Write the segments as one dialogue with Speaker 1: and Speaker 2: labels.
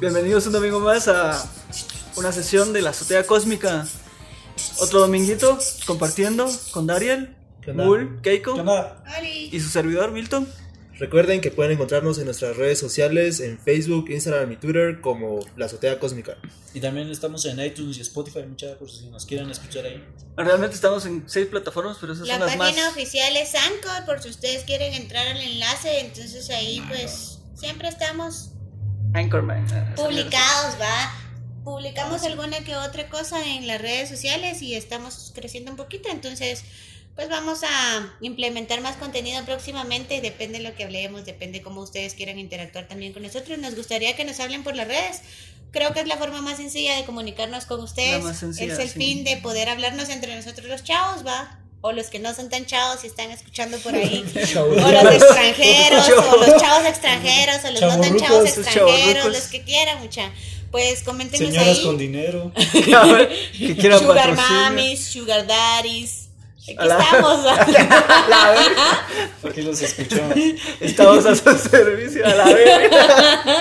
Speaker 1: Bienvenidos un domingo más a una sesión de la azotea cósmica. Otro dominguito compartiendo con Dariel,
Speaker 2: ¿Qué onda?
Speaker 1: Mul, Keiko
Speaker 2: ¿Qué onda?
Speaker 1: y su servidor Milton.
Speaker 3: Recuerden que pueden encontrarnos en nuestras redes sociales, en Facebook, Instagram y Twitter como La Azotea Cósmica.
Speaker 2: Y también estamos en iTunes y Spotify, muchas por si nos quieren escuchar ahí.
Speaker 1: Realmente estamos en seis plataformas, pero esas
Speaker 4: La
Speaker 1: son las
Speaker 4: página
Speaker 1: más.
Speaker 4: oficial es Anchor, por si ustedes quieren entrar al enlace, entonces ahí pues siempre estamos
Speaker 1: Anchorman. Ah, esa mierda.
Speaker 4: publicados, va. Publicamos alguna que otra cosa en las redes sociales y estamos creciendo un poquito, entonces pues vamos a implementar más contenido próximamente, depende de lo que hablemos, depende cómo ustedes quieran interactuar también con nosotros. Nos gustaría que nos hablen por las redes. Creo que es la forma más sencilla de comunicarnos con ustedes.
Speaker 1: más sencilla,
Speaker 4: es el
Speaker 1: sí.
Speaker 4: fin de poder hablarnos entre nosotros los chavos, va. O los que no son tan chavos y están escuchando por ahí. O los extranjeros, o los chavos extranjeros, o los no tan
Speaker 2: Chavorrucos,
Speaker 4: chavos
Speaker 1: esos
Speaker 4: extranjeros,
Speaker 1: chavorrucos.
Speaker 4: los que quieran, mucha. Pues coméntenos
Speaker 2: Señoras
Speaker 4: ahí.
Speaker 2: con dinero.
Speaker 1: A ver, que quiera
Speaker 4: sugar
Speaker 1: patrocinio.
Speaker 4: mamis, sugar daddies. Aquí
Speaker 1: A la-
Speaker 4: estamos.
Speaker 1: A la verga,
Speaker 2: Aquí los escuchamos.
Speaker 1: Estamos a su servicio, a la verga.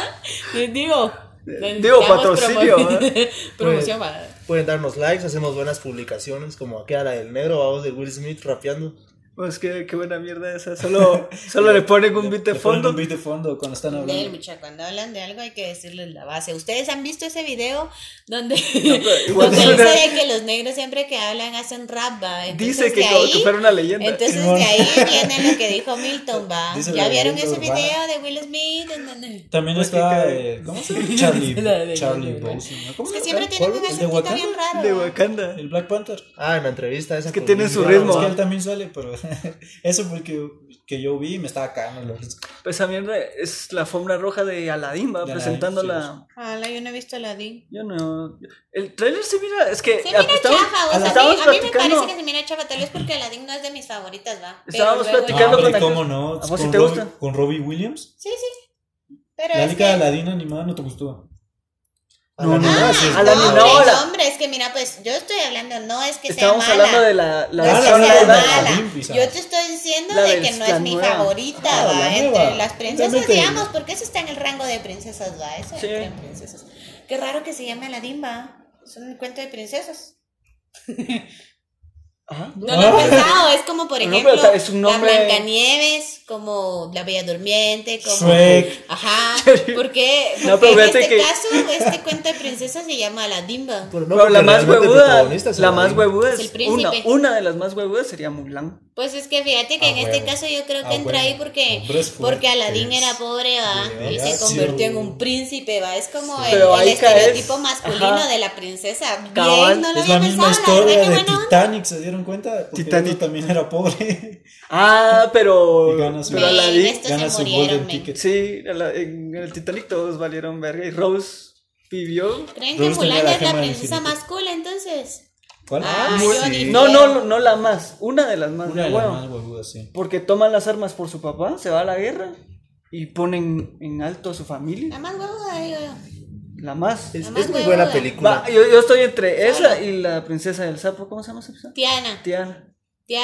Speaker 4: Les digo.
Speaker 1: Digo,
Speaker 4: damos
Speaker 1: patrocinio, ¿eh?
Speaker 4: promo-
Speaker 1: ¿verdad?
Speaker 4: Promoción va.
Speaker 3: Pueden darnos likes, hacemos buenas publicaciones como aquella la del negro, vamos de Will Smith rapeando.
Speaker 1: Pues qué, qué buena mierda esa. Solo, solo le ponen un beat de
Speaker 2: Le ponen
Speaker 1: fondo.
Speaker 2: Un beat de fondo cuando están
Speaker 4: Del,
Speaker 2: hablando.
Speaker 4: mucha, cuando hablan de algo hay que decirles la base. Ustedes han visto ese video donde,
Speaker 1: pero igual
Speaker 4: donde
Speaker 1: es
Speaker 4: dice
Speaker 1: una-
Speaker 4: de que los negros siempre que hablan hacen rap, va. Entonces,
Speaker 1: Dice que,
Speaker 4: de
Speaker 1: como
Speaker 4: ahí-
Speaker 1: que fuera una leyenda.
Speaker 4: Entonces
Speaker 2: Simón.
Speaker 4: de ahí viene lo que dijo Milton, va.
Speaker 2: Dice
Speaker 4: ¿Ya
Speaker 2: la
Speaker 4: vieron ese
Speaker 2: leyenda
Speaker 4: video de Will Smith? En donde...
Speaker 2: También
Speaker 1: Pues
Speaker 2: está,
Speaker 1: que-
Speaker 2: eh, ¿cómo se llama? Charlie,
Speaker 1: La de-
Speaker 2: Charlie Boseman, ¿no? ¿Cómo
Speaker 4: Es que
Speaker 2: se
Speaker 4: siempre
Speaker 2: llama?
Speaker 4: tienen un
Speaker 2: ¿El de
Speaker 4: acentito
Speaker 2: Wakanda?
Speaker 4: bien raro.
Speaker 1: De
Speaker 4: ¿va?
Speaker 1: Wakanda.
Speaker 2: El Black Panther.
Speaker 3: Ah, en la entrevista esa.
Speaker 1: Es que
Speaker 3: con
Speaker 1: tiene su
Speaker 3: Will
Speaker 1: ritmo.
Speaker 3: Smith,
Speaker 2: Es ¿eh? que
Speaker 3: ¿no?
Speaker 2: él también sale, pero eso fue el que, que yo vi y me estaba cagando. la risa.
Speaker 1: Pues esa mierda es la alfombra roja de Aladdin, va
Speaker 2: De Aladdin,
Speaker 1: presentando
Speaker 2: sí,
Speaker 1: la.
Speaker 4: Ala, yo no he visto la Aladdin.
Speaker 1: Yo no. El trailer se mira. Es que.
Speaker 4: Se mira
Speaker 1: estamos-
Speaker 4: chafa, o sea, a
Speaker 1: estábamos
Speaker 4: mí, a mí me
Speaker 1: platicando-
Speaker 4: parece que se mira chafa, tal vez porque Aladdin no es de mis favoritas, va. Pero
Speaker 1: Estábamos
Speaker 4: luego-
Speaker 1: platicando- Picando
Speaker 2: No, hombre,
Speaker 1: con la-
Speaker 2: ¿Cómo no?
Speaker 1: ¿A vos sí
Speaker 2: Con
Speaker 1: te
Speaker 2: Robbie-
Speaker 1: gusta?
Speaker 2: Con Robbie Williams.
Speaker 4: Sí, sí. Pero
Speaker 2: La
Speaker 4: es
Speaker 2: única
Speaker 4: que...
Speaker 2: Aladina animada no te gustó.
Speaker 3: A la
Speaker 1: No,
Speaker 3: animada,
Speaker 1: ah,
Speaker 3: sí.
Speaker 1: a la
Speaker 4: no,
Speaker 1: animada.
Speaker 4: hombre,
Speaker 1: la-
Speaker 4: no, hombre, es que mira, pues yo estoy hablando, no es que
Speaker 1: Estábamos
Speaker 4: sea mala.
Speaker 1: hablando de la. la
Speaker 4: no es que
Speaker 2: Ah, la-
Speaker 4: sea
Speaker 2: la- la-
Speaker 4: mala.
Speaker 2: la limpia.
Speaker 4: Yo te estoy diciendo
Speaker 1: La
Speaker 4: de
Speaker 1: del-
Speaker 4: que no
Speaker 1: la
Speaker 4: es mi
Speaker 1: nueva.
Speaker 4: favorita,
Speaker 2: Ah, la
Speaker 4: va.
Speaker 2: nueva.
Speaker 4: Entre las princesas,
Speaker 2: Obviamente.
Speaker 4: digamos, porque eso está en el rango de princesas, va. Eso
Speaker 1: Sí.
Speaker 4: entre princesas. Qué raro que se llame Aladdin, va. Es un cuento de princesas.
Speaker 1: Ajá.
Speaker 4: No lo he pensado, es como por
Speaker 1: No,
Speaker 4: ejemplo
Speaker 1: pero tal- es un nombre-
Speaker 4: la Blancanieves, como la Bella Durmiente, como
Speaker 2: Shrek.
Speaker 4: Ajá, porque,
Speaker 1: No, pero
Speaker 4: porque en
Speaker 1: fíjate
Speaker 4: este
Speaker 1: que-
Speaker 4: caso este cuento de princesas se llama la Dimba.
Speaker 3: Pero no,
Speaker 1: Pero la
Speaker 3: porque
Speaker 1: más
Speaker 3: realmente el
Speaker 1: huevuda.
Speaker 3: protagonista es
Speaker 1: La
Speaker 3: Aladdin.
Speaker 1: más huevuda
Speaker 4: Es el
Speaker 1: es. Una,
Speaker 4: príncipe.
Speaker 1: una de las más huevudas sería Mulan.
Speaker 4: Pues es que fíjate que
Speaker 2: A
Speaker 4: en este
Speaker 2: huevo.
Speaker 4: caso yo creo que
Speaker 2: A
Speaker 4: entra ahí
Speaker 2: huevo.
Speaker 4: porque
Speaker 2: Hombres
Speaker 4: porque
Speaker 2: fuertes.
Speaker 4: Aladín era pobre, va, y se
Speaker 2: Gracias.
Speaker 4: convirtió en un príncipe, va, es como el,
Speaker 1: Pero
Speaker 4: el
Speaker 1: ahí caes-
Speaker 4: estereotipo masculino
Speaker 1: ajá.
Speaker 4: de la princesa. Bien,
Speaker 1: Cabal.
Speaker 4: no lo
Speaker 2: Es la
Speaker 4: había
Speaker 2: misma
Speaker 4: pensado, la
Speaker 2: historia
Speaker 4: verdad,
Speaker 2: de
Speaker 4: qué buena onda.
Speaker 2: Titanic, ¿se dieron cuenta? Porque
Speaker 1: Titanic.
Speaker 2: Titanic también era pobre.
Speaker 1: Ah, pero.
Speaker 2: Y ganas-
Speaker 1: Pero
Speaker 4: Men,
Speaker 1: Aladdin.
Speaker 4: estos
Speaker 2: gana
Speaker 4: se
Speaker 2: su
Speaker 4: murieron,
Speaker 2: Golden
Speaker 4: men.
Speaker 2: Ticket.
Speaker 1: Sí, en la- en el Titanic todos valieron verga. Y Rose vivió.
Speaker 4: ¿Creen que
Speaker 2: Rose tenía
Speaker 4: Mulan
Speaker 2: la
Speaker 4: es la
Speaker 2: gema del
Speaker 4: princesa
Speaker 2: infinito.
Speaker 4: más cool entonces?
Speaker 2: ¿Cuál?
Speaker 4: Ah,
Speaker 3: Muy-
Speaker 4: yo
Speaker 3: sí.
Speaker 4: dije-
Speaker 1: No, no, no, no la más. Una de las más
Speaker 2: Una de las
Speaker 1: huevas.
Speaker 2: más huevudas, sí.
Speaker 1: Porque toman las armas por su papá, se va a la guerra y ponen en alto a su familia,
Speaker 4: La más huevuda, digo yo.
Speaker 1: la más.
Speaker 3: Es,
Speaker 4: La más
Speaker 3: es muy buena
Speaker 4: huevuda.
Speaker 3: película.
Speaker 1: Va, yo, yo estoy entre esa y la princesa del sapo, ¿cómo se llama esa princesa?
Speaker 4: Tiana.
Speaker 1: Tiara.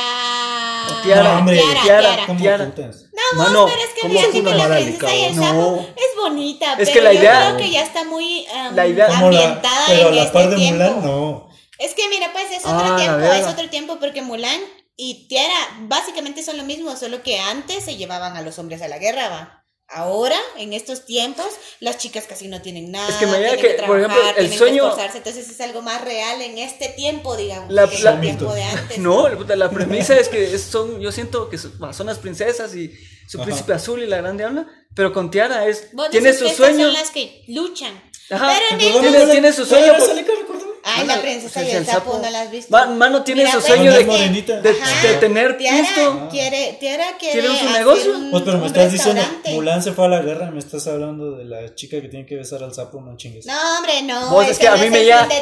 Speaker 4: Tiara.
Speaker 1: O Tiara.
Speaker 2: No, hombre.
Speaker 4: Tiara,
Speaker 1: Tiara.
Speaker 4: Tiara.
Speaker 2: ¿Cómo
Speaker 1: Tiara.
Speaker 2: putas?
Speaker 4: No, vos,
Speaker 1: Mano,
Speaker 4: pero es que
Speaker 1: ¿cómo
Speaker 4: fíjate
Speaker 3: hace una
Speaker 4: que la
Speaker 3: vara de
Speaker 4: princesa y el
Speaker 3: cabrón?
Speaker 1: No.
Speaker 4: sapo es bonita,
Speaker 1: Es
Speaker 4: pero
Speaker 1: que la
Speaker 4: yo
Speaker 1: idea-
Speaker 4: creo que ya está muy um,
Speaker 1: La idea-
Speaker 2: Como la-
Speaker 4: ambientada
Speaker 2: pero a
Speaker 4: en
Speaker 2: la
Speaker 4: este
Speaker 2: par de
Speaker 4: tiempo.
Speaker 2: Mulan, no.
Speaker 4: Es que mira, pues es otro
Speaker 1: Ah, la
Speaker 4: tiempo,
Speaker 1: verga.
Speaker 4: es otro tiempo porque Mulan y Tiara básicamente son lo mismo, solo que antes se llevaban a los hombres a la guerra, va. Ahora, en estos tiempos, las chicas casi no tienen nada,
Speaker 1: Es que me llega
Speaker 4: tienen
Speaker 1: que,
Speaker 4: que
Speaker 1: por
Speaker 4: trabajar,
Speaker 1: ejemplo, el
Speaker 4: tienen
Speaker 1: sueño-
Speaker 4: que esforzarse, entonces es algo más real en este tiempo, digamos,
Speaker 1: La-
Speaker 4: que en
Speaker 1: la-
Speaker 4: el tiempo de antes.
Speaker 1: No, la, puta, la premisa es que es- son, yo siento que son, bah, son las princesas y su
Speaker 2: Ajá.
Speaker 1: príncipe azul y la grande habla, pero con Tiara es,
Speaker 4: Vos
Speaker 1: tiene
Speaker 4: decís
Speaker 1: su
Speaker 4: que estas
Speaker 1: sueño.
Speaker 4: son las que luchan.
Speaker 1: Ajá. pues,
Speaker 4: Pero en este el
Speaker 1: Tiene-
Speaker 2: Mulan-
Speaker 1: tiene su
Speaker 2: ¿Cuál
Speaker 1: sueño
Speaker 2: era
Speaker 1: por-
Speaker 2: esa lica, recuerdo?
Speaker 4: Ay,
Speaker 1: Ándale,
Speaker 4: la princesa
Speaker 1: pues,
Speaker 4: y
Speaker 1: es
Speaker 4: el,
Speaker 1: el
Speaker 4: sapo,
Speaker 1: sapo.
Speaker 4: no la has visto.
Speaker 1: Va- mano tiene
Speaker 4: Mira,
Speaker 1: su
Speaker 4: pues,
Speaker 1: sueño de,
Speaker 2: es morenita.
Speaker 1: de-
Speaker 4: Ajá.
Speaker 1: de tener
Speaker 4: Tiara
Speaker 1: pisto.
Speaker 4: quiere, Tiara quiere,
Speaker 1: ¿Quiere un
Speaker 4: hacer
Speaker 1: negocio?
Speaker 4: un-
Speaker 2: Pues, pero me
Speaker 4: un
Speaker 2: estás diciendo,
Speaker 4: restaurante.
Speaker 2: Mulan se fue a la guerra y me estás hablando de la chica que tiene que besar al sapo, no chingues.
Speaker 4: No, hombre, no.
Speaker 1: Vos, es
Speaker 4: ese
Speaker 1: que a
Speaker 4: no
Speaker 1: mí
Speaker 4: es
Speaker 1: me
Speaker 4: el
Speaker 1: llega-
Speaker 4: fin de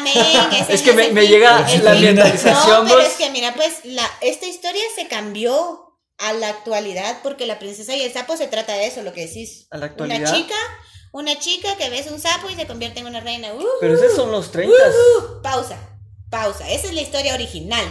Speaker 4: men, ese
Speaker 1: Es
Speaker 4: no
Speaker 1: que me-
Speaker 4: el
Speaker 1: me
Speaker 4: fin.
Speaker 1: llega
Speaker 4: El
Speaker 2: la
Speaker 4: fin.
Speaker 1: ambientalización,
Speaker 4: No, pero
Speaker 1: vos.
Speaker 4: es que mira, pues la, esta historia se cambió a la actualidad porque la princesa y el sapo se trata de eso, lo que decís.
Speaker 1: A la actualidad.
Speaker 4: Una chica, una chica que ves un sapo y se convierte en una reina. ¡Uh!
Speaker 1: Pero esos son los 30.
Speaker 4: ¡Uh! pausa, pausa. Esa es la historia original.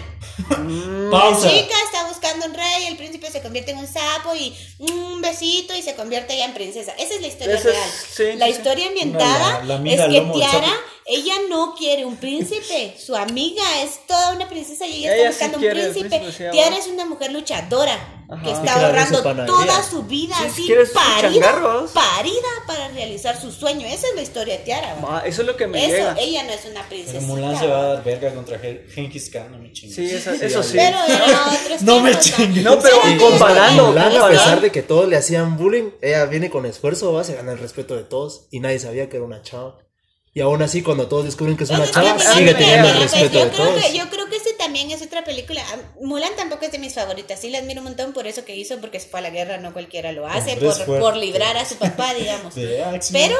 Speaker 1: Mm,
Speaker 2: Pausa.
Speaker 4: La chica está buscando un rey, el príncipe se convierte en un sapo y un besito y se convierte ya en princesa. Esa es la historia
Speaker 1: Esa es-
Speaker 4: real.
Speaker 1: sí, sí,
Speaker 4: la
Speaker 1: sí.
Speaker 4: historia ambientada
Speaker 2: Una, la- la amiga
Speaker 4: es
Speaker 2: al
Speaker 4: que
Speaker 2: lomo del
Speaker 4: Tiara,
Speaker 2: sapo.
Speaker 4: ella no quiere un príncipe, su amiga es toda una princesa y ella,
Speaker 1: Ella sí
Speaker 4: está buscando un
Speaker 1: quiere el
Speaker 4: príncipe.
Speaker 1: príncipe, sí, a
Speaker 4: Tiara
Speaker 1: huevo.
Speaker 4: es una mujer luchadora
Speaker 1: Ajá.
Speaker 4: que
Speaker 1: Y
Speaker 4: está
Speaker 3: que la ve en su
Speaker 4: ahorrando
Speaker 3: panadería.
Speaker 4: toda su vida
Speaker 1: Sí,
Speaker 4: así
Speaker 1: quiere sus
Speaker 4: parida,
Speaker 1: changarros.
Speaker 4: parida para realizar su sueño. Esa es la historia de Tiara. ¿va?
Speaker 1: Ma, eso es lo que me
Speaker 4: Eso,
Speaker 1: llega.
Speaker 4: ella no es una princesa.
Speaker 2: Pero Mulan se va a dar verga contra Gen- Genghis Khan, no me chingues.
Speaker 1: Sí, esa- eso sí.
Speaker 4: Pero era otros
Speaker 2: No me
Speaker 4: tiempos,
Speaker 2: chingues.
Speaker 1: No, pero
Speaker 4: Era
Speaker 1: comparando,
Speaker 4: otros
Speaker 3: Mulan,
Speaker 4: tiempos,
Speaker 3: a
Speaker 1: comparando.
Speaker 3: pesar de que todos le hacían bullying, ella viene con esfuerzo, va, se gana el respeto de todos y nadie sabía que era una chava. Y aún así, cuando todos descubren que es
Speaker 4: Creo
Speaker 3: una
Speaker 4: que
Speaker 3: chava,
Speaker 4: también,
Speaker 3: sigue
Speaker 4: pero,
Speaker 3: teniendo el
Speaker 4: pero, pues,
Speaker 3: respeto
Speaker 4: yo
Speaker 3: de
Speaker 4: creo
Speaker 3: todos.
Speaker 4: que- yo creo que este también es otra película. Ah, Mulan tampoco es de mis favoritas. Sí, la admiro un montón por eso que hizo, porque se fue a la guerra, no cualquiera lo hace,
Speaker 2: Hombre,
Speaker 4: por,
Speaker 2: es fuerte.
Speaker 4: por librar a su papá, digamos.
Speaker 2: De Axel.
Speaker 4: Pero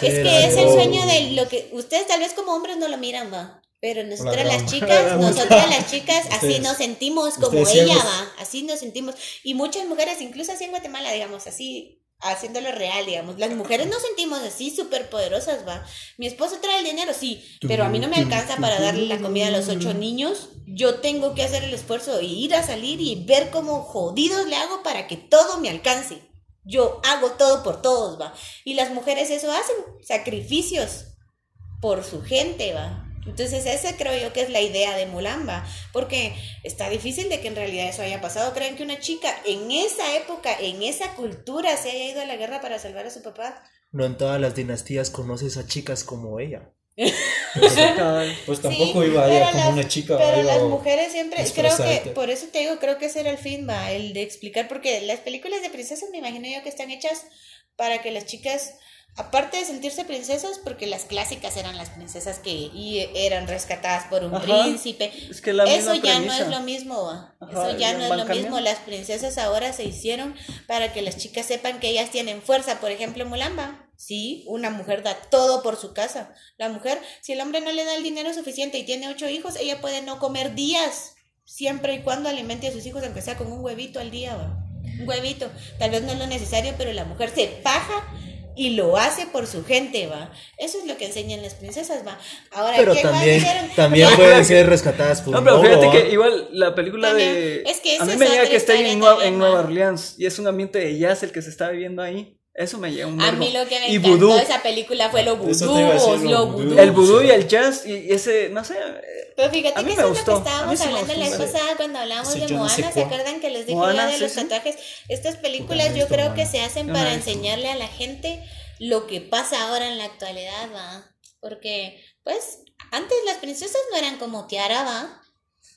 Speaker 3: Sí,
Speaker 4: es
Speaker 3: la
Speaker 4: que es el
Speaker 3: llevó.
Speaker 4: sueño de lo que ustedes tal vez como hombres no lo miran, va. Pero nosotras
Speaker 2: Hola,
Speaker 4: las
Speaker 2: Gabo.
Speaker 4: chicas, nosotras las chicas, así
Speaker 2: Ustedes-
Speaker 4: nos sentimos como
Speaker 2: ustedes
Speaker 4: ella,
Speaker 2: ciegos.
Speaker 4: va. Así nos sentimos. Y muchas mujeres, incluso así en Guatemala, digamos, así, haciéndolo real, digamos. Las mujeres nos sentimos así súper poderosas, va. Mi esposo trae el dinero, sí, pero a mí no me alcanza para darle la comida a los ocho niños. Yo tengo que hacer el esfuerzo y ir a salir y ver cómo jodidos le hago para que todo me alcance. Yo hago todo por todos, va. Y las mujeres eso hacen, sacrificios por su gente, va. Entonces esa creo yo que es la idea de Mulan, va. Porque está difícil de que en realidad eso haya pasado. ¿Creen que una chica en esa época, en esa cultura, se haya ido a la guerra para salvar a su papá?
Speaker 3: No en todas las dinastías conoces a chicas como ella.
Speaker 4: eh,
Speaker 1: Cabal.
Speaker 2: Pues
Speaker 4: Sí,
Speaker 2: tampoco iba
Speaker 4: pero
Speaker 2: ella como
Speaker 4: las-
Speaker 2: una chica.
Speaker 4: Pero
Speaker 2: iba-
Speaker 4: las mujeres siempre, creo que,
Speaker 2: disfrazarte.
Speaker 4: por eso te digo, creo que ese era el fin, va, el de explicar, porque las películas de princesas me imagino yo que están hechas para que las chicas, aparte de sentirse princesas, porque las clásicas eran las princesas que y eran rescatadas por un
Speaker 1: Ajá.
Speaker 4: príncipe,
Speaker 1: Es que la
Speaker 4: eso
Speaker 1: misma
Speaker 4: ya no
Speaker 1: premisa.
Speaker 4: es lo mismo, va.
Speaker 1: Ajá,
Speaker 4: eso ya
Speaker 1: ya
Speaker 4: no es
Speaker 1: van
Speaker 4: lo mismo.
Speaker 1: cambiando.
Speaker 4: Las princesas ahora se hicieron para que las chicas sepan que ellas tienen fuerza. Por ejemplo, Mulamba, sí, una mujer da todo por su casa. La mujer, si el hombre no le da el dinero suficiente y tiene ocho hijos, ella puede no comer días, siempre y cuando alimente a sus hijos, aunque sea con un huevito al día, va. un huevito. Tal vez no es lo necesario, pero la mujer se paja. Y lo hace por su gente, va. Eso es lo que enseñan las princesas, va. Ahora,
Speaker 3: Pero
Speaker 4: ¿qué más
Speaker 3: también,
Speaker 4: dijeron?
Speaker 3: también
Speaker 1: Pero-
Speaker 3: pueden ser rescatadas por
Speaker 1: No,
Speaker 3: un
Speaker 1: pero
Speaker 3: lobo,
Speaker 1: fíjate
Speaker 3: ¿ah?
Speaker 1: que igual la película de.
Speaker 4: También, es que
Speaker 1: a
Speaker 4: esa
Speaker 1: mí
Speaker 4: es
Speaker 1: me llega
Speaker 4: otra
Speaker 1: que está ahí en,
Speaker 4: historia
Speaker 1: Nueva,
Speaker 4: también,
Speaker 1: en Nueva
Speaker 4: ¿no?
Speaker 1: Orleans y es un ambiente de jazz el que se está viviendo ahí. Eso me llega un
Speaker 4: A
Speaker 1: vergo.
Speaker 4: mí lo que me
Speaker 1: Y
Speaker 4: encantó
Speaker 1: vudú.
Speaker 4: de esa película fue lo
Speaker 2: Eso te iba a decir,
Speaker 4: vudú,
Speaker 2: lo
Speaker 4: lo
Speaker 2: vudú.
Speaker 4: vudú.
Speaker 1: El vudú y el jazz y ese, no sé. eh,
Speaker 4: Pero
Speaker 1: a
Speaker 4: fíjate
Speaker 1: mí
Speaker 4: que
Speaker 1: me
Speaker 4: eso
Speaker 1: gustó,
Speaker 4: es lo que
Speaker 1: a mí
Speaker 4: estábamos
Speaker 1: sí me
Speaker 4: hablando la
Speaker 1: gustó.
Speaker 4: vez pasada cuando hablábamos
Speaker 2: Sí,
Speaker 4: de
Speaker 2: yo no
Speaker 4: Moana,
Speaker 2: sé
Speaker 4: ¿se
Speaker 2: cuál.
Speaker 4: acuerdan que les dije
Speaker 1: Moana,
Speaker 4: yo de
Speaker 1: sí,
Speaker 4: los
Speaker 1: sí.
Speaker 4: tatuajes? Estas
Speaker 2: Yo no
Speaker 4: películas
Speaker 2: he
Speaker 4: yo
Speaker 2: visto
Speaker 4: creo que
Speaker 2: Moana.
Speaker 4: se hacen
Speaker 1: Yo no
Speaker 4: para
Speaker 1: he visto.
Speaker 4: enseñarle a la gente lo que pasa ahora en la actualidad, va. Porque, pues, antes las princesas no eran como Tiara, va.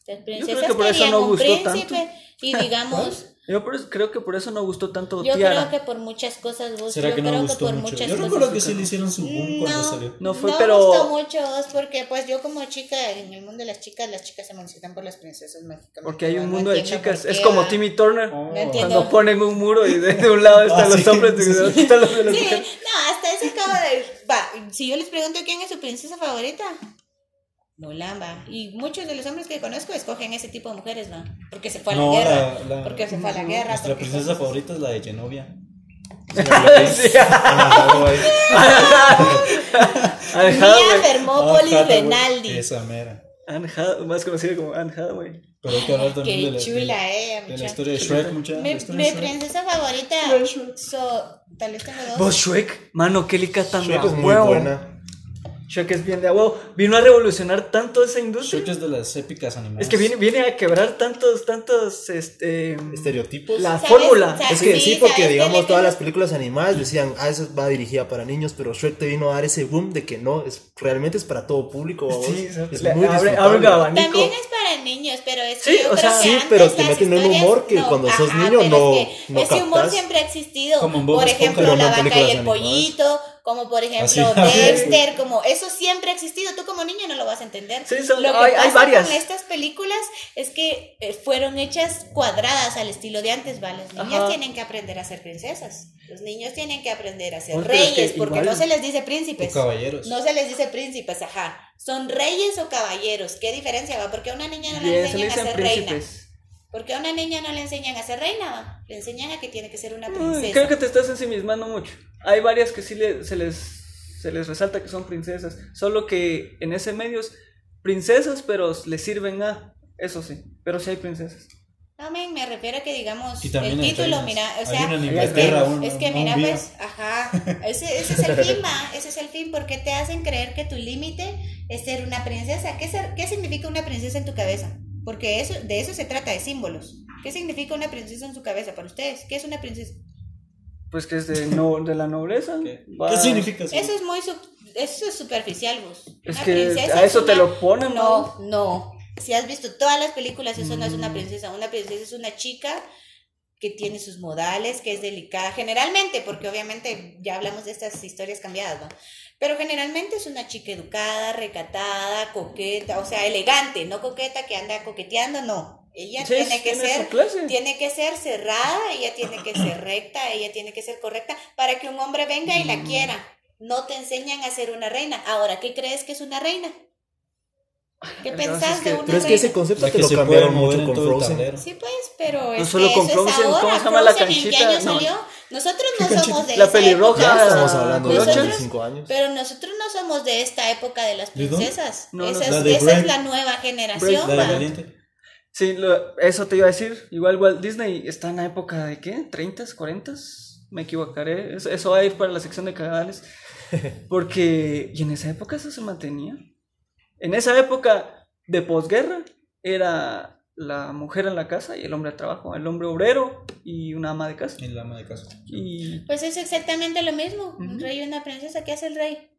Speaker 4: Las princesas
Speaker 1: que por eso
Speaker 4: querían
Speaker 1: no
Speaker 4: un
Speaker 1: gustó
Speaker 4: príncipe
Speaker 1: tanto.
Speaker 4: y digamos,
Speaker 1: Yo por eso- creo que por eso no gustó tanto
Speaker 4: yo
Speaker 1: Tiara.
Speaker 4: creo que por muchas cosas vos,
Speaker 2: ¿Será
Speaker 4: yo
Speaker 2: que no
Speaker 4: creo que
Speaker 2: gustó
Speaker 4: por
Speaker 2: mucho?
Speaker 4: muchas
Speaker 2: Yo
Speaker 4: cosas.
Speaker 2: recuerdo que sí le hicieron su boom cuando
Speaker 4: No.
Speaker 2: salió.
Speaker 1: No fue,
Speaker 4: no
Speaker 1: pero.
Speaker 4: gustó mucho porque pues yo como chica en el mundo de las chicas las chicas se emocionan por las princesas mágicamente
Speaker 1: Porque hay
Speaker 4: ¿no?
Speaker 1: un
Speaker 4: No
Speaker 1: mundo de
Speaker 4: entiendo
Speaker 1: chicas.
Speaker 4: por
Speaker 1: Es
Speaker 4: qué,
Speaker 1: como
Speaker 4: ¿va?
Speaker 1: Timmy Turner.
Speaker 2: Oh.
Speaker 4: no entiendo.
Speaker 1: Cuando ponen un muro y de, de un lado están
Speaker 2: Ah,
Speaker 1: los
Speaker 2: sí.
Speaker 1: hombres y de otro están los de las
Speaker 4: sí
Speaker 1: mujeres.
Speaker 4: no hasta eso acabo de va si yo les pregunto quién es su princesa favorita Mulan va y muchos de los hombres que conozco escogen ese tipo de mujeres va porque se fue a la
Speaker 2: No,
Speaker 4: guerra
Speaker 2: la- la-
Speaker 4: porque se fue a la guerra
Speaker 2: Nuestra
Speaker 4: porque-
Speaker 2: princesa favorita es la de Genovia.
Speaker 1: Sí.
Speaker 2: Ah,
Speaker 1: Anne
Speaker 4: Mía
Speaker 1: Hathaway.
Speaker 4: Fermópolis
Speaker 2: Hathaway,
Speaker 4: Renaldi
Speaker 2: Ah, Esa mera.
Speaker 1: Anne Hathaway, más conocida como Anne Hathaway.
Speaker 2: Pero hay que hablar también de
Speaker 4: qué
Speaker 2: la,
Speaker 4: chula ella
Speaker 2: de la
Speaker 4: muchacha
Speaker 2: historia de Shrek, mucha. la
Speaker 4: mi,
Speaker 2: historia
Speaker 4: mi
Speaker 2: de Shrek.
Speaker 4: princesa favorita so, tal vez tengo dos
Speaker 1: Vos Shrek, mano, qué lica tan de
Speaker 3: Shrek
Speaker 1: a
Speaker 3: es muy
Speaker 1: huevo.
Speaker 3: buena.
Speaker 1: Shrek es bien de a huevo. Vino a revolucionar tanto esa industria.
Speaker 2: Shrek es de las épicas animadas.
Speaker 1: Es que viene, viene a quebrar tantos, tantos, este...
Speaker 3: Estereotipos.
Speaker 1: La
Speaker 4: ¿Sabes?
Speaker 1: fórmula.
Speaker 4: ¿Sabes?
Speaker 3: Es que
Speaker 4: Sí,
Speaker 3: sí,
Speaker 4: ¿sabes
Speaker 3: porque
Speaker 4: qué le
Speaker 3: digamos
Speaker 4: creo?
Speaker 3: todas las películas animadas decían, ah, eso va dirigida para niños, pero Shrek te vino a dar ese boom de que no, es realmente es para todo público. ¿vos?
Speaker 1: Sí,
Speaker 3: es
Speaker 1: le-
Speaker 3: muy
Speaker 1: abre,
Speaker 3: disfrutable.
Speaker 1: abre un abanico.
Speaker 4: También es para niños, pero es que
Speaker 1: Sí,
Speaker 4: yo
Speaker 1: o
Speaker 4: creo
Speaker 1: sea,
Speaker 4: que
Speaker 1: sí,
Speaker 4: antes
Speaker 3: pero te
Speaker 4: las
Speaker 3: meten un
Speaker 4: historias-
Speaker 3: humor que cuando sos niño
Speaker 4: pero
Speaker 3: no-
Speaker 4: es que
Speaker 3: no
Speaker 4: ese humor
Speaker 3: captas.
Speaker 4: siempre ha existido.
Speaker 2: Como en Bob
Speaker 4: por
Speaker 2: Esponja,
Speaker 4: ejemplo,
Speaker 3: pero no
Speaker 4: la
Speaker 3: en
Speaker 4: vaca y
Speaker 3: películas
Speaker 4: el
Speaker 3: animadas.
Speaker 4: pollito, como por ejemplo
Speaker 2: Así, sí.
Speaker 4: Dexter, como eso siempre ha existido. Tú como niño no lo vas a entender.
Speaker 1: Sí, son-
Speaker 4: lo que
Speaker 1: hay- hay
Speaker 4: pasa
Speaker 1: varias.
Speaker 4: con este estas películas es que eh, fueron hechas cuadradas al estilo de antes, ¿va? Los niños
Speaker 1: Ajá.
Speaker 4: tienen que aprender a ser princesas. Los niños tienen que aprender a ser
Speaker 1: Oye, pero es
Speaker 4: reyes,
Speaker 1: que
Speaker 4: porque
Speaker 1: igual-
Speaker 4: no se les dice
Speaker 2: O
Speaker 4: príncipes.
Speaker 2: caballeros.
Speaker 4: Pues, No se les dice príncipes, ajá. Son reyes o caballeros. ¿Qué diferencia va? Porque a una niña no le
Speaker 1: Bien, se le
Speaker 4: enseñan a
Speaker 1: dicen
Speaker 4: ser reina.
Speaker 1: príncipes.
Speaker 4: Porque a una niña no le enseñan a ser reina, va. Le enseñan a que tiene que ser una
Speaker 1: Mm,
Speaker 4: princesa.
Speaker 1: Creo que te estás ensimismando mucho. Hay varias que sí le- se, les, se les resalta que son princesas. Solo que en ese medio es princesas, pero le sirven a... Eso sí, pero sí hay princesas.
Speaker 4: No, men, me refiero a que digamos
Speaker 2: Y también
Speaker 4: el
Speaker 2: en
Speaker 4: título,
Speaker 2: Tailandia.
Speaker 4: mira, o
Speaker 2: Hay
Speaker 4: sea,
Speaker 2: una en
Speaker 4: es que,
Speaker 2: Inglaterra, una-
Speaker 4: es que
Speaker 2: una
Speaker 4: mira,
Speaker 2: vía.
Speaker 4: pues, ajá, ese, ese es el fin, ma, ese es el fin, porque te hacen creer que tu límite es ser una princesa. ¿Qué, ser- ¿Qué significa una princesa en tu cabeza? Porque eso, de eso se trata, de símbolos. ¿Qué significa una princesa en su cabeza para ustedes? ¿Qué es una princesa?
Speaker 1: Pues que es de, no, de la nobleza.
Speaker 2: ¿Qué,
Speaker 1: va-
Speaker 2: ¿Qué significa eso?
Speaker 4: Eso es muy, sub- eso es superficial, vos.
Speaker 1: Pues Es
Speaker 4: Una
Speaker 1: que
Speaker 4: princesa
Speaker 1: a eso
Speaker 4: es
Speaker 1: te
Speaker 4: una-
Speaker 1: lo ponen,
Speaker 4: No, no. Si has visto todas las películas, eso no es una princesa. Una princesa es una chica que tiene sus modales, que es delicada. Generalmente, porque obviamente ya hablamos de estas historias cambiadas, ¿no? Pero generalmente es una chica educada, recatada, coqueta, o sea, elegante, no coqueta que anda coqueteando, no. Ella
Speaker 1: Sí,
Speaker 4: tiene que
Speaker 1: tiene
Speaker 4: ser
Speaker 1: su clase.
Speaker 4: tiene que ser cerrada, ella tiene que ser recta, ella tiene que ser correcta para que un hombre venga y
Speaker 1: Mm.
Speaker 4: la quiera. No te enseñan a ser una reina. Ahora, ¿qué crees que es una reina? ¿Qué
Speaker 1: Entonces,
Speaker 4: pensás de
Speaker 1: que-
Speaker 4: una
Speaker 3: Pero es que
Speaker 4: reina?
Speaker 3: ese concepto
Speaker 2: La
Speaker 3: te
Speaker 2: que
Speaker 3: lo
Speaker 2: se puede
Speaker 3: cambiaron mucho
Speaker 2: mover en
Speaker 3: con
Speaker 2: todo el
Speaker 3: Frozen.
Speaker 2: tablero.
Speaker 4: Sí, pues, pero es
Speaker 1: solo
Speaker 4: que
Speaker 1: con
Speaker 4: eso es
Speaker 1: Frozen,
Speaker 4: ahora.
Speaker 1: ¿cómo se llama la
Speaker 4: Frozen, ¿en qué
Speaker 1: canchita?
Speaker 4: año
Speaker 1: No.
Speaker 4: salió? Nosotros no somos de
Speaker 1: La
Speaker 4: esa
Speaker 1: pelirroja.
Speaker 3: Ya
Speaker 4: época.
Speaker 3: estamos hablando de
Speaker 4: ¿Nosotros?
Speaker 3: 85 años.
Speaker 4: Pero nosotros no somos de esta época de las
Speaker 2: ¿De dónde?
Speaker 4: princesas.
Speaker 1: No,
Speaker 4: esa
Speaker 1: no,
Speaker 4: es,
Speaker 2: la de
Speaker 4: esa
Speaker 2: Brave.
Speaker 4: es la nueva generación.
Speaker 2: La de
Speaker 4: va.
Speaker 2: valiente.
Speaker 1: Sí, lo- eso te iba a decir. Igual Walt Disney está en la época de qué? ¿30s? ¿40s? Me equivocaré. Eso, eso va a ir para la sección de canales. Porque. ¿Y en esa época eso se mantenía? En esa época de posguerra era la mujer en la casa y el hombre al trabajo. El hombre obrero y una ama de casa.
Speaker 2: El ama de casa.
Speaker 1: Y.
Speaker 4: Pues es exactamente lo mismo. Un
Speaker 1: Ujú.
Speaker 4: rey y una princesa. ¿Qué hace el rey?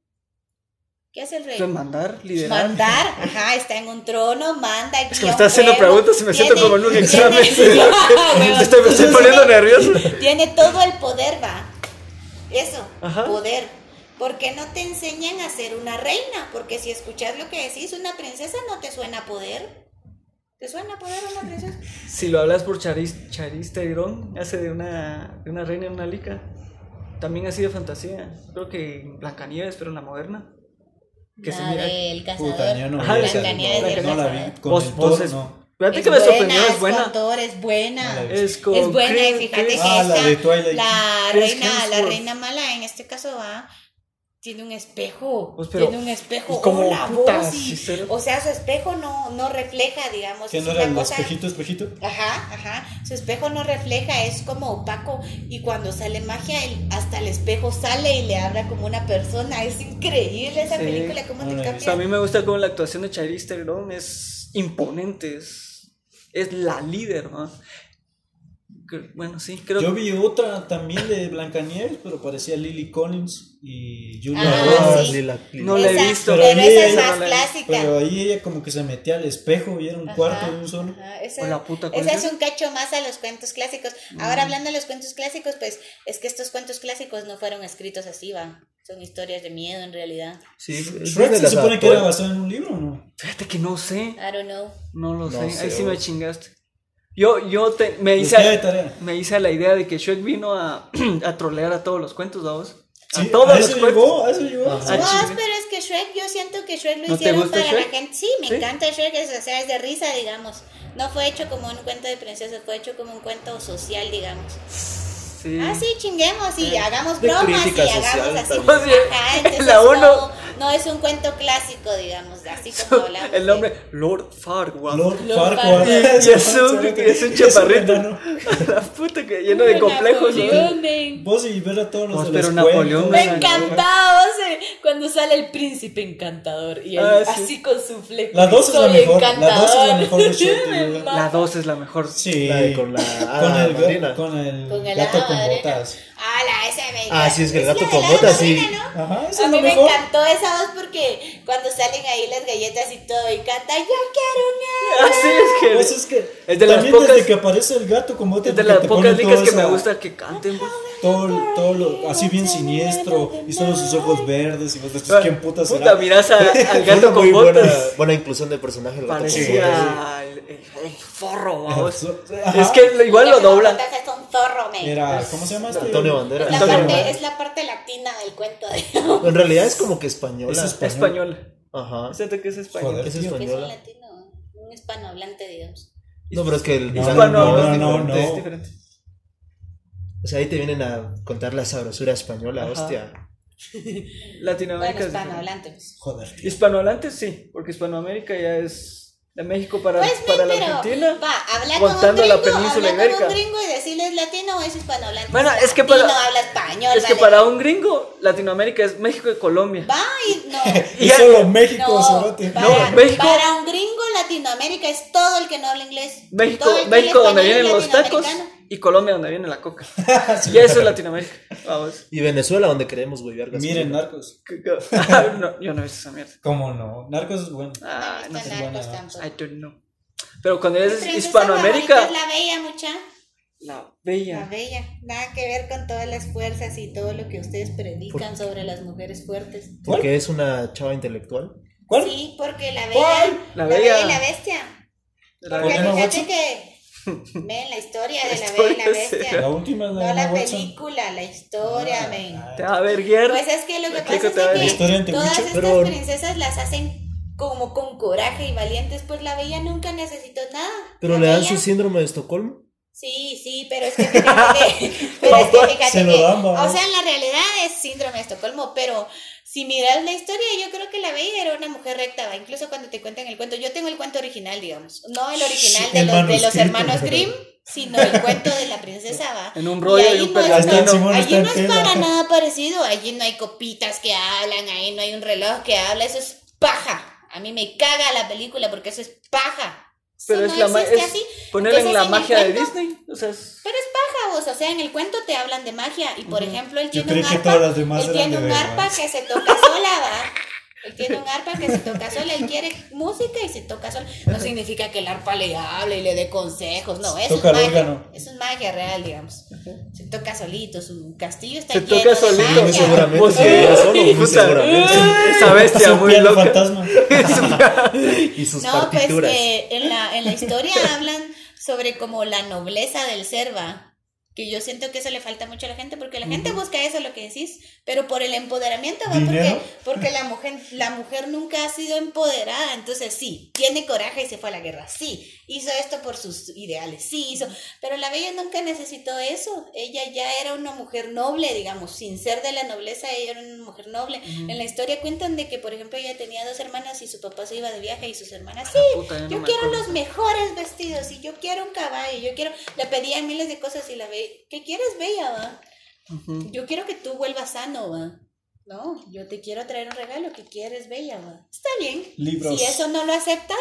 Speaker 4: ¿Qué hace el rey?
Speaker 1: pues, mandar, liderar.
Speaker 4: Mandar, ajá, está en un trono, manda.
Speaker 1: Es que me está haciendo preguntas y me siento como en un examen. Estoy- me estoy poniendo nervioso.
Speaker 4: Ah, Tiene todo el poder, va. Eso,
Speaker 1: Ajá.
Speaker 4: poder. Porque no te enseñan a ser una reina. Porque si escuchas lo que decís, una princesa no te suena a poder. ¿Te suena a poder una princesa?
Speaker 1: Si lo hablas por Charis, Charis Theron, hace de una, de una reina en una lica. También así de fantasía. Creo que Blancanieves, pero en la moderna. Que se
Speaker 4: La
Speaker 1: mira-
Speaker 4: del cazador.
Speaker 2: Puta, yo no
Speaker 1: Ajá,
Speaker 2: vi
Speaker 1: o
Speaker 2: esa-
Speaker 1: sea,
Speaker 4: Blancanieves del
Speaker 1: no,
Speaker 2: no la
Speaker 4: cazador.
Speaker 2: vi. Con
Speaker 1: Vos-
Speaker 2: el
Speaker 1: vos
Speaker 2: Thor,
Speaker 1: es-
Speaker 2: no.
Speaker 1: Fíjate
Speaker 4: Es
Speaker 1: que me sorprendió,
Speaker 4: buena,
Speaker 1: es buena.
Speaker 4: Cotor, es buena.
Speaker 2: Mala
Speaker 1: Es con
Speaker 4: es buena y
Speaker 1: Chris-
Speaker 4: fíjate que
Speaker 1: Chris-
Speaker 2: Ah, la
Speaker 4: esta-
Speaker 2: de Twilight.
Speaker 4: la
Speaker 1: Chris
Speaker 4: reina, la
Speaker 1: Hemsworth.
Speaker 4: reina mala en este caso va tiene un espejo,
Speaker 1: Pues, pero,
Speaker 4: tiene un espejo,
Speaker 1: pues, como
Speaker 4: hola,
Speaker 1: puta,
Speaker 4: vos,
Speaker 1: sí,
Speaker 4: y-
Speaker 1: cero.
Speaker 4: o sea, su espejo no, no refleja, digamos,
Speaker 2: ¿Qué
Speaker 4: es
Speaker 2: no
Speaker 4: una
Speaker 2: era el
Speaker 4: cosa-
Speaker 2: espejito, espejito?
Speaker 4: Ajá, ajá, su espejo no refleja, es como opaco y cuando sale magia, el- hasta el espejo sale y le habla como una persona, es increíble esa
Speaker 1: Sí.
Speaker 4: película, cómo
Speaker 2: No
Speaker 4: te
Speaker 2: la he
Speaker 1: O sea, pues a
Speaker 4: cambia.
Speaker 1: mí me gusta como la actuación de Charlize Theron es imponente. Es, es la líder, ¿no? Cre- Bueno, sí, creo
Speaker 2: Yo vi otra también de Blancanieves, pero parecía Lily Collins y Julia
Speaker 4: Ah,
Speaker 2: Roberts.
Speaker 4: sí.
Speaker 3: Lila- Lila.
Speaker 1: No la he
Speaker 4: Esa-
Speaker 1: visto.
Speaker 4: pero,
Speaker 2: Pero
Speaker 4: esa es
Speaker 2: ella-
Speaker 4: más
Speaker 1: no la he visto.
Speaker 4: clásica.
Speaker 2: Pero ahí ella como que se metía al espejo y era un
Speaker 4: Ajá,
Speaker 2: cuarto de un solo.
Speaker 4: ajá, ese-
Speaker 1: Hola, puta, ¿cuál
Speaker 4: ese
Speaker 1: es?
Speaker 4: es un cacho más a los cuentos clásicos. Ahora hablando de los cuentos clásicos, pues es que estos cuentos clásicos no fueron escritos así, va. Son historias de miedo en realidad.
Speaker 3: Sí,
Speaker 2: Shrek
Speaker 3: Disney
Speaker 2: se
Speaker 3: las
Speaker 2: supone que
Speaker 3: adaptó.
Speaker 2: era basado en un libro, ¿no?
Speaker 1: Fíjate que no sé.
Speaker 4: I don't know.
Speaker 1: No lo
Speaker 3: No
Speaker 1: sé.
Speaker 3: sé,
Speaker 1: Ahí sí
Speaker 3: bro.
Speaker 1: me chingaste. Yo, yo te- me hice.
Speaker 2: Usted Pues de tarea.
Speaker 1: me hice a la idea de que Shrek vino a, a trolear a todos los cuentos, vamos.
Speaker 2: Sí,
Speaker 1: a todos
Speaker 2: a
Speaker 1: los
Speaker 2: eso
Speaker 1: cuentos.
Speaker 2: llegó, a eso llegó.
Speaker 1: Ajá. Ah,
Speaker 4: No,
Speaker 1: chinga.
Speaker 4: pero es que Shrek, yo siento que Shrek lo
Speaker 1: ¿No te
Speaker 4: hicieron
Speaker 1: gusta
Speaker 4: para
Speaker 1: Shrek?
Speaker 4: la gente. Sí, me
Speaker 1: Sí.
Speaker 4: encanta Shrek, es, o sea, es de risa, digamos. No fue hecho como un cuento de princesas, fue hecho como un cuento social, digamos.
Speaker 1: Sí. Ah,
Speaker 4: Ah, sí, chinguemos y hagamos
Speaker 3: de
Speaker 4: bromas y
Speaker 3: crítica social
Speaker 4: hagamos así.
Speaker 3: también.
Speaker 1: O sea,
Speaker 4: Ajá, entonces
Speaker 1: la
Speaker 4: no-
Speaker 1: uno-
Speaker 4: no, es un cuento clásico, digamos, así como hablamos.
Speaker 1: El
Speaker 4: de-
Speaker 1: nombre Lord Farquaad.
Speaker 2: Lord
Speaker 4: Lord
Speaker 2: Farquaad.
Speaker 4: Farquaad.
Speaker 1: Y es un, es un chaparrito.
Speaker 2: enano.
Speaker 1: la puta que lleno de complejos. ¿no?
Speaker 4: Napoleón, men.
Speaker 2: Vos y ver a todos los
Speaker 1: Vos,
Speaker 2: de la
Speaker 1: pero
Speaker 2: escuela,
Speaker 1: Napoleón
Speaker 2: todos
Speaker 4: Me
Speaker 2: los de la-
Speaker 4: encantaba o sea, cuando sale el príncipe encantador y él
Speaker 1: Ah, sí.
Speaker 4: así con su fleco.
Speaker 2: La dos es la
Speaker 4: Soy
Speaker 2: mejor, la
Speaker 4: encantador.
Speaker 2: dos es la mejor de Shrek,
Speaker 4: Me
Speaker 2: yo creo.
Speaker 4: mama.
Speaker 1: La 2 es la mejor.
Speaker 2: Sí.
Speaker 3: La de con la
Speaker 2: Con
Speaker 3: hada
Speaker 2: el,
Speaker 3: madrina.
Speaker 2: con el
Speaker 4: Con el
Speaker 2: gato
Speaker 4: hada
Speaker 2: con
Speaker 4: madrina.
Speaker 2: botas.
Speaker 4: Ah, la esa me
Speaker 3: Ah, sí, es que el
Speaker 4: la
Speaker 3: gato
Speaker 4: de
Speaker 3: con
Speaker 4: la
Speaker 3: botas, sí.
Speaker 4: madrina, ¿no?
Speaker 2: Ajá, esa
Speaker 4: A
Speaker 2: Ah, es
Speaker 4: mí
Speaker 2: la
Speaker 4: me
Speaker 2: mejor.
Speaker 4: encantó esa voz porque cuando salen ahí las galletas y todo y canta yo quiero una.
Speaker 1: Así es que.
Speaker 2: Pues es que
Speaker 1: Es de las
Speaker 2: también
Speaker 1: pocas-
Speaker 2: desde que aparece el gato con botas.
Speaker 1: es de las
Speaker 2: porque te
Speaker 1: pocas
Speaker 2: ponen
Speaker 1: licas
Speaker 2: toda
Speaker 1: que me
Speaker 2: esa-
Speaker 1: gusta que canten. pues.
Speaker 2: Todo, todo lo- así bien siniestro y solo sus ojos verdes y vos decís, ¿quién puta será?
Speaker 1: Puta, miras a- al gato
Speaker 3: Una
Speaker 1: con
Speaker 3: muy buena,
Speaker 1: botas.
Speaker 3: buena inclusión del personaje el gato con botas.
Speaker 1: Parecía el, el- el forro, vamos.
Speaker 2: Ajá.
Speaker 1: Es que lo- igual lo
Speaker 4: Porque
Speaker 1: doblan.
Speaker 4: Pocahontas Es un zorro, me.
Speaker 2: Era, ¿cómo se llama este?
Speaker 3: Antonio Banderas.
Speaker 4: Es la,
Speaker 1: Antonio
Speaker 4: parte,
Speaker 1: Banderas.
Speaker 4: es la parte latina del cuento de
Speaker 3: En realidad es como que española.
Speaker 2: Es
Speaker 1: Española.
Speaker 3: Ajá.
Speaker 1: Siento que es española.
Speaker 2: Joder.
Speaker 3: Es
Speaker 4: que es un
Speaker 3: española.
Speaker 4: latino, un hispanohablante, digamos.
Speaker 3: No, pero es que el
Speaker 2: No,
Speaker 3: el-
Speaker 2: no, no,
Speaker 3: es
Speaker 2: no,
Speaker 3: diferente.
Speaker 1: Es diferente.
Speaker 3: O sea, ahí te vienen a contar la sabrosura española,
Speaker 1: Ajá.
Speaker 3: hostia.
Speaker 1: Latinoamérica
Speaker 4: Bueno,
Speaker 1: es diferente.
Speaker 4: hispanohablante. pues.
Speaker 2: Joder, tío.
Speaker 1: Hispanohablantes sí, porque Hispanoamérica ya es de México para,
Speaker 4: Pues, men,
Speaker 1: para la
Speaker 4: pero
Speaker 1: Argentina.
Speaker 4: va, habla
Speaker 1: contando
Speaker 4: con
Speaker 1: la
Speaker 4: un gringo,
Speaker 1: península
Speaker 4: habla con
Speaker 1: ibérica.
Speaker 4: un gringo y decirles latino o es hispanohablante.
Speaker 1: Bueno, es que
Speaker 4: Latino,
Speaker 1: para-
Speaker 4: habla español,
Speaker 1: es que
Speaker 4: vale.
Speaker 1: para un gringo, Latinoamérica es México y Colombia.
Speaker 4: Va y no.
Speaker 2: Y
Speaker 1: Ya-
Speaker 2: solo México,
Speaker 4: No,
Speaker 2: cerote.
Speaker 4: para,
Speaker 1: No, México-
Speaker 4: para un gringo Latinoamérica es todo el que no habla inglés.
Speaker 1: México,
Speaker 4: Todo el que
Speaker 1: México
Speaker 4: habla
Speaker 1: donde
Speaker 4: español
Speaker 1: vienen
Speaker 4: es
Speaker 1: los tacos
Speaker 4: latinoamericano.
Speaker 1: y Colombia donde viene la coca. Y eso es Latinoamérica. Vamos.
Speaker 3: Y Venezuela, donde queremos, güey, vergas.
Speaker 2: Miren, Narcos.
Speaker 1: Que- que- Ah, no, yo no he visto esa mierda.
Speaker 2: ¿Cómo no? Narcos es bueno.
Speaker 1: Ah,
Speaker 4: No
Speaker 1: no
Speaker 4: me
Speaker 1: sé.
Speaker 4: gustan
Speaker 2: buena,
Speaker 4: narcos
Speaker 2: ¿no?
Speaker 4: tampoco.
Speaker 1: I don't know. Pero cuando es
Speaker 4: Princesa favorita
Speaker 1: Hispanoamérica,
Speaker 4: Es la bella, mucha.
Speaker 1: la
Speaker 4: La
Speaker 1: bella.
Speaker 4: bella. Nada que ver con todas las fuerzas y todo lo que ustedes predican sobre las mujeres fuertes.
Speaker 3: Porque es una chava intelectual.
Speaker 2: ¿Cuál?
Speaker 4: Sí, porque la bella.
Speaker 2: ¿Cuál?
Speaker 1: La
Speaker 4: La
Speaker 1: Bella.
Speaker 4: bella y la bestia.
Speaker 1: La
Speaker 4: Porque
Speaker 1: bella.
Speaker 2: Emma
Speaker 4: fíjate
Speaker 2: Watson?
Speaker 4: que. Ven la historia de la bella y
Speaker 1: historia,
Speaker 4: la bestia.
Speaker 2: La última es la
Speaker 4: No
Speaker 2: de
Speaker 4: la
Speaker 2: Emma Watson. Ah.
Speaker 4: película, la historia, men.
Speaker 1: Te va a verguer.
Speaker 4: Pues es que lo que
Speaker 1: Aquí
Speaker 4: pasa es
Speaker 1: te va la
Speaker 4: de
Speaker 2: historia
Speaker 4: que
Speaker 2: ante
Speaker 4: todas
Speaker 2: Wicho,
Speaker 4: estas
Speaker 3: pero-
Speaker 4: princesas las hacen como con coraje y valientes, pues la bella nunca necesitó nada.
Speaker 3: Pero
Speaker 4: La
Speaker 3: le dan
Speaker 4: Bella-
Speaker 3: su síndrome de Estocolmo.
Speaker 4: Sí, sí, pero es que fíjate que, pero es que fíjate
Speaker 2: Se lo
Speaker 4: que-
Speaker 2: dan, va.
Speaker 4: o sea, en la realidad es síndrome de Estocolmo, pero si miras la historia, yo creo que la bella era una mujer recta, va, incluso cuando te cuentan el cuento, yo tengo el cuento original, digamos, no el original
Speaker 2: Sí,
Speaker 4: de,
Speaker 2: el
Speaker 4: los, de los
Speaker 2: manuscrito.
Speaker 4: hermanos Grimm, sino el cuento de la princesa, va.
Speaker 1: En un rollo
Speaker 4: ahí
Speaker 1: y un
Speaker 4: no es
Speaker 2: Hasta el
Speaker 1: pergamino.
Speaker 2: Simón
Speaker 4: Allí
Speaker 2: está en
Speaker 4: no es
Speaker 2: tela.
Speaker 4: para nada parecido, allí no hay copitas que hablan, ahí no hay un reloj que habla, eso es paja. A mí me caga la película porque eso es paja. Eso
Speaker 1: Pero es
Speaker 4: no
Speaker 1: la ma-
Speaker 4: existe
Speaker 1: es
Speaker 4: así.
Speaker 1: Poner en
Speaker 4: Entonces,
Speaker 1: la
Speaker 4: en el
Speaker 1: magia de
Speaker 4: cuento-
Speaker 1: Disney. O sea, es-
Speaker 4: Pero es paja, vos, o sea, en el cuento te hablan de magia y por ejemplo él
Speaker 2: Yo
Speaker 4: tiene un
Speaker 2: creí que
Speaker 4: arpa,
Speaker 2: todas las demás
Speaker 4: él
Speaker 2: eran
Speaker 4: tiene
Speaker 2: de
Speaker 4: un
Speaker 2: verdad.
Speaker 4: arpa que se toca sola, va. Él tiene un arpa que se toca sola, él quiere música y se toca sola. No significa que el arpa le hable y le dé consejos, no, eso
Speaker 2: Toca
Speaker 4: es
Speaker 2: el
Speaker 4: magia.
Speaker 2: órgano.
Speaker 4: Eso es magia real, digamos. Se toca solito, su castillo está
Speaker 1: se
Speaker 4: lleno
Speaker 1: toca
Speaker 4: de
Speaker 1: solito.
Speaker 4: magia.
Speaker 3: seguramente
Speaker 1: Vos-
Speaker 3: se veía solo, muy
Speaker 1: Puta,
Speaker 3: seguramente.
Speaker 1: Esa bestia
Speaker 2: Su
Speaker 1: muy
Speaker 2: piano
Speaker 1: loca.
Speaker 2: fantasma.
Speaker 3: Y sus
Speaker 4: No, pues
Speaker 3: partituras.
Speaker 4: que en la, en la historia hablan sobre como la nobleza del ser, va. Que yo siento que eso le falta mucho a la gente, porque la gente busca eso, lo que decís, pero por el empoderamiento, va, porque,
Speaker 2: ¿Dinero?
Speaker 4: porque la mujer, la mujer nunca ha sido empoderada, entonces sí, tiene coraje y se fue a la guerra, sí, hizo esto por sus ideales, sí, hizo, pero la bella nunca necesitó eso, ella ya era una mujer noble, digamos, sin ser de la nobleza, ella era una mujer noble. En la historia cuentan de que, por ejemplo, ella tenía dos hermanas y su papá se iba de viaje y sus hermanas, sí,
Speaker 1: Puta, ya no
Speaker 4: yo
Speaker 1: me
Speaker 4: quiero
Speaker 1: acuerdo.
Speaker 4: los mejores vestidos y yo quiero un caballo, yo quiero, le pedía miles de cosas y la ve, ¿qué quieres, Bella? Va?
Speaker 1: Ujú.
Speaker 4: Yo quiero que tú vuelvas sano, va. No, yo te quiero traer un regalo, ¿qué quieres, Bella? Va? Está bien.
Speaker 2: Libros.
Speaker 4: Si eso no lo aceptas,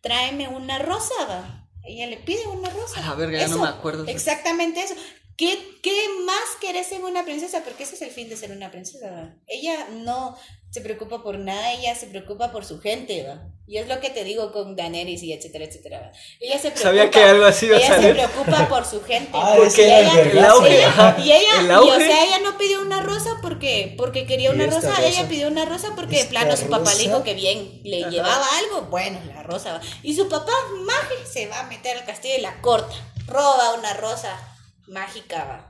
Speaker 4: tráeme una rosa, va. Ella le pide una rosa.
Speaker 1: A la verga, ya no
Speaker 4: Eso,
Speaker 1: me acuerdo.
Speaker 4: Exactamente eso. ¿Qué, qué más querés en una princesa? Porque ese es el fin de ser una princesa, ¿va? Ella no se preocupa por nada, ella se preocupa por su gente, ¿va? Y es lo que te digo con Daenerys y etcétera, etcétera, ¿va? Ella se preocupa,
Speaker 1: Sabía que algo así iba a
Speaker 4: ella se
Speaker 1: salir.
Speaker 4: preocupa por su gente.
Speaker 2: Ah,
Speaker 4: ¿va?
Speaker 2: es
Speaker 4: Y
Speaker 2: que era
Speaker 4: ella-
Speaker 2: el
Speaker 4: y
Speaker 2: auge,
Speaker 4: ella-
Speaker 1: ajá,
Speaker 4: y ella,
Speaker 1: el
Speaker 4: y, o
Speaker 1: auge.
Speaker 4: sea, ella no pidió una rosa porque, porque quería
Speaker 3: Y
Speaker 4: una
Speaker 3: esta
Speaker 4: rosa,
Speaker 3: rosa.
Speaker 4: ella pidió una rosa porque de
Speaker 2: Esta
Speaker 4: plano su papá le dijo
Speaker 2: rosa.
Speaker 4: que bien le
Speaker 1: Ajá.
Speaker 4: llevaba algo, bueno, la rosa va. Y su papá, maje, se va a meter al castillo y la corta. Roba una rosa mágica, va.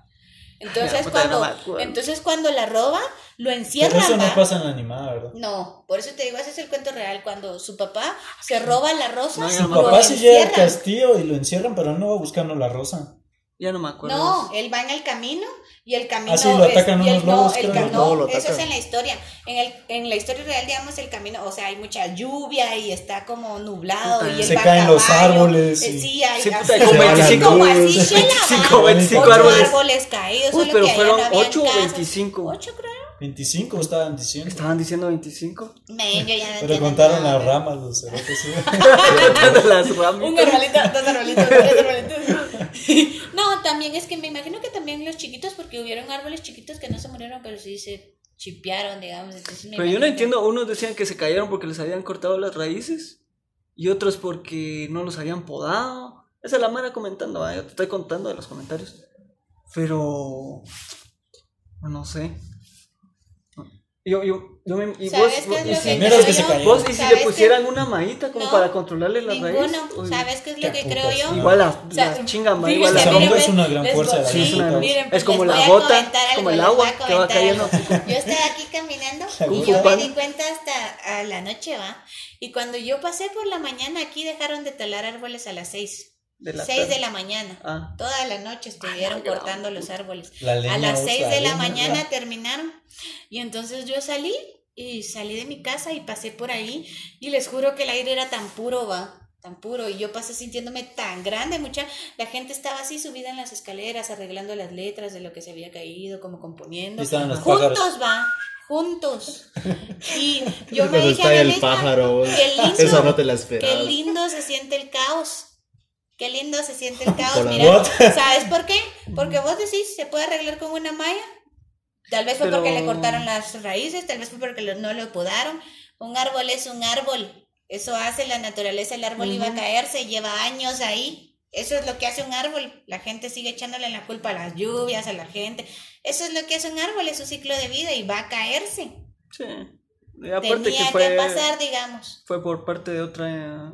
Speaker 1: Ay,
Speaker 4: Entonces,
Speaker 1: la puta, no me
Speaker 4: cuando,
Speaker 1: acuerdo.
Speaker 4: entonces cuando la roba, lo
Speaker 2: Pero
Speaker 4: encierran,
Speaker 2: eso
Speaker 4: va.
Speaker 2: no pasa en la animada, ¿verdad?
Speaker 4: No, por eso te digo, ese es el cuento real. Cuando su papá se roba la rosa,
Speaker 1: Ah, No, yo no
Speaker 4: lo
Speaker 1: me acuerdo.
Speaker 2: Papá se llega al
Speaker 4: encierran.
Speaker 2: castillo y lo encierran, pero no va buscando la rosa.
Speaker 1: Ya no me acuerdo.
Speaker 4: No, él va en el camino y el camino
Speaker 2: Ah, sí, lo
Speaker 4: es-
Speaker 2: atacan
Speaker 4: y el-
Speaker 2: unos
Speaker 4: no,
Speaker 2: lobos,
Speaker 4: el
Speaker 2: creo,
Speaker 4: ca-
Speaker 3: ¿no?
Speaker 4: no,
Speaker 3: No, lo
Speaker 4: eso es
Speaker 3: atacan.
Speaker 4: en la historia. En, el, en la historia real, digamos, el camino, o sea, hay mucha lluvia y está como nublado
Speaker 1: Puta,
Speaker 4: y él
Speaker 2: se
Speaker 4: va a
Speaker 2: caen los
Speaker 4: caballo.
Speaker 2: árboles
Speaker 4: Eh,
Speaker 2: y-
Speaker 4: Sí, hay
Speaker 1: Sí,
Speaker 4: así,
Speaker 1: puta, como
Speaker 4: como
Speaker 1: 25,
Speaker 4: así,
Speaker 3: güey.
Speaker 4: Shela, va.
Speaker 1: 25, 25
Speaker 4: Ocho
Speaker 1: árboles.
Speaker 4: caídos,
Speaker 1: Uy,
Speaker 4: solo
Speaker 1: pero
Speaker 4: que allá
Speaker 1: fueron
Speaker 4: no habían
Speaker 1: 8 o
Speaker 4: casas.
Speaker 1: 25.
Speaker 4: Ocho, creo.
Speaker 2: 25 estaban diciendo.
Speaker 1: Estaban diciendo 25.
Speaker 4: Men, yo ya
Speaker 2: Pero
Speaker 4: no entiendo
Speaker 2: contaron
Speaker 4: nada,
Speaker 2: las
Speaker 4: men.
Speaker 2: ramas, los cerotes. ¿sí?
Speaker 1: Las
Speaker 4: Un
Speaker 1: ramitas.
Speaker 4: arbolito, dos arbolitos, tres arbolitos. No, también es que me imagino que también los chiquitos, porque hubieron árboles chiquitos que no se murieron, pero sí se chipearon, digamos. entonces me
Speaker 1: Pero yo no
Speaker 4: imagino que-
Speaker 1: entiendo, unos decían que se cayeron porque les habían cortado las raíces y otros porque no los habían podado. Esa es la mara comentando, ¿va? yo te estoy contando de los comentarios. Pero... No sé. Yo, yo, yo me... Y vos,
Speaker 4: ¿Sabes
Speaker 1: vos-
Speaker 4: qué
Speaker 1: y
Speaker 4: es
Speaker 1: si,
Speaker 4: lo que
Speaker 2: Primero
Speaker 4: creo
Speaker 2: es que se
Speaker 4: yo?
Speaker 2: cayó.
Speaker 1: vos- y si
Speaker 4: ¿Sabes
Speaker 1: le
Speaker 4: qué?
Speaker 1: pusieran una mahita como
Speaker 4: No,
Speaker 1: para controlarle las raíces.
Speaker 4: Ninguno.
Speaker 1: Uy,
Speaker 4: ¿Sabes qué es
Speaker 2: qué
Speaker 4: lo que creo
Speaker 2: putas,
Speaker 4: yo?
Speaker 2: no.
Speaker 1: Igual la,
Speaker 4: O sea,
Speaker 1: la chingaman,
Speaker 4: fíjense,
Speaker 1: igual la
Speaker 2: El
Speaker 4: miren,
Speaker 2: hombre
Speaker 4: pues,
Speaker 2: es una gran
Speaker 4: les
Speaker 2: fuerza de la
Speaker 4: voy-
Speaker 1: Sí, es una-
Speaker 4: miren,
Speaker 1: es como
Speaker 4: les
Speaker 1: la
Speaker 4: voy a
Speaker 1: gota,
Speaker 4: comentar algo,
Speaker 1: como el
Speaker 4: les voy
Speaker 1: agua
Speaker 4: a
Speaker 1: que va
Speaker 4: comentar
Speaker 1: cayendo.
Speaker 4: algo. Yo estaba aquí caminando
Speaker 2: Kung
Speaker 4: y
Speaker 1: Fu
Speaker 4: yo me
Speaker 1: Panda.
Speaker 4: di cuenta hasta a la noche, ¿va? Y cuando yo pasé por la mañana, aquí dejaron de talar árboles a las seis.
Speaker 1: de la
Speaker 4: Seis
Speaker 1: tarde.
Speaker 4: de la mañana.
Speaker 1: Ah,
Speaker 4: Toda la noche estuvieron
Speaker 1: Ay, la gran
Speaker 4: cortando los árboles.
Speaker 2: La leña,
Speaker 4: A las
Speaker 2: vos,
Speaker 4: 6 de la
Speaker 2: leña,
Speaker 4: mañana
Speaker 2: mira.
Speaker 4: terminaron. Y entonces yo salí y salí de mi casa y pasé por ahí. Y les juro que el aire era tan puro, va. tan puro y yo pasé sintiéndome tan grande, mucha la gente estaba así subida en las escaleras arreglando las letras de lo que se había caído, como componiendo.
Speaker 2: Y estaban los
Speaker 4: juntos
Speaker 2: pájaros.
Speaker 4: va, juntos. Y yo me
Speaker 3: Cuando
Speaker 4: dije
Speaker 3: está
Speaker 4: a
Speaker 3: el
Speaker 4: Belén,
Speaker 3: pájaro, vos.
Speaker 4: qué lindo,
Speaker 3: Eso no te la
Speaker 4: qué
Speaker 3: esperabas.
Speaker 4: lindo se siente el caos. Qué lindo se siente el caos.
Speaker 3: Por la
Speaker 4: Mira,
Speaker 2: what?
Speaker 4: ¿sabes por qué? Porque vos decís, se puede arreglar con una malla. Tal vez fue
Speaker 1: Pero-
Speaker 4: porque le cortaron las raíces, tal vez fue porque lo- no lo podaron. Un árbol es un árbol. Eso hace la naturaleza. El árbol iba a caerse, lleva años ahí. Eso es lo que hace un árbol. La gente sigue echándole la culpa a las lluvias, a la gente. Eso es lo que hace un árbol, es su ciclo de vida y va a caerse.
Speaker 1: Sí. Y aparte
Speaker 4: Tenía
Speaker 1: que
Speaker 4: que,
Speaker 1: fue,
Speaker 4: pasar, digamos.
Speaker 1: fue por parte de otra eh,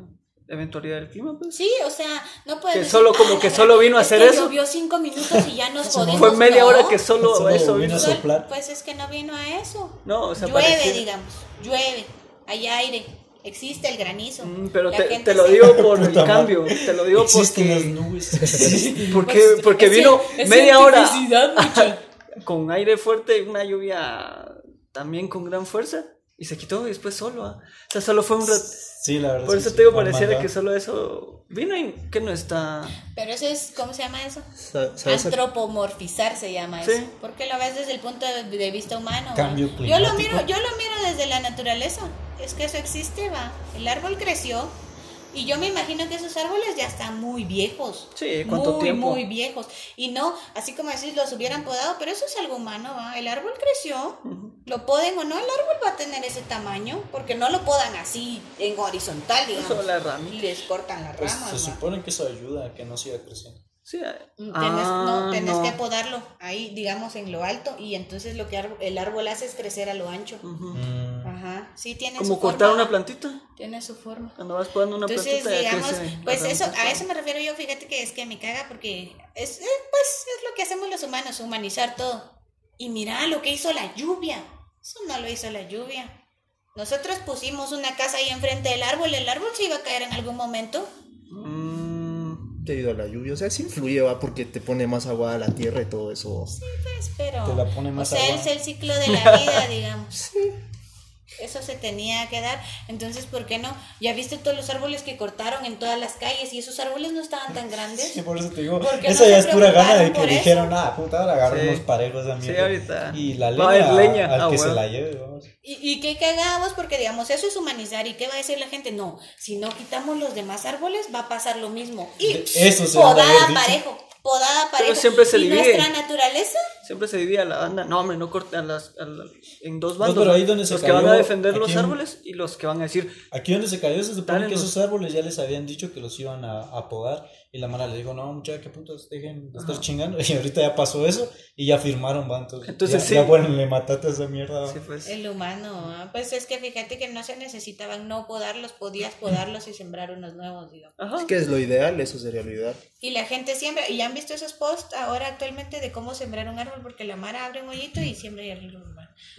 Speaker 1: eventualidad del clima, pues.
Speaker 4: Sí, o sea, no "Ah, puede
Speaker 1: Que solo como que solo vino a hacer eso.
Speaker 4: Pues, Llovió cinco minutos y ya nos jodimos.
Speaker 1: Fue media
Speaker 4: no.
Speaker 1: hora que solo,
Speaker 2: Solo
Speaker 1: eso vino.
Speaker 2: vino a soplar.
Speaker 4: Pues es que no vino a eso.
Speaker 1: No, o sea,
Speaker 4: llueve,
Speaker 1: pareciera-
Speaker 4: digamos. Llueve. Hay aire. Existe el granizo.
Speaker 1: Mm, Pero
Speaker 4: La
Speaker 1: te,
Speaker 4: gente
Speaker 1: te lo
Speaker 4: se-
Speaker 1: digo por el
Speaker 2: Puta madre.
Speaker 1: cambio, te lo digo
Speaker 2: Existen las
Speaker 1: porque,
Speaker 2: nubes.
Speaker 1: porque,
Speaker 4: Pues,
Speaker 1: porque
Speaker 4: es
Speaker 1: vino
Speaker 4: cien- es
Speaker 1: media hora
Speaker 4: cientificidad, mucha.
Speaker 1: con aire fuerte, una lluvia también con gran fuerza y se quitó y después solo. ah. O sea, solo fue un rato.
Speaker 2: Sí, la verdad.
Speaker 1: Por
Speaker 2: es que
Speaker 1: eso
Speaker 2: sí,
Speaker 1: te digo,
Speaker 2: fue
Speaker 1: pareciera
Speaker 2: mala.
Speaker 1: que solo eso vino y que no está.
Speaker 4: Pero eso es, ¿cómo se llama eso?
Speaker 3: Sa- ¿Sabes? a-
Speaker 4: Antropomorfizar se llama eso.
Speaker 1: Sí.
Speaker 4: Porque lo ves desde el punto de, de vista humano. va.
Speaker 2: Cambio
Speaker 4: yo lo
Speaker 2: climático.
Speaker 4: miro, yo lo miro desde la naturaleza. Es que eso existe, va. El árbol creció y yo me imagino que esos árboles ya están muy viejos.
Speaker 1: Sí, ¿cuánto
Speaker 4: muy,
Speaker 1: tiempo?
Speaker 4: Muy viejos. Y no, así como decís, los hubieran podado, pero eso es algo humano, va. El árbol creció. Lo poden o no, el árbol va a tener ese tamaño, porque no lo podan así, en horizontal, digamos.
Speaker 1: Solo la rama.
Speaker 4: Y les cortan las
Speaker 2: Pues
Speaker 4: ramas.
Speaker 2: se
Speaker 4: va.
Speaker 2: supone que eso ayuda a que no siga creciendo.
Speaker 1: Sí, ah,
Speaker 4: Tenés,
Speaker 1: ah,
Speaker 4: no, tenés
Speaker 1: no.
Speaker 4: que podarlo ahí, digamos, en lo alto, y entonces lo que ar- el árbol hace es crecer a lo ancho.
Speaker 1: Ujú.
Speaker 2: Mm,
Speaker 4: Ajá, sí, tiene
Speaker 1: Como
Speaker 4: su
Speaker 1: cortar
Speaker 4: forma.
Speaker 1: una plantita.
Speaker 4: Tiene su forma.
Speaker 1: Cuando vas podando una
Speaker 4: Entonces,
Speaker 1: plantita, ya
Speaker 4: digamos,
Speaker 1: crece
Speaker 4: pues
Speaker 1: la
Speaker 4: eso,
Speaker 1: ramita.
Speaker 4: a eso me refiero yo, fíjate que es que me caga porque es, eh, pues, es lo que hacemos los humanos, humanizar todo. Y mira lo que hizo la lluvia. Eso no lo hizo la lluvia. Nosotros pusimos una casa ahí enfrente del árbol, el árbol se iba a caer en algún momento.
Speaker 1: Mm,
Speaker 3: Debido a la lluvia, o sea, sí influye, va, porque te pone más agua a la tierra y todo eso.
Speaker 4: Pues, pero.
Speaker 2: Te la pone más
Speaker 4: o sea,
Speaker 2: agua.
Speaker 4: es el ciclo de la vida, digamos. Eso se tenía que dar. Entonces, ¿por qué no? Ya viste todos los árboles que cortaron en todas las calles y esos árboles no estaban tan grandes.
Speaker 2: Sí, por eso te digo,
Speaker 4: ¿Por qué
Speaker 2: esa
Speaker 4: no
Speaker 2: ya es
Speaker 4: se
Speaker 2: pura gana de
Speaker 4: preocuparon
Speaker 2: que
Speaker 4: por eso?
Speaker 2: dijeron, ah, puta, ahora agarran
Speaker 1: Sí.
Speaker 2: unos parejos
Speaker 1: Sí,
Speaker 2: a mierda.
Speaker 1: ahorita.
Speaker 2: Y la
Speaker 1: Va a
Speaker 2: leña,
Speaker 1: haber leña.
Speaker 2: al
Speaker 1: Ah,
Speaker 2: que se
Speaker 1: bueno.
Speaker 2: la lleve, vamos.
Speaker 4: Y, y qué cagamos porque, digamos, eso es humanizar. ¿Y qué va a decir la gente? No, si no quitamos los demás árboles, va a pasar lo mismo. Y
Speaker 2: De- eso se debe haber
Speaker 4: podada
Speaker 2: dicho.
Speaker 4: parejo, podada parejo.
Speaker 1: siempre se
Speaker 4: y
Speaker 1: divide.
Speaker 4: nuestra naturaleza
Speaker 1: Siempre se divide a la banda. No, hombre, no corta a las, a la- en dos bandos.
Speaker 2: pero ahí
Speaker 1: ¿no?
Speaker 2: donde se
Speaker 1: los que van a
Speaker 2: cayó,
Speaker 1: defender
Speaker 2: ¿a
Speaker 1: los
Speaker 2: quién?
Speaker 1: árboles y los que van a decir,
Speaker 2: Aquí donde se cayó se supone
Speaker 1: Dale,
Speaker 2: que
Speaker 1: no.
Speaker 2: esos árboles ya les habían dicho que los iban a, a podar y la mala le dijo, no muchachos, qué putas, dejen de estar
Speaker 1: Ajá.
Speaker 2: chingando y ahorita ya pasó eso y ya firmaron, van entonces,
Speaker 1: Entonces,
Speaker 2: ya,
Speaker 1: sí.
Speaker 2: ya bueno, le mataste a esa mierda. va.
Speaker 1: sí, pues,
Speaker 4: El humano, ah, pues es que fíjate que no se necesitaban no podarlos, podías podarlos y sembrar unos nuevos, digamos.
Speaker 1: ajá.
Speaker 3: ¿Qué es lo ideal? Eso sería lo ideal.
Speaker 4: Y la gente siembra, y ya han visto esos posts ahora actualmente de cómo sembrar un árbol, porque la Mara abre un hoyito y siembra y abre un árbol.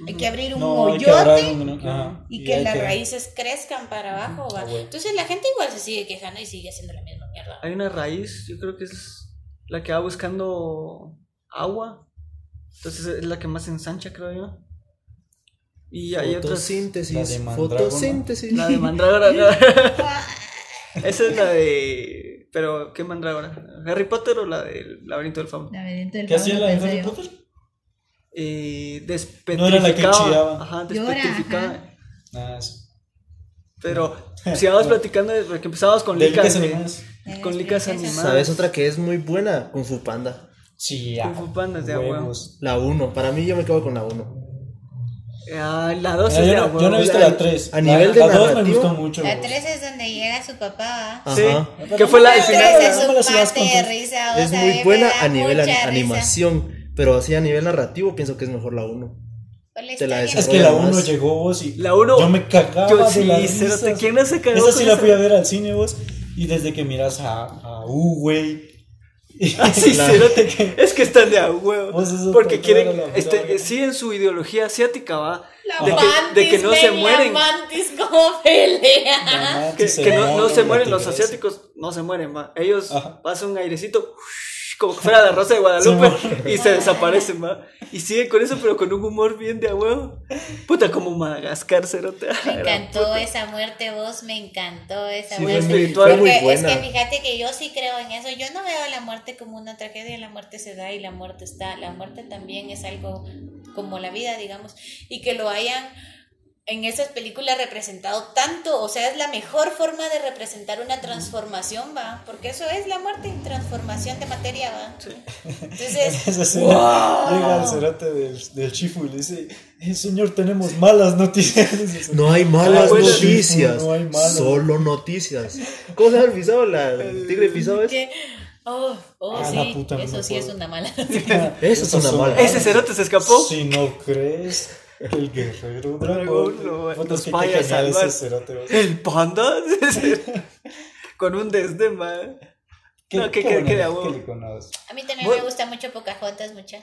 Speaker 4: Hay que abrir un
Speaker 2: No, hay que
Speaker 4: hoyote
Speaker 2: abrir un- ajá,
Speaker 4: y
Speaker 2: hay
Speaker 4: que las raíces crezcan para abajo, va.
Speaker 2: Ah, bueno.
Speaker 4: Entonces la gente igual se sigue quejando y sigue haciendo la misma mierda.
Speaker 1: Hay una raíz, yo creo que es la que va buscando agua. Entonces es la que más se ensancha, creo yo. Y hay otras.
Speaker 2: la
Speaker 3: Fotosíntesis.
Speaker 2: de mandrágora.
Speaker 3: Fotosíntesis.
Speaker 1: La de mandrágora. ¿no? Esa es la de. Pero, ¿qué mandrágora? ¿Harry Potter o la del laberinto del fauno?
Speaker 5: Laberinto del
Speaker 2: ¿Qué hacía
Speaker 5: fauno,
Speaker 2: la de
Speaker 5: pensé
Speaker 2: Harry
Speaker 5: yo.
Speaker 2: Potter?
Speaker 1: Eh,
Speaker 2: No era la que
Speaker 1: despetrificada,
Speaker 2: chillaba.
Speaker 1: Ajá,
Speaker 5: Llora,
Speaker 1: despetrificada.
Speaker 5: ajá.
Speaker 2: Ah, eso.
Speaker 1: Pero sigamos platicando de- porque empezábamos con
Speaker 2: ¿De
Speaker 1: licas.
Speaker 2: Lucas
Speaker 1: de-
Speaker 2: Animadas?
Speaker 4: Eh,
Speaker 1: Con licas
Speaker 4: princesas.
Speaker 1: animadas.
Speaker 3: ¿Sabes otra que es muy buena? Kung Fu Panda.
Speaker 2: Sí, ya.
Speaker 1: Kung Fu Pandas de
Speaker 2: huevos.
Speaker 3: La 1. Para mí yo me quedo con la 1.
Speaker 1: Ah, la 2
Speaker 2: Mira,
Speaker 1: es de
Speaker 2: yo, no, yo no he
Speaker 1: agua.
Speaker 2: visto
Speaker 3: la-
Speaker 2: la 3.
Speaker 3: a nivel de
Speaker 2: la, 2 me
Speaker 3: narrativa-
Speaker 2: gustó mucho.
Speaker 4: La
Speaker 2: huevos.
Speaker 4: 3 es donde llega su papá, ¿va?
Speaker 3: Ajá.
Speaker 1: Sí. Que fue la
Speaker 4: La
Speaker 1: al final.
Speaker 4: tres es
Speaker 2: no me
Speaker 4: un
Speaker 2: la sigas
Speaker 4: mate de
Speaker 2: contando.
Speaker 4: risa, o
Speaker 3: Es
Speaker 4: sea,
Speaker 3: muy
Speaker 4: me
Speaker 3: buena
Speaker 4: da
Speaker 3: a nivel
Speaker 4: mucha
Speaker 3: ani-
Speaker 4: risa.
Speaker 3: animación. Pero así a nivel narrativo pienso que es mejor la 1.
Speaker 4: Por la
Speaker 3: Te la
Speaker 4: historia.
Speaker 2: Es que la 1
Speaker 3: Además-
Speaker 2: llegó vos y
Speaker 1: La uno-
Speaker 2: yo me cagaba
Speaker 1: Yo
Speaker 2: de
Speaker 1: sí,
Speaker 2: las
Speaker 1: cérate,
Speaker 2: risas.
Speaker 1: ¿quién no se cagó
Speaker 2: Esa sí
Speaker 1: con
Speaker 2: la
Speaker 1: esa?
Speaker 2: fui a ver al cine vos y desde que miras a, a U, güey.
Speaker 1: Ah, Sí,
Speaker 3: La-
Speaker 1: cerote, es que están de a huevo.
Speaker 2: Vos eso
Speaker 1: Porque
Speaker 2: te
Speaker 1: quieren,
Speaker 2: duele la
Speaker 1: este,
Speaker 2: verga.
Speaker 1: eh, sí, en su ideología asiática va.
Speaker 4: La
Speaker 1: De
Speaker 4: mantis,
Speaker 1: que, de que no
Speaker 4: ven
Speaker 1: se
Speaker 4: la
Speaker 1: mueren.
Speaker 4: mantis como pelea.
Speaker 1: Que, que no, no se mueren los asiáticos, no se mueren, va. Ellos
Speaker 2: Ajá.
Speaker 1: pasan un airecito como que fuera la rosa de Guadalupe
Speaker 2: Sí,
Speaker 1: y se desaparece, ma. Y sigue con eso, pero con un humor bien de a huevo. Puta, como Madagascar, cerote.
Speaker 4: Me encantó esa muerte, vos, me encantó esa
Speaker 1: Sí,
Speaker 4: muerte.
Speaker 1: fue espiritual.
Speaker 3: Fue muy
Speaker 4: Porque es
Speaker 3: buena.
Speaker 4: que fíjate que yo sí creo en eso. Yo no veo la muerte como una tragedia, la muerte se da y la muerte está. La muerte también es algo como la vida, digamos. Y que lo hayan en esas películas representado tanto, o sea, es la mejor forma de representar una transformación, va, porque eso es la muerte, transformación de materia, va.
Speaker 1: Sí.
Speaker 4: Entonces,
Speaker 2: Esa escena, Llega el cerate del, del Chifu y le dice: "Eh, Señor, tenemos malas noticias.
Speaker 3: No hay malas
Speaker 1: Ah, bueno,
Speaker 3: noticias.
Speaker 2: no hay malas.
Speaker 3: Solo noticias. ¿Cómo se llama el pisado? La el tigre pisado es.
Speaker 4: que, oh, oh,
Speaker 2: Ah, la
Speaker 4: sí,
Speaker 2: puta, no
Speaker 4: eso
Speaker 2: me
Speaker 4: sí es
Speaker 2: acuerdo.
Speaker 4: una mala.
Speaker 3: Esa es una mala.
Speaker 1: Ese cerote se escapó.
Speaker 2: Si no crees que el guerrero
Speaker 1: Dragón
Speaker 2: dragón
Speaker 1: lo-
Speaker 2: Puta,
Speaker 1: nos
Speaker 2: es que qué
Speaker 1: vaya a
Speaker 2: genial
Speaker 1: salvar.
Speaker 2: ese cerote, güey.
Speaker 1: El panda. con un desdén, ma. No, que- que-
Speaker 2: bueno,
Speaker 1: que de
Speaker 2: qué
Speaker 1: a huevo.
Speaker 2: le conoces.
Speaker 4: A mí también
Speaker 1: Bueno.
Speaker 4: me gusta mucho Pocahontas, mucha.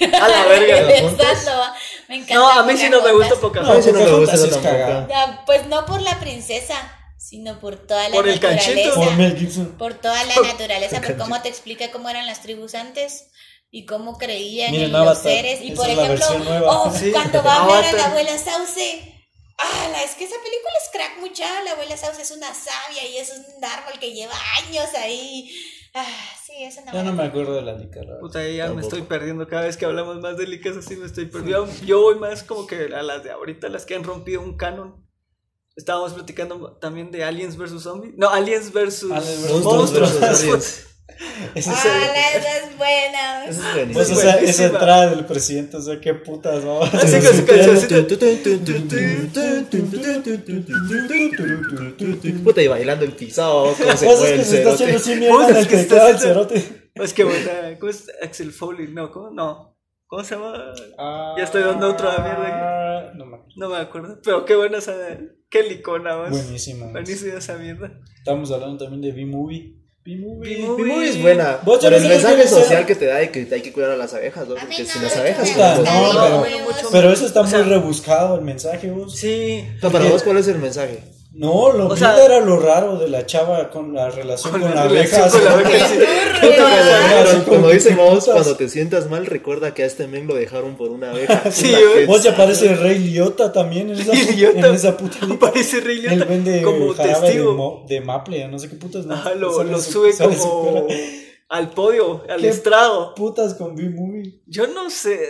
Speaker 1: A la verga.
Speaker 4: Pensando, ah, me encanta.
Speaker 1: No, a mí sí no me gusta
Speaker 4: Pocahontas.
Speaker 1: Pocahontas.
Speaker 3: No, ese no me
Speaker 2: Pocahontas
Speaker 3: gusta
Speaker 2: es
Speaker 3: tampoco.
Speaker 2: cagada.
Speaker 4: Ya, pues no por la princesa, sino por toda la
Speaker 1: Por el
Speaker 4: naturaleza.
Speaker 1: canchito.
Speaker 2: Por Mel Gibson.
Speaker 4: Por toda la naturaleza, por cómo te explica cómo eran las tribus antes y cómo creían
Speaker 2: Miren,
Speaker 4: en los
Speaker 2: Avatar,
Speaker 4: seres. Y
Speaker 2: esa
Speaker 4: por
Speaker 2: es la
Speaker 4: ejemplo,
Speaker 2: versión nueva.
Speaker 4: oh,
Speaker 1: Sí,
Speaker 4: cuando va a hablar a la
Speaker 1: Avatar.
Speaker 4: abuela Sauce. ¡Hala! Es que esa película es crack mucha. La abuela Sauce es una sabia y es un árbol que lleva años ahí. Ah, sí, esa no,
Speaker 2: Ya no me acuerdo de la licarada.
Speaker 1: Puta, ahí ya me
Speaker 3: Tampoco.
Speaker 1: estoy perdiendo. Cada vez que hablamos más de licas así me estoy perdiendo. Yo, yo voy más como que a las de ahorita, las que han rompido un canon. Estábamos platicando también de Aliens vs. Zombies. No, Aliens vs.
Speaker 2: Aliens versus
Speaker 1: Monstruos.
Speaker 3: Monstruos versus aliens.
Speaker 1: Ah,
Speaker 2: Ese es el-
Speaker 4: ¡Hala! Esa es buena.
Speaker 3: Esa es
Speaker 2: Pues,
Speaker 3: buenísima.
Speaker 2: o sea,
Speaker 1: Buenísima.
Speaker 2: esa entrada del presidente, o sea, qué putas, ¿no?
Speaker 1: Así con su cancioncita.
Speaker 3: Puta, y bailando el pisado, cómo se
Speaker 2: Cosas
Speaker 3: mueve
Speaker 2: que
Speaker 3: el
Speaker 2: se está
Speaker 3: cerote.
Speaker 2: haciendo sin mierda en
Speaker 1: Cosas
Speaker 2: el
Speaker 1: que se está
Speaker 2: teclado del
Speaker 1: haciendo-
Speaker 2: cerote.
Speaker 1: Es Pues que buena. ¿Cómo es Axel Foley? No, ¿cómo? No. ¿Cómo se llama?
Speaker 2: Ya
Speaker 1: Ah, Ya estoy dando otra mierda
Speaker 2: No me acuerdo.
Speaker 1: No me acuerdo. Pero qué buena esa. Qué licona, más.
Speaker 2: Buenísima.
Speaker 1: Buenísima esa mierda.
Speaker 2: Estamos hablando también de B-Movie. B-Movie.
Speaker 1: B-Movie.
Speaker 3: Mi movie es buena.
Speaker 2: Vos
Speaker 3: Por el
Speaker 2: ya no sabes lo
Speaker 3: mensaje
Speaker 2: que
Speaker 3: social
Speaker 2: sea.
Speaker 3: que te da de que hay que cuidar a las abejas, ¿no?
Speaker 4: A mí
Speaker 3: Porque
Speaker 4: no,
Speaker 3: sin las
Speaker 4: no,
Speaker 3: abejas.
Speaker 4: no,
Speaker 3: ¿cómo
Speaker 2: no,
Speaker 3: vos?
Speaker 2: no,
Speaker 3: O
Speaker 2: pero-
Speaker 1: Bueno, mucho-
Speaker 2: Pero eso está
Speaker 1: o sea,
Speaker 2: muy rebuscado el mensaje, vos.
Speaker 1: Sí.
Speaker 3: sea, para vos, ¿cuál es el mensaje?
Speaker 2: No, lo
Speaker 1: O
Speaker 2: que
Speaker 1: sea-
Speaker 2: era lo raro de la chava con la relación con, la
Speaker 1: relación
Speaker 2: abeja.
Speaker 1: con la
Speaker 2: ¿no?
Speaker 1: abeja, sí.
Speaker 3: Puta,
Speaker 4: Pero-
Speaker 3: pero-
Speaker 2: pero-
Speaker 3: pero como dice
Speaker 2: ¿qué
Speaker 3: vos,
Speaker 2: putas?
Speaker 3: cuando te sientas mal, recuerda que a este men lo dejaron por una abeja.
Speaker 1: Sí,
Speaker 3: Una
Speaker 1: güey.
Speaker 3: que-
Speaker 2: Vos ya aparece el rey Liota también en esa, pu-
Speaker 1: Idiota.
Speaker 2: en esa puta lista.
Speaker 1: Parece re
Speaker 2: Él
Speaker 1: idiota.
Speaker 2: vende
Speaker 1: Como
Speaker 2: jarabe de,
Speaker 1: testigo.
Speaker 2: mo- de maple, no sé qué putas. ¿no?
Speaker 1: Ajá, lo,
Speaker 2: Sale
Speaker 1: lo
Speaker 2: su-
Speaker 1: sube
Speaker 2: sale su
Speaker 1: como
Speaker 2: cara.
Speaker 1: al podio, al
Speaker 2: ¿Qué?
Speaker 1: estrado.
Speaker 2: putas con B-Movie.
Speaker 1: Yo no sé.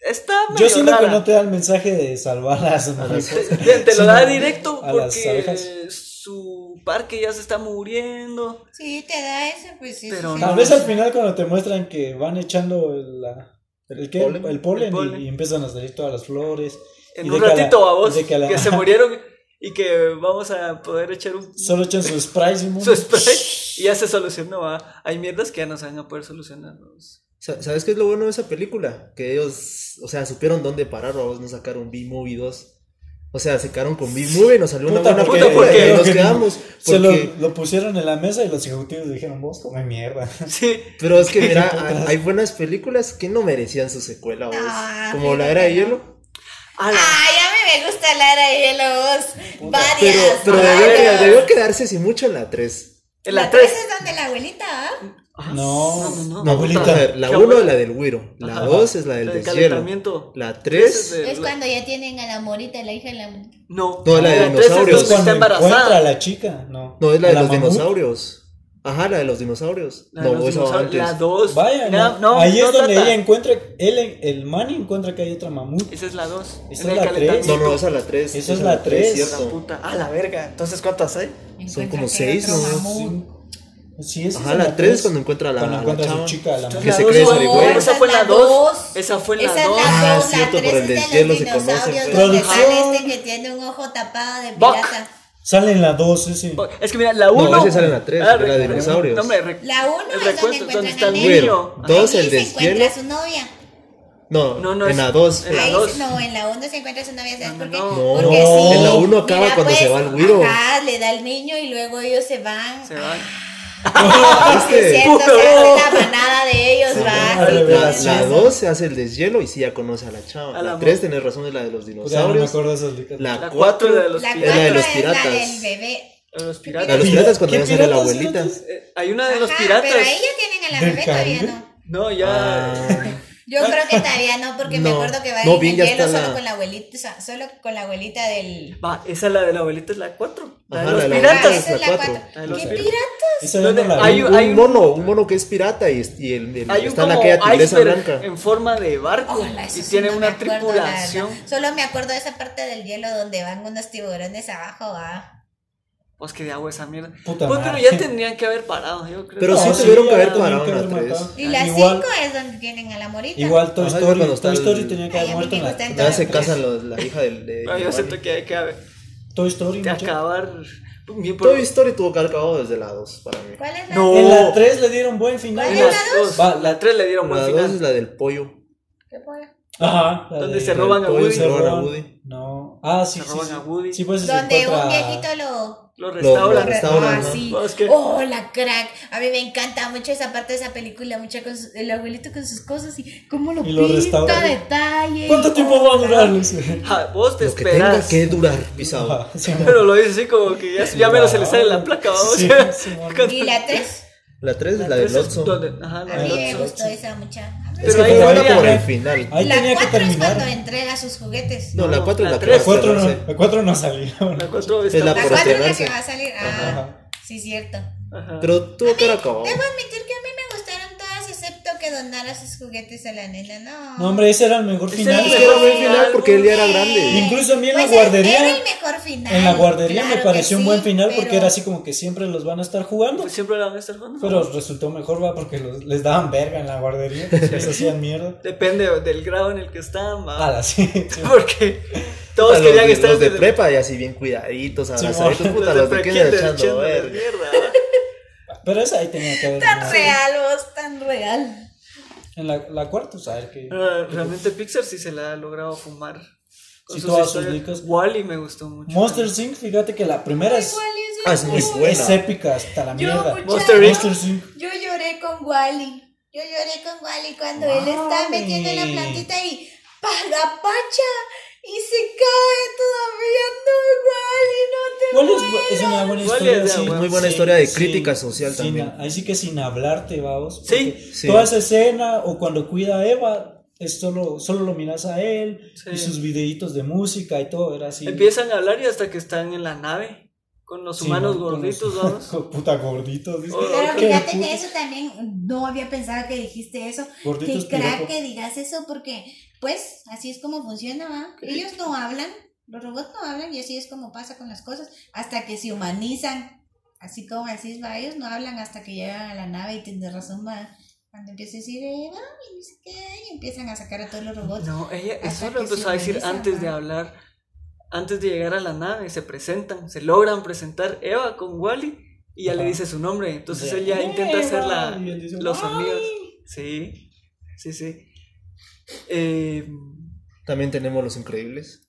Speaker 1: Está medio
Speaker 2: Yo siento que
Speaker 1: rara.
Speaker 2: no te da el mensaje de salvar a las
Speaker 1: te,
Speaker 2: mariposas.
Speaker 1: te- te lo
Speaker 2: sino
Speaker 1: da directo
Speaker 2: a las abejas.
Speaker 1: porque su parque ya se está muriendo.
Speaker 4: Sí, te da eso, pues sí.
Speaker 1: Pero
Speaker 4: sí,
Speaker 1: no.
Speaker 2: Tal vez al final cuando te muestran que van echando el, la- el, qué?
Speaker 3: polen.
Speaker 2: El polen,
Speaker 1: El polen.
Speaker 2: Y, y empiezan a salir todas las flores. Y
Speaker 1: En
Speaker 2: de
Speaker 1: un
Speaker 2: que a la-
Speaker 1: ratito a vos,
Speaker 2: de que a la-
Speaker 1: que se murieron y que vamos a poder echar un
Speaker 2: Solo echan su spray. Simón.
Speaker 1: su spray y ya se solucionó. ¿va? Hay mierdas que ya no se van a poder solucionar. ¿no?
Speaker 3: Sa- ¿Sabes qué es lo bueno de esa película? Que ellos, o sea, supieron dónde parar, vos no sacaron B-Movie 2. O sea, se quedaron con B-Movie, nos salió una
Speaker 2: Puta,
Speaker 3: buena
Speaker 1: porque-
Speaker 3: película
Speaker 1: porque-
Speaker 3: y nos
Speaker 2: porque-
Speaker 3: quedamos.
Speaker 2: Se lo,
Speaker 3: porque-
Speaker 2: lo pusieron en la mesa y los ejecutivos dijeron, vos come mierda.
Speaker 1: Sí,
Speaker 3: Pero es que, mira, hay- hay buenas películas que no merecían su secuela, vos.
Speaker 4: Ah,
Speaker 3: Como
Speaker 4: fíjate
Speaker 3: La Era de
Speaker 4: que
Speaker 3: Hielo.
Speaker 1: a Ah, la-
Speaker 4: Ay, a mí me gusta la era de hielo, vos.
Speaker 2: Puta.
Speaker 4: Varias.
Speaker 3: Pero, pero
Speaker 4: varias.
Speaker 3: debió, debió quedarse sin mucho en la 3.
Speaker 1: en la
Speaker 4: tres
Speaker 1: 3.
Speaker 4: es donde la abuelita, ¿ah?
Speaker 2: No,
Speaker 1: no, no.
Speaker 3: No,
Speaker 2: abuelita.
Speaker 3: puta, a ver, la
Speaker 1: Qué
Speaker 3: 1 es
Speaker 1: abuela.
Speaker 3: la del Güiro. La
Speaker 1: Ajá.
Speaker 3: 2 es la del
Speaker 1: La del
Speaker 3: deshielo.
Speaker 1: calentamiento.
Speaker 3: La
Speaker 1: Esa
Speaker 3: 3.
Speaker 1: es de-
Speaker 4: Es cuando ya tienen a la morita, la hija de la morita.
Speaker 1: No, Ah,
Speaker 3: No, la de
Speaker 1: tres es
Speaker 3: dinosaurios.
Speaker 2: Es
Speaker 1: donde
Speaker 2: cuando
Speaker 1: está
Speaker 2: encuentra a
Speaker 1: embarazada.
Speaker 2: la chica, no.
Speaker 3: No, es la
Speaker 2: A
Speaker 3: de los
Speaker 2: mamut.
Speaker 3: dinosaurios. Ajá, la de los dinosaurios.
Speaker 1: La
Speaker 3: no,
Speaker 1: de los
Speaker 3: vos
Speaker 1: dinosaurios,
Speaker 3: antes.
Speaker 1: la 2.
Speaker 2: Vaya, no. Ahí es donde ella encuentra, él, el man encuentra que hay otra mamut.
Speaker 1: Esa es la 2.
Speaker 2: Esa es la tres.
Speaker 3: No, no, esa es la 3.
Speaker 2: Esa es la tres.
Speaker 1: La
Speaker 3: Cierto.
Speaker 1: puta. Ah, la verga. Entonces, ¿cuántas hay?
Speaker 4: Encuentra
Speaker 3: como
Speaker 4: que
Speaker 3: seis,
Speaker 4: otro
Speaker 3: ¿no?
Speaker 4: mamut.
Speaker 2: Sí. Sí, esa
Speaker 3: Ajá,
Speaker 2: es
Speaker 3: la 3 cuando encuentra a la,
Speaker 2: cuando
Speaker 3: la
Speaker 2: encuentra a su
Speaker 3: chava.
Speaker 2: chica, la mamut.
Speaker 3: Que se
Speaker 1: La
Speaker 3: cree ¿eh?
Speaker 1: dos,
Speaker 3: zarigüeya.
Speaker 1: Esa fue la 2. Esa fue
Speaker 4: Esa
Speaker 1: la
Speaker 4: es la
Speaker 1: 2.
Speaker 4: dos,
Speaker 3: Ah,
Speaker 4: la
Speaker 3: cierto,
Speaker 4: tres
Speaker 3: por el
Speaker 4: es de los
Speaker 3: deshielo se
Speaker 4: dinosaurios,
Speaker 3: conocen,
Speaker 4: donde
Speaker 2: pues.
Speaker 4: sale
Speaker 2: Producción.
Speaker 4: este que tiene un ojo tapado de
Speaker 1: Buck.
Speaker 4: pirata.
Speaker 2: Sale en la 2, ese.
Speaker 1: Es que mira, la 1.
Speaker 3: esa sale en la tres, la de dinosaurios.
Speaker 1: No, hombre, rec-
Speaker 4: La uno
Speaker 1: el
Speaker 4: es donde
Speaker 1: recuento,
Speaker 4: encuentran
Speaker 1: donde está
Speaker 4: al
Speaker 1: el
Speaker 3: niño.
Speaker 1: niño. Ah,
Speaker 3: Dos. es
Speaker 4: Ahí
Speaker 3: el
Speaker 4: se
Speaker 3: deshielo.
Speaker 4: encuentra a su novia.
Speaker 3: No,
Speaker 1: No, no,
Speaker 3: en
Speaker 1: es-
Speaker 3: la 2.
Speaker 1: en la
Speaker 4: Ahí,
Speaker 1: dos.
Speaker 4: No, en la 1 se encuentra su novia, ¿sabes
Speaker 1: En la
Speaker 4: por qué?
Speaker 1: no.
Speaker 3: No,
Speaker 4: Porque sí.
Speaker 3: en la uno acaba
Speaker 4: Mira,
Speaker 3: cuando
Speaker 4: pues,
Speaker 3: se va el güiro.
Speaker 4: Ajá, le da al niño y luego ellos se van.
Speaker 1: Se van.
Speaker 4: Ah, sí, es
Speaker 3: ¿Viste?
Speaker 4: cierto,
Speaker 1: Puta,
Speaker 4: se hace
Speaker 1: no.
Speaker 4: la manada de ellos, va.
Speaker 2: la
Speaker 4: sí,
Speaker 3: La,
Speaker 2: revelación.
Speaker 4: tienes
Speaker 3: la
Speaker 4: razón.
Speaker 3: 2 se hace el deshielo y sí ya conoce a la chava.
Speaker 1: A
Speaker 3: la
Speaker 1: la Pues
Speaker 3: 3,
Speaker 1: mo-
Speaker 3: tenés razón, es la de los
Speaker 2: Puta, ya no me
Speaker 3: dinosaurios.
Speaker 2: acuerdo de esas licas.
Speaker 3: La
Speaker 1: La cuatro
Speaker 3: 4
Speaker 1: es la de los
Speaker 4: La
Speaker 1: piratas.
Speaker 3: de los
Speaker 4: cuatro es la
Speaker 3: piratas.
Speaker 4: del bebé.
Speaker 1: A los
Speaker 3: La de
Speaker 1: piratas.
Speaker 3: los
Speaker 2: Pira-
Speaker 3: piratas cuando
Speaker 2: ¿Qué
Speaker 3: ya sale la
Speaker 2: piratas,
Speaker 3: abuelita.
Speaker 2: piratas?
Speaker 1: Eh, Hay una de los
Speaker 4: Ajá,
Speaker 1: piratas.
Speaker 4: Pero ahí ya tienen a la
Speaker 2: ¿Del
Speaker 4: bebé todavía
Speaker 2: Caribe?
Speaker 4: no.
Speaker 1: No, ya.
Speaker 3: Ah.
Speaker 4: Yo
Speaker 1: Ah.
Speaker 4: creo que todavía no, porque me
Speaker 3: No.
Speaker 4: acuerdo que va a
Speaker 3: No,
Speaker 4: ir
Speaker 3: bien,
Speaker 4: en
Speaker 3: ya
Speaker 4: hielo
Speaker 3: está
Speaker 4: solo
Speaker 3: la-
Speaker 4: con la abuelita, o sea, solo con la abuelita del.
Speaker 1: Va, esa la de la abuelita es la 4. La de
Speaker 3: Ajá,
Speaker 1: los
Speaker 3: la de la
Speaker 4: Ah,
Speaker 1: piratas.
Speaker 4: esa es la
Speaker 3: la
Speaker 4: cuatro.
Speaker 3: cuatro.
Speaker 1: La de los
Speaker 4: ¿Qué
Speaker 1: piratas.
Speaker 4: piratas?
Speaker 2: Esa ya no
Speaker 1: ¿Dónde?
Speaker 2: la
Speaker 1: Hay
Speaker 2: vi.
Speaker 1: un-
Speaker 3: un,
Speaker 1: un-
Speaker 3: mono, un mono que es pirata y, y el, el-
Speaker 1: Hay un
Speaker 3: está en
Speaker 1: como
Speaker 3: aquella tigresa
Speaker 1: iceberg
Speaker 3: blanca.
Speaker 1: en forma de barco
Speaker 4: Hola, eso
Speaker 1: y
Speaker 4: sí
Speaker 1: tiene
Speaker 4: no me
Speaker 1: una
Speaker 4: acuerdo, la verdad.
Speaker 1: tripulación.
Speaker 4: Solo me acuerdo de esa parte del hielo donde van unos tiburones abajo, ah.
Speaker 1: Pues que de agua esa mierda.
Speaker 2: Puta
Speaker 1: Pues,
Speaker 2: madre.
Speaker 1: pero ya tendrían que haber parado, yo creo.
Speaker 3: Pero
Speaker 2: No,
Speaker 3: sí tuvieron que
Speaker 2: ya
Speaker 3: haber
Speaker 2: tuvieron
Speaker 3: parado
Speaker 2: que
Speaker 3: en
Speaker 2: haber
Speaker 3: la tres.
Speaker 2: matado.
Speaker 4: Y la
Speaker 2: Ah, Igual,
Speaker 4: 5 es donde tienen a la morita.
Speaker 2: igual
Speaker 3: Ajá,
Speaker 2: Toy
Speaker 3: es
Speaker 2: Story.
Speaker 3: cuando está
Speaker 2: Toy
Speaker 3: el-
Speaker 2: Story tenía que
Speaker 4: Ay,
Speaker 2: haber
Speaker 4: a mí
Speaker 2: muerto
Speaker 4: me
Speaker 2: en la
Speaker 4: gustan
Speaker 2: en
Speaker 3: Ya
Speaker 2: la
Speaker 3: se
Speaker 2: tres.
Speaker 3: casan los- la hija del. de
Speaker 1: Pero Ah, yo
Speaker 3: Giovanni.
Speaker 1: siento que hay que haber-
Speaker 2: Toy Story.
Speaker 1: que
Speaker 2: mucho.
Speaker 1: acabar. bien por-
Speaker 3: Toy Story tuvo que haber acabado desde la 2 para mí.
Speaker 4: ¿Cuál es la
Speaker 1: No.
Speaker 2: En la 3 le dieron buen
Speaker 1: en
Speaker 4: ¿Cuál
Speaker 2: final.
Speaker 4: es?
Speaker 1: las
Speaker 4: la
Speaker 1: dos.
Speaker 2: dos? Va,
Speaker 1: la 3 le dieron buen
Speaker 3: La 2 es
Speaker 1: final.
Speaker 3: la del pollo.
Speaker 4: ¿Qué fue?
Speaker 2: Ajá. la
Speaker 1: Donde
Speaker 2: de-
Speaker 1: se roban a
Speaker 3: pollo
Speaker 1: Woody.
Speaker 3: se roban a
Speaker 2: Ron.
Speaker 3: Woody.
Speaker 2: No. Ah, sí.
Speaker 1: Se
Speaker 2: sí,
Speaker 1: roban
Speaker 2: sí.
Speaker 1: a Woody.
Speaker 2: Sí, pues se
Speaker 4: Donde
Speaker 2: encuentra-
Speaker 4: un viejito lo.
Speaker 1: Lo
Speaker 3: Lo
Speaker 1: restauran.
Speaker 3: restauran,
Speaker 4: Ah,
Speaker 3: ajá.
Speaker 4: sí.
Speaker 1: Pues que-
Speaker 4: Oh, la crack. A mí me encanta mucho esa parte de esa película, mucho con su- el abuelito con sus cosas y cómo lo
Speaker 2: Y lo
Speaker 4: pinta
Speaker 2: restaura.
Speaker 4: detalle.
Speaker 2: ¿Cuánto tiempo va a durar? Luis?
Speaker 1: Ja, vos te
Speaker 3: Lo que tenga
Speaker 1: esperas.
Speaker 3: que durar, pisado.
Speaker 2: Ajá, sí,
Speaker 1: Pero lo dice así como que ya, ya menos se le sale la placa, vamos.
Speaker 2: Sí, sí, bueno.
Speaker 4: Y la 3.
Speaker 3: La 3 es la
Speaker 1: tres es
Speaker 3: del Otso.
Speaker 1: donde- ajá, la
Speaker 4: A
Speaker 1: del
Speaker 4: mí me
Speaker 1: Otso.
Speaker 4: gustó esa mucha. A mí
Speaker 1: Pero
Speaker 3: Es que
Speaker 1: ahí Ah,
Speaker 3: fue buena
Speaker 1: tenía-
Speaker 3: por el final.
Speaker 2: Ahí
Speaker 4: La
Speaker 2: tenía que
Speaker 4: 4 es cuando
Speaker 2: terminar.
Speaker 4: entrega sus juguetes.
Speaker 3: No, la 4 es
Speaker 1: la
Speaker 3: la que
Speaker 1: tres.
Speaker 3: va a
Speaker 2: La 4 no,
Speaker 3: cerrarse.
Speaker 2: la cuatro no salió.
Speaker 1: La cuatro
Speaker 3: Es
Speaker 1: está-
Speaker 3: la
Speaker 4: La
Speaker 3: por
Speaker 4: 4 es la
Speaker 3: estrenarse.
Speaker 4: que va a salir. Ah,
Speaker 2: Ajá.
Speaker 4: sí, cierto.
Speaker 1: Ajá.
Speaker 3: Pero tuvo que haber
Speaker 1: eh,
Speaker 3: acabado.
Speaker 4: Debo admitir que a mí me gustaron todas, excepto que donara sus juguetes a la nena. No.
Speaker 2: No, hombre, ese era el mejor
Speaker 1: Ese
Speaker 2: final.
Speaker 1: era
Speaker 3: Es que era buen
Speaker 1: Sí,
Speaker 3: final porque él ya era grande.
Speaker 2: Incluso a mí en la
Speaker 4: Pues era-
Speaker 2: guardería-
Speaker 4: Era el mejor final.
Speaker 2: En la guardería
Speaker 4: claro
Speaker 2: me pareció
Speaker 4: que
Speaker 2: un buen
Speaker 4: sí,
Speaker 2: final porque
Speaker 4: pero-
Speaker 2: era así como que siempre los van a estar jugando.
Speaker 1: Pues siempre la van a estar jugando.
Speaker 2: Pero resultó mejor, va, porque los- les daban verga en la guardería. Les hacían mierda.
Speaker 1: Depende del grado en el que están, va.
Speaker 2: Nada, sí. sí.
Speaker 1: Porque
Speaker 3: A
Speaker 1: todos
Speaker 3: Ah, Los,
Speaker 1: querían
Speaker 3: de-
Speaker 1: estar
Speaker 3: los de
Speaker 1: desde-
Speaker 3: prepa y así bien cuidaditos, abrazaditos,
Speaker 2: mo.
Speaker 3: puta,
Speaker 1: desde
Speaker 3: los de que
Speaker 1: prekinder
Speaker 3: echando
Speaker 1: echándoles
Speaker 3: verga.
Speaker 1: mierda, ¿va?
Speaker 2: Pero esa ahí tenía que haber.
Speaker 4: Tan
Speaker 2: terminado.
Speaker 4: real, vos, tan real.
Speaker 2: En la, la cuarta, o sea, el que.
Speaker 1: Ah, Realmente Pixar sí se la ha logrado fumar.
Speaker 2: Sí, todas sus licas.
Speaker 1: Wally me gustó mucho.
Speaker 2: Monster Inc., fíjate que la primera es,
Speaker 4: ¿Cuál es
Speaker 3: Ah, es muy
Speaker 4: esa?
Speaker 3: buena.
Speaker 2: es épica hasta la
Speaker 4: Yo,
Speaker 2: mierda.
Speaker 4: muchacho.
Speaker 1: Monster Inc.
Speaker 2: Monster Inc.
Speaker 4: Yo lloré con Wally. Yo lloré con Wally cuando él está
Speaker 2: Wally.
Speaker 4: metiendo la plantita y paga pacha y se cae todavía. No, Wally, no te
Speaker 2: ¿Cuál es, es una
Speaker 1: ¿Cuál
Speaker 2: buena historia?
Speaker 1: es la buena?
Speaker 3: Muy buena historia de crítica social
Speaker 2: sin-
Speaker 3: también.
Speaker 2: Ahí sí que sin hablarte, vamos.
Speaker 1: Sí.
Speaker 2: porque
Speaker 3: Sí.
Speaker 2: Toda esa escena o cuando cuida a Eva, es solo, solo lo miras a él
Speaker 1: Sí.
Speaker 2: y sus videitos de música y todo, era así.
Speaker 1: Empiezan a hablar y hasta que están en la nave con los
Speaker 2: Sí,
Speaker 1: humanos
Speaker 2: ¿no? Con los-
Speaker 1: gorditos, vamos.
Speaker 2: con Puta gorditos, dice.
Speaker 1: Oh,
Speaker 4: Pero
Speaker 2: Qué
Speaker 4: fíjate
Speaker 2: puta.
Speaker 4: que eso también no había pensado que dijiste eso.
Speaker 2: Gorditos
Speaker 4: Qué crack
Speaker 2: piropo.
Speaker 4: que digas eso porque, pues, así es como funciona, ¿va? Ellos no hablan, los robots no hablan y así es como pasa con las cosas hasta que se humanizan. Así como así va, ellos no hablan hasta que llegan a la nave y tienes razón, va. Cuando empieza a decir, eh, va, y no sé qué, y empiezan a sacar a todos los robots.
Speaker 1: No, ella
Speaker 4: Hasta
Speaker 1: eso
Speaker 4: que
Speaker 1: lo empezó
Speaker 4: se
Speaker 1: a decir
Speaker 4: organizan,
Speaker 1: antes de
Speaker 4: ¿no?
Speaker 1: hablar, antes de llegar a la nave, se presentan, se logran presentar Eva con Wally y ya le
Speaker 2: Ajá.
Speaker 1: dice su nombre, entonces
Speaker 2: Ya.
Speaker 1: él ya intenta
Speaker 2: Eva,
Speaker 1: hacer la,
Speaker 2: y él dice,
Speaker 1: los
Speaker 2: "Ay".
Speaker 1: amigos. Sí, sí, sí. Eh,
Speaker 3: También tenemos Los Increíbles.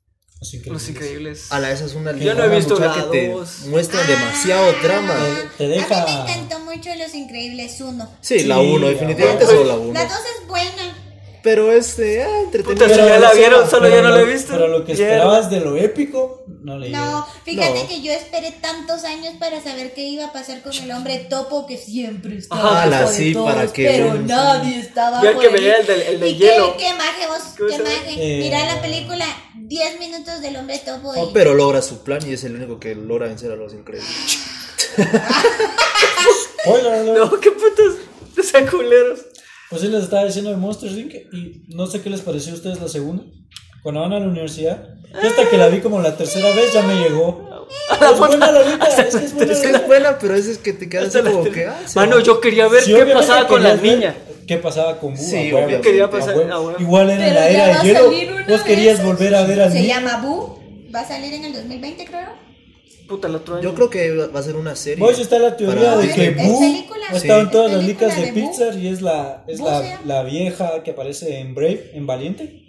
Speaker 1: los
Speaker 2: Los increíbles.
Speaker 1: Increíbles.
Speaker 3: A la esa es una
Speaker 1: Yo no he
Speaker 3: una
Speaker 1: visto
Speaker 3: muchacha
Speaker 1: la
Speaker 3: que te
Speaker 1: dos. Ah.
Speaker 3: muestra demasiado drama.
Speaker 4: Ah,
Speaker 2: Te- te deja-
Speaker 4: A mí me encantó mucho Los Increíbles 1.
Speaker 3: Sí, la
Speaker 2: Sí,
Speaker 3: 1,
Speaker 2: la
Speaker 3: definitivamente
Speaker 1: uno.
Speaker 3: solo la 1.
Speaker 4: La 2 es buena.
Speaker 3: Pero este, ah, entretenido.
Speaker 1: Puta, si ya la
Speaker 2: sí,
Speaker 1: vieron, solo
Speaker 2: pero
Speaker 1: yo no la he
Speaker 2: lo-
Speaker 1: visto.
Speaker 2: Pero lo que
Speaker 1: Mierda.
Speaker 2: esperabas de lo épico, no le
Speaker 4: No,
Speaker 2: llega.
Speaker 4: fíjate
Speaker 3: No.
Speaker 4: que yo esperé tantos años para saber qué iba a pasar con el hombre topo que siempre
Speaker 1: Ah,
Speaker 4: estaba
Speaker 3: la
Speaker 4: abajo de
Speaker 3: sí,
Speaker 4: todos,
Speaker 3: para que
Speaker 4: pero
Speaker 3: vean, sí.
Speaker 4: nadie estaba
Speaker 1: Yo el
Speaker 4: abajo
Speaker 1: que
Speaker 4: de
Speaker 1: veía
Speaker 4: mí.
Speaker 1: el del- el del
Speaker 4: Y
Speaker 1: hielo.
Speaker 4: qué, qué maje vos,
Speaker 1: ¿Cómo
Speaker 4: qué
Speaker 1: se llama?
Speaker 4: maje.
Speaker 2: Eh,
Speaker 4: Mira la película 10 minutos del hombre topo y
Speaker 3: Oh, Pero logra su plan y es el único que logra vencer a Los Increíbles.
Speaker 2: Spoiler alert.
Speaker 1: No, qué putas, o sea, culeros.
Speaker 2: Pues sí, les estaba diciendo de Monsters Inc. Y no sé qué les pareció a ustedes la segunda. Cuando van a la universidad. Yo hasta que la vi como la tercera vez ya me llegó. Es buena la vida, es que es buena
Speaker 3: Es que
Speaker 2: la
Speaker 3: es buena, pero es, es que te quedas así como que. Ah, se
Speaker 1: Mano,
Speaker 3: va.
Speaker 1: yo quería ver
Speaker 2: Sí,
Speaker 1: qué
Speaker 2: obviamente
Speaker 1: pasaba con
Speaker 2: querías
Speaker 1: las
Speaker 2: ver
Speaker 1: niñas. Ah,
Speaker 2: ¿Qué pasaba con Boo?
Speaker 3: Sí,
Speaker 2: a huevo,
Speaker 3: obviamente.
Speaker 1: Quería
Speaker 2: a
Speaker 1: pasar-
Speaker 2: huevo.
Speaker 1: a huevo.
Speaker 2: Igual era en la
Speaker 4: Pero ya va
Speaker 2: era
Speaker 4: a
Speaker 2: de hielo.
Speaker 4: salir una
Speaker 2: Vos
Speaker 4: de
Speaker 2: querías
Speaker 4: esas.
Speaker 2: volver a ver al
Speaker 4: se
Speaker 2: niño.
Speaker 4: llama Boo. Va a salir en el 2020, creo.
Speaker 1: Puta, el otro año.
Speaker 3: Yo creo que va a ser una serie.
Speaker 2: Vos está la teoría
Speaker 3: Para-
Speaker 2: de que
Speaker 4: Es
Speaker 2: Boo
Speaker 4: película.
Speaker 2: ha estado en
Speaker 4: Sí.
Speaker 2: todas
Speaker 4: Es
Speaker 2: las
Speaker 4: película
Speaker 2: licas de,
Speaker 4: de Boo.
Speaker 2: Pixar y es la es
Speaker 4: Boo se
Speaker 2: la,
Speaker 4: llama.
Speaker 2: la vieja que aparece en Brave, en Valiente.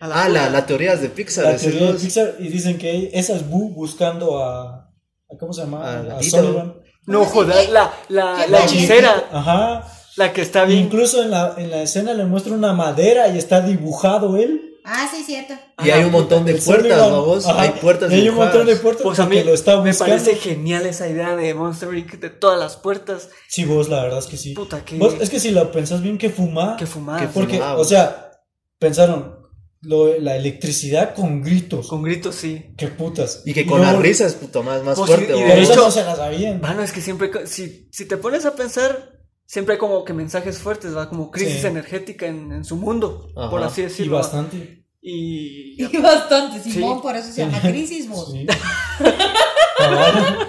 Speaker 1: A
Speaker 3: Ah, la,
Speaker 1: pura.
Speaker 3: la teoría es de Pixar.
Speaker 2: la
Speaker 3: es
Speaker 2: teoría de
Speaker 3: los-
Speaker 2: Pixar y dicen que esa es Boo buscando a, a- ¿cómo se llama?
Speaker 3: A
Speaker 2: A,
Speaker 3: la
Speaker 2: a
Speaker 3: tita, ¿no?
Speaker 2: Sullivan.
Speaker 1: No
Speaker 4: ¿Cómo se
Speaker 1: jodas,
Speaker 4: llama?
Speaker 1: la, la,
Speaker 4: ¿Qué
Speaker 1: la
Speaker 4: valiente?
Speaker 1: hechicera,
Speaker 2: Ajá.
Speaker 1: la que está bien.
Speaker 2: Incluso en la, en la escena le muestra una madera y está dibujado él.
Speaker 4: Ah, sí, cierto.
Speaker 3: Y hay un montón de
Speaker 2: El Sonic
Speaker 3: puertas,
Speaker 2: Boom.
Speaker 3: babos.
Speaker 2: Ajá.
Speaker 3: Hay puertas
Speaker 2: Y hay un
Speaker 3: dibujadas.
Speaker 2: montón de puertas
Speaker 1: Pues a mí
Speaker 2: porque lo está
Speaker 1: me
Speaker 2: buscando.
Speaker 1: parece genial esa idea de Monster Inc. de todas las puertas.
Speaker 2: Sí, vos, la verdad es que sí.
Speaker 1: Puta, que,
Speaker 2: Vos, es que si lo pensás bien, que fuma.
Speaker 1: que fumada.
Speaker 3: que fu-
Speaker 2: porque,
Speaker 3: fumaba,
Speaker 2: o
Speaker 3: vos.
Speaker 2: sea, pensaron lo- la electricidad con gritos.
Speaker 1: Con gritos, sí.
Speaker 2: Qué putas.
Speaker 3: Y que con
Speaker 2: luego-
Speaker 3: las risas, puto, más, más
Speaker 1: Pues,
Speaker 3: fuerte,
Speaker 1: y- y
Speaker 2: Pero
Speaker 1: de
Speaker 3: babos.
Speaker 2: esas
Speaker 1: hecho-
Speaker 2: no se las sabían.
Speaker 1: Mano, es que siempre, co- si, si te pones a pensar, siempre hay como que mensajes fuertes, ¿va? Como crisis
Speaker 2: Sí.
Speaker 1: energética en, en su mundo,
Speaker 3: Ajá.
Speaker 1: por así
Speaker 2: Y
Speaker 1: decirlo. ¿va?
Speaker 2: bastante.
Speaker 1: Y,
Speaker 4: Y bastante,
Speaker 1: Sí.
Speaker 4: Simón, por eso se llama crisis, vos.
Speaker 2: Sí. Cabal.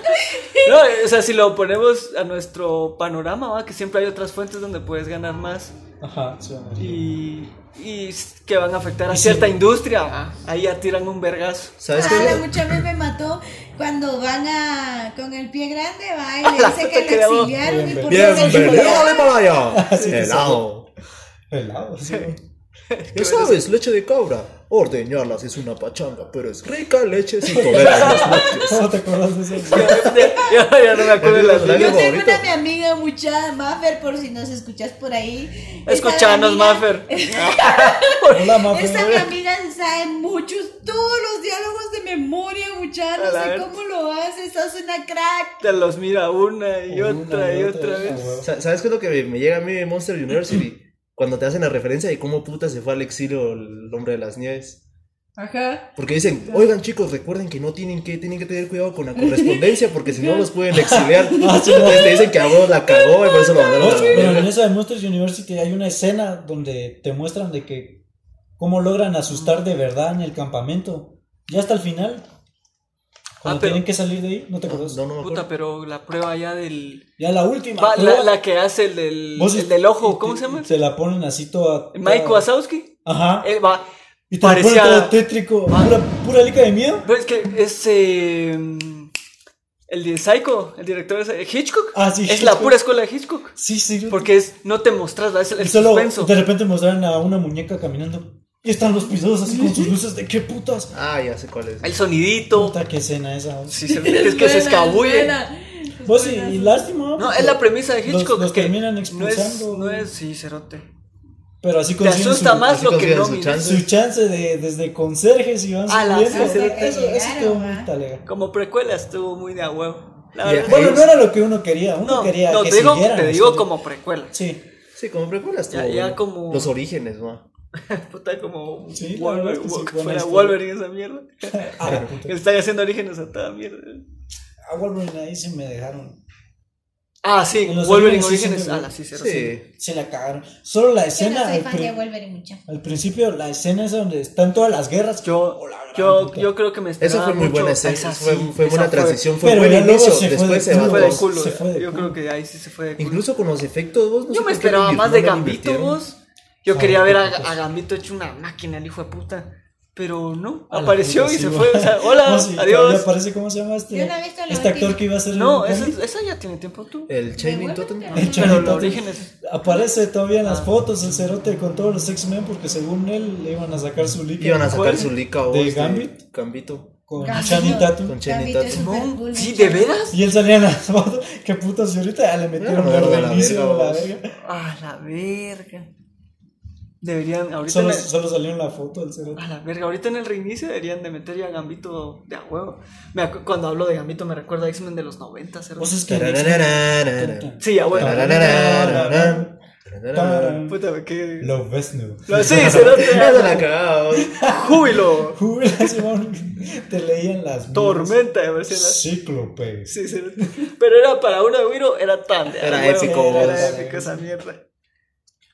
Speaker 1: No, o sea, si lo ponemos a nuestro panorama, ¿va? Que siempre hay otras fuentes donde puedes ganar más
Speaker 2: Ajá, sí, hombre.
Speaker 1: y, y s- que van a afectar a
Speaker 2: Y
Speaker 1: cierta
Speaker 2: sí. Ah.
Speaker 1: industria. ¿va? Ahí ya tiran un vergazo.
Speaker 3: ¿Sabes
Speaker 4: Ah, la
Speaker 3: qué?
Speaker 4: mucha vez me mató cuando van a con el pie grande, va y
Speaker 1: A Ah, la
Speaker 4: le dice
Speaker 1: puta
Speaker 4: que
Speaker 1: que
Speaker 4: le
Speaker 1: la voz.
Speaker 4: exiliaron y por
Speaker 3: Bien,
Speaker 4: eso se
Speaker 3: bienvenido
Speaker 4: murió.
Speaker 3: al Himalaya.
Speaker 2: Ah, sí, te
Speaker 3: Helado.
Speaker 2: Pelado, sí.
Speaker 3: Ya sabes, leche de cabra. Ordeñarlas es una pachanga, pero es rica leche sin comer.
Speaker 2: Ah, ¿Cómo te acuerdas de eso?
Speaker 1: Ya, ya- ya no me acuerdo de la
Speaker 3: Yo
Speaker 1: línea.
Speaker 4: Yo tengo
Speaker 3: favorito.
Speaker 4: una mi amiga mucha Maffer, por si nos escuchas por ahí. Esa
Speaker 1: Escuchanos,
Speaker 4: mi amiga-
Speaker 1: Maffer.
Speaker 2: Hola, Mafe.
Speaker 4: Esa mi amiga se sabe muchos, todos los diálogos de memoria, mucha,
Speaker 1: A
Speaker 4: no
Speaker 1: la
Speaker 4: sé
Speaker 1: ver.
Speaker 4: cómo lo haces, sos una crack.
Speaker 1: Te los mira una y
Speaker 2: Una
Speaker 1: otra y otra vez.
Speaker 2: Ah, huevo.
Speaker 3: Sa- ¿Sabes qué es lo que me, me llega a mí de Monster University? Cuando te hacen la referencia de cómo puta se fue al exilio el hombre de las nieves.
Speaker 4: Ajá.
Speaker 3: Porque dicen, oigan chicos, recuerden que no tienen que, tienen que tener cuidado con la correspondencia porque si no los pueden exiliar.
Speaker 1: Ah,
Speaker 3: Entonces te dicen que a vos la cagó y por eso lo mandaron a la
Speaker 2: Pero en
Speaker 3: mierda.
Speaker 2: esa de Monsters University hay una escena donde te muestran de que cómo logran asustar de verdad en el campamento. Ya hasta el final. Cuando
Speaker 1: Ah, pero-
Speaker 2: tienen que salir de ahí, no te acuerdas.
Speaker 3: No, no me
Speaker 1: Puta,
Speaker 3: acuerdo.
Speaker 1: pero la prueba ya del.
Speaker 2: Ya la última.
Speaker 1: Va, la,
Speaker 2: prueba,
Speaker 1: la que hace el del,
Speaker 2: vos-
Speaker 1: el del ojo,
Speaker 2: y
Speaker 1: ¿cómo
Speaker 2: te-
Speaker 1: se llama?
Speaker 2: Se la ponen así toda. toda-
Speaker 1: Mike Wazowski.
Speaker 2: Ajá.
Speaker 1: Él va.
Speaker 2: Y te la ponen
Speaker 1: parecía-
Speaker 2: todo tétrico.
Speaker 1: Ah.
Speaker 2: Pura, pura lica de miedo.
Speaker 1: Pero es que ese. El de Psycho, el director es eh, Hitchcock.
Speaker 2: Ah, sí,
Speaker 1: es
Speaker 2: Hitchcock.
Speaker 1: la pura escuela de Hitchcock.
Speaker 2: Sí, sí.
Speaker 1: Porque es, no te mostras, ¿va? es el,
Speaker 2: Y
Speaker 1: el
Speaker 2: solo
Speaker 1: suspenso.
Speaker 2: de repente mostraron a una muñeca caminando. Y están los pisados así con sus luces de qué putas.
Speaker 3: Ah, ya sé cuál es.
Speaker 1: El sonidito.
Speaker 2: Puta, qué escena esa.
Speaker 1: Sí, se- que, es que se escabulle.
Speaker 4: Pues,
Speaker 2: Vos y, y lástima.
Speaker 1: No, es la premisa de
Speaker 2: Los-
Speaker 1: Hitchcock.
Speaker 2: los
Speaker 1: que
Speaker 2: terminan
Speaker 1: no es,
Speaker 2: expulsando.
Speaker 1: no es, sí, cerote.
Speaker 2: Pero así
Speaker 1: Te
Speaker 2: consiguen
Speaker 1: asusta
Speaker 2: su,
Speaker 1: más
Speaker 3: así
Speaker 1: lo que
Speaker 3: consiguen
Speaker 1: no
Speaker 3: su
Speaker 1: miras.
Speaker 3: chance.
Speaker 2: su chance de desde conserjes y van
Speaker 1: A la
Speaker 2: subiendo.
Speaker 1: sí, sí,
Speaker 2: eso,
Speaker 4: sí.
Speaker 2: eso estuvo muy
Speaker 4: Ajá.
Speaker 2: talega.
Speaker 1: Como precuela estuvo muy de a huevo. La
Speaker 3: Ya.
Speaker 1: verdad.
Speaker 2: Bueno, no era lo que uno quería. Uno
Speaker 1: No,
Speaker 2: quería
Speaker 1: no,
Speaker 2: que
Speaker 1: te digo,
Speaker 2: siguieran
Speaker 1: te
Speaker 2: la
Speaker 1: digo
Speaker 2: historia.
Speaker 1: como precuela.
Speaker 2: Sí.
Speaker 3: Sí, como precuelas
Speaker 1: Ya-
Speaker 3: todo,
Speaker 1: ya
Speaker 3: ¿no?
Speaker 1: como-
Speaker 3: Los orígenes, ¿no?
Speaker 1: Puta, como
Speaker 2: Sí, la verdad es
Speaker 1: Wolverine, Wolverine,
Speaker 2: que sí, buena
Speaker 1: fuera
Speaker 2: historia.
Speaker 1: Wolverine esa mierda.
Speaker 2: A la puta.
Speaker 1: Que Están haciendo orígenes a toda mierda.
Speaker 2: A Wolverine ahí se me dejaron.
Speaker 1: Ah, sí,
Speaker 2: En los
Speaker 1: Wolverine
Speaker 2: orígenes
Speaker 1: Orígenes.
Speaker 2: sí siempre-
Speaker 1: ah, la sí, cero, sí.
Speaker 3: Sí.
Speaker 2: Se la cagaron. Solo la
Speaker 4: Yo no
Speaker 2: escena.
Speaker 4: soy
Speaker 2: al,
Speaker 4: fan
Speaker 2: pri-
Speaker 4: de Wolverine, mucha.
Speaker 2: al principio, la escena es donde están todas las guerras.
Speaker 1: Yo,
Speaker 2: Oh, la gran
Speaker 1: yo,
Speaker 2: puta.
Speaker 1: yo creo que me
Speaker 3: Esa
Speaker 1: esperaba
Speaker 3: fue muy
Speaker 1: mucho-
Speaker 3: buena escena.
Speaker 1: esa
Speaker 3: fue
Speaker 1: sí,
Speaker 3: fue
Speaker 1: esa
Speaker 3: buena transición, fue,
Speaker 2: Pero
Speaker 3: buen
Speaker 2: ya luego
Speaker 3: inicio.
Speaker 2: se fue de
Speaker 3: después se
Speaker 1: Se
Speaker 3: va
Speaker 2: culo.
Speaker 1: fue
Speaker 3: todo.
Speaker 1: de culo.
Speaker 2: Se fue de
Speaker 1: yo creo
Speaker 2: culo.
Speaker 1: que ahí sí se fue de culo.
Speaker 3: Incluso con los efectos, vos no sé
Speaker 1: yo
Speaker 3: por qué
Speaker 1: me esperaba
Speaker 3: los
Speaker 1: más de
Speaker 3: Vietnam me
Speaker 1: Gambito,
Speaker 3: divirtieron.
Speaker 1: vos. Yo
Speaker 2: Ah,
Speaker 1: quería ver a,
Speaker 2: pues.
Speaker 1: a Gambito hecho una máquina, el hijo de puta. Pero no,
Speaker 2: A la
Speaker 1: apareció
Speaker 2: puta,
Speaker 1: y
Speaker 2: sí,
Speaker 1: se
Speaker 2: va.
Speaker 1: fue. O sea, hola,
Speaker 2: No, sí, todavía
Speaker 1: adiós.
Speaker 2: aparece, ¿cómo se llama este?
Speaker 4: Yo no he visto la
Speaker 2: este actor
Speaker 4: última.
Speaker 2: que iba a ser.
Speaker 1: No,
Speaker 2: el
Speaker 1: esa,
Speaker 2: Wolverine.
Speaker 1: esa ya tiene tiempo tú.
Speaker 3: Eh, El Chaining
Speaker 4: Devuélvete.
Speaker 3: Totem. ¿no?
Speaker 2: El
Speaker 1: Pero los
Speaker 2: Chanito-
Speaker 1: orígenes.
Speaker 2: Aparece todavía en las
Speaker 1: Ah.
Speaker 2: fotos el cerote con todos los X-Men porque según él le iban a sacar su líquido.
Speaker 3: Iban a sacar
Speaker 1: ¿Cuál?
Speaker 3: su lica vos,
Speaker 2: ¿De
Speaker 3: de
Speaker 2: Gambit?
Speaker 3: Gambito.
Speaker 2: con
Speaker 4: Gambito.
Speaker 2: Channing Tatum.
Speaker 3: Con Channing
Speaker 4: Gambito es
Speaker 3: Tatum.
Speaker 4: súper
Speaker 1: Simón,
Speaker 4: cool,
Speaker 1: sí,
Speaker 4: mucha.
Speaker 1: ¿de veras?
Speaker 2: Y él salía en las fotos. Qué puta, si ahorita ya le metieron
Speaker 3: No,
Speaker 2: verde
Speaker 3: a la
Speaker 2: inicio
Speaker 3: verga,
Speaker 2: la
Speaker 3: vos.
Speaker 2: verga.
Speaker 1: A la verga. Deberían, ahorita. en
Speaker 2: Solo,
Speaker 1: el-
Speaker 2: solo salió en la foto el cerote.
Speaker 1: A la verga, ahorita en el reinicio deberían de meter ya a Gambito de a huevo. Me acu- cuando hablo de Gambito me recuerda a X-Men de los 90, ¿verdad?
Speaker 2: Vos es que.
Speaker 3: Tararararara.
Speaker 1: Sí, a huevo.
Speaker 3: Tararararara. Tarararara.
Speaker 2: Tararán.
Speaker 1: Puta, qué.
Speaker 2: Lo ves no.
Speaker 1: Lo- sí, se lo
Speaker 3: Ya se la cagaba, vos.
Speaker 1: Júbilo,
Speaker 2: Júbila, Simón. Te leían las.
Speaker 1: tormenta de versión.
Speaker 2: Cíclope.
Speaker 1: Sí, se lo- Pero era para uno de Wiro, era tan de a
Speaker 3: Era
Speaker 1: huevo.
Speaker 3: épico,
Speaker 1: Era,
Speaker 3: vos.
Speaker 1: épico esa mierda.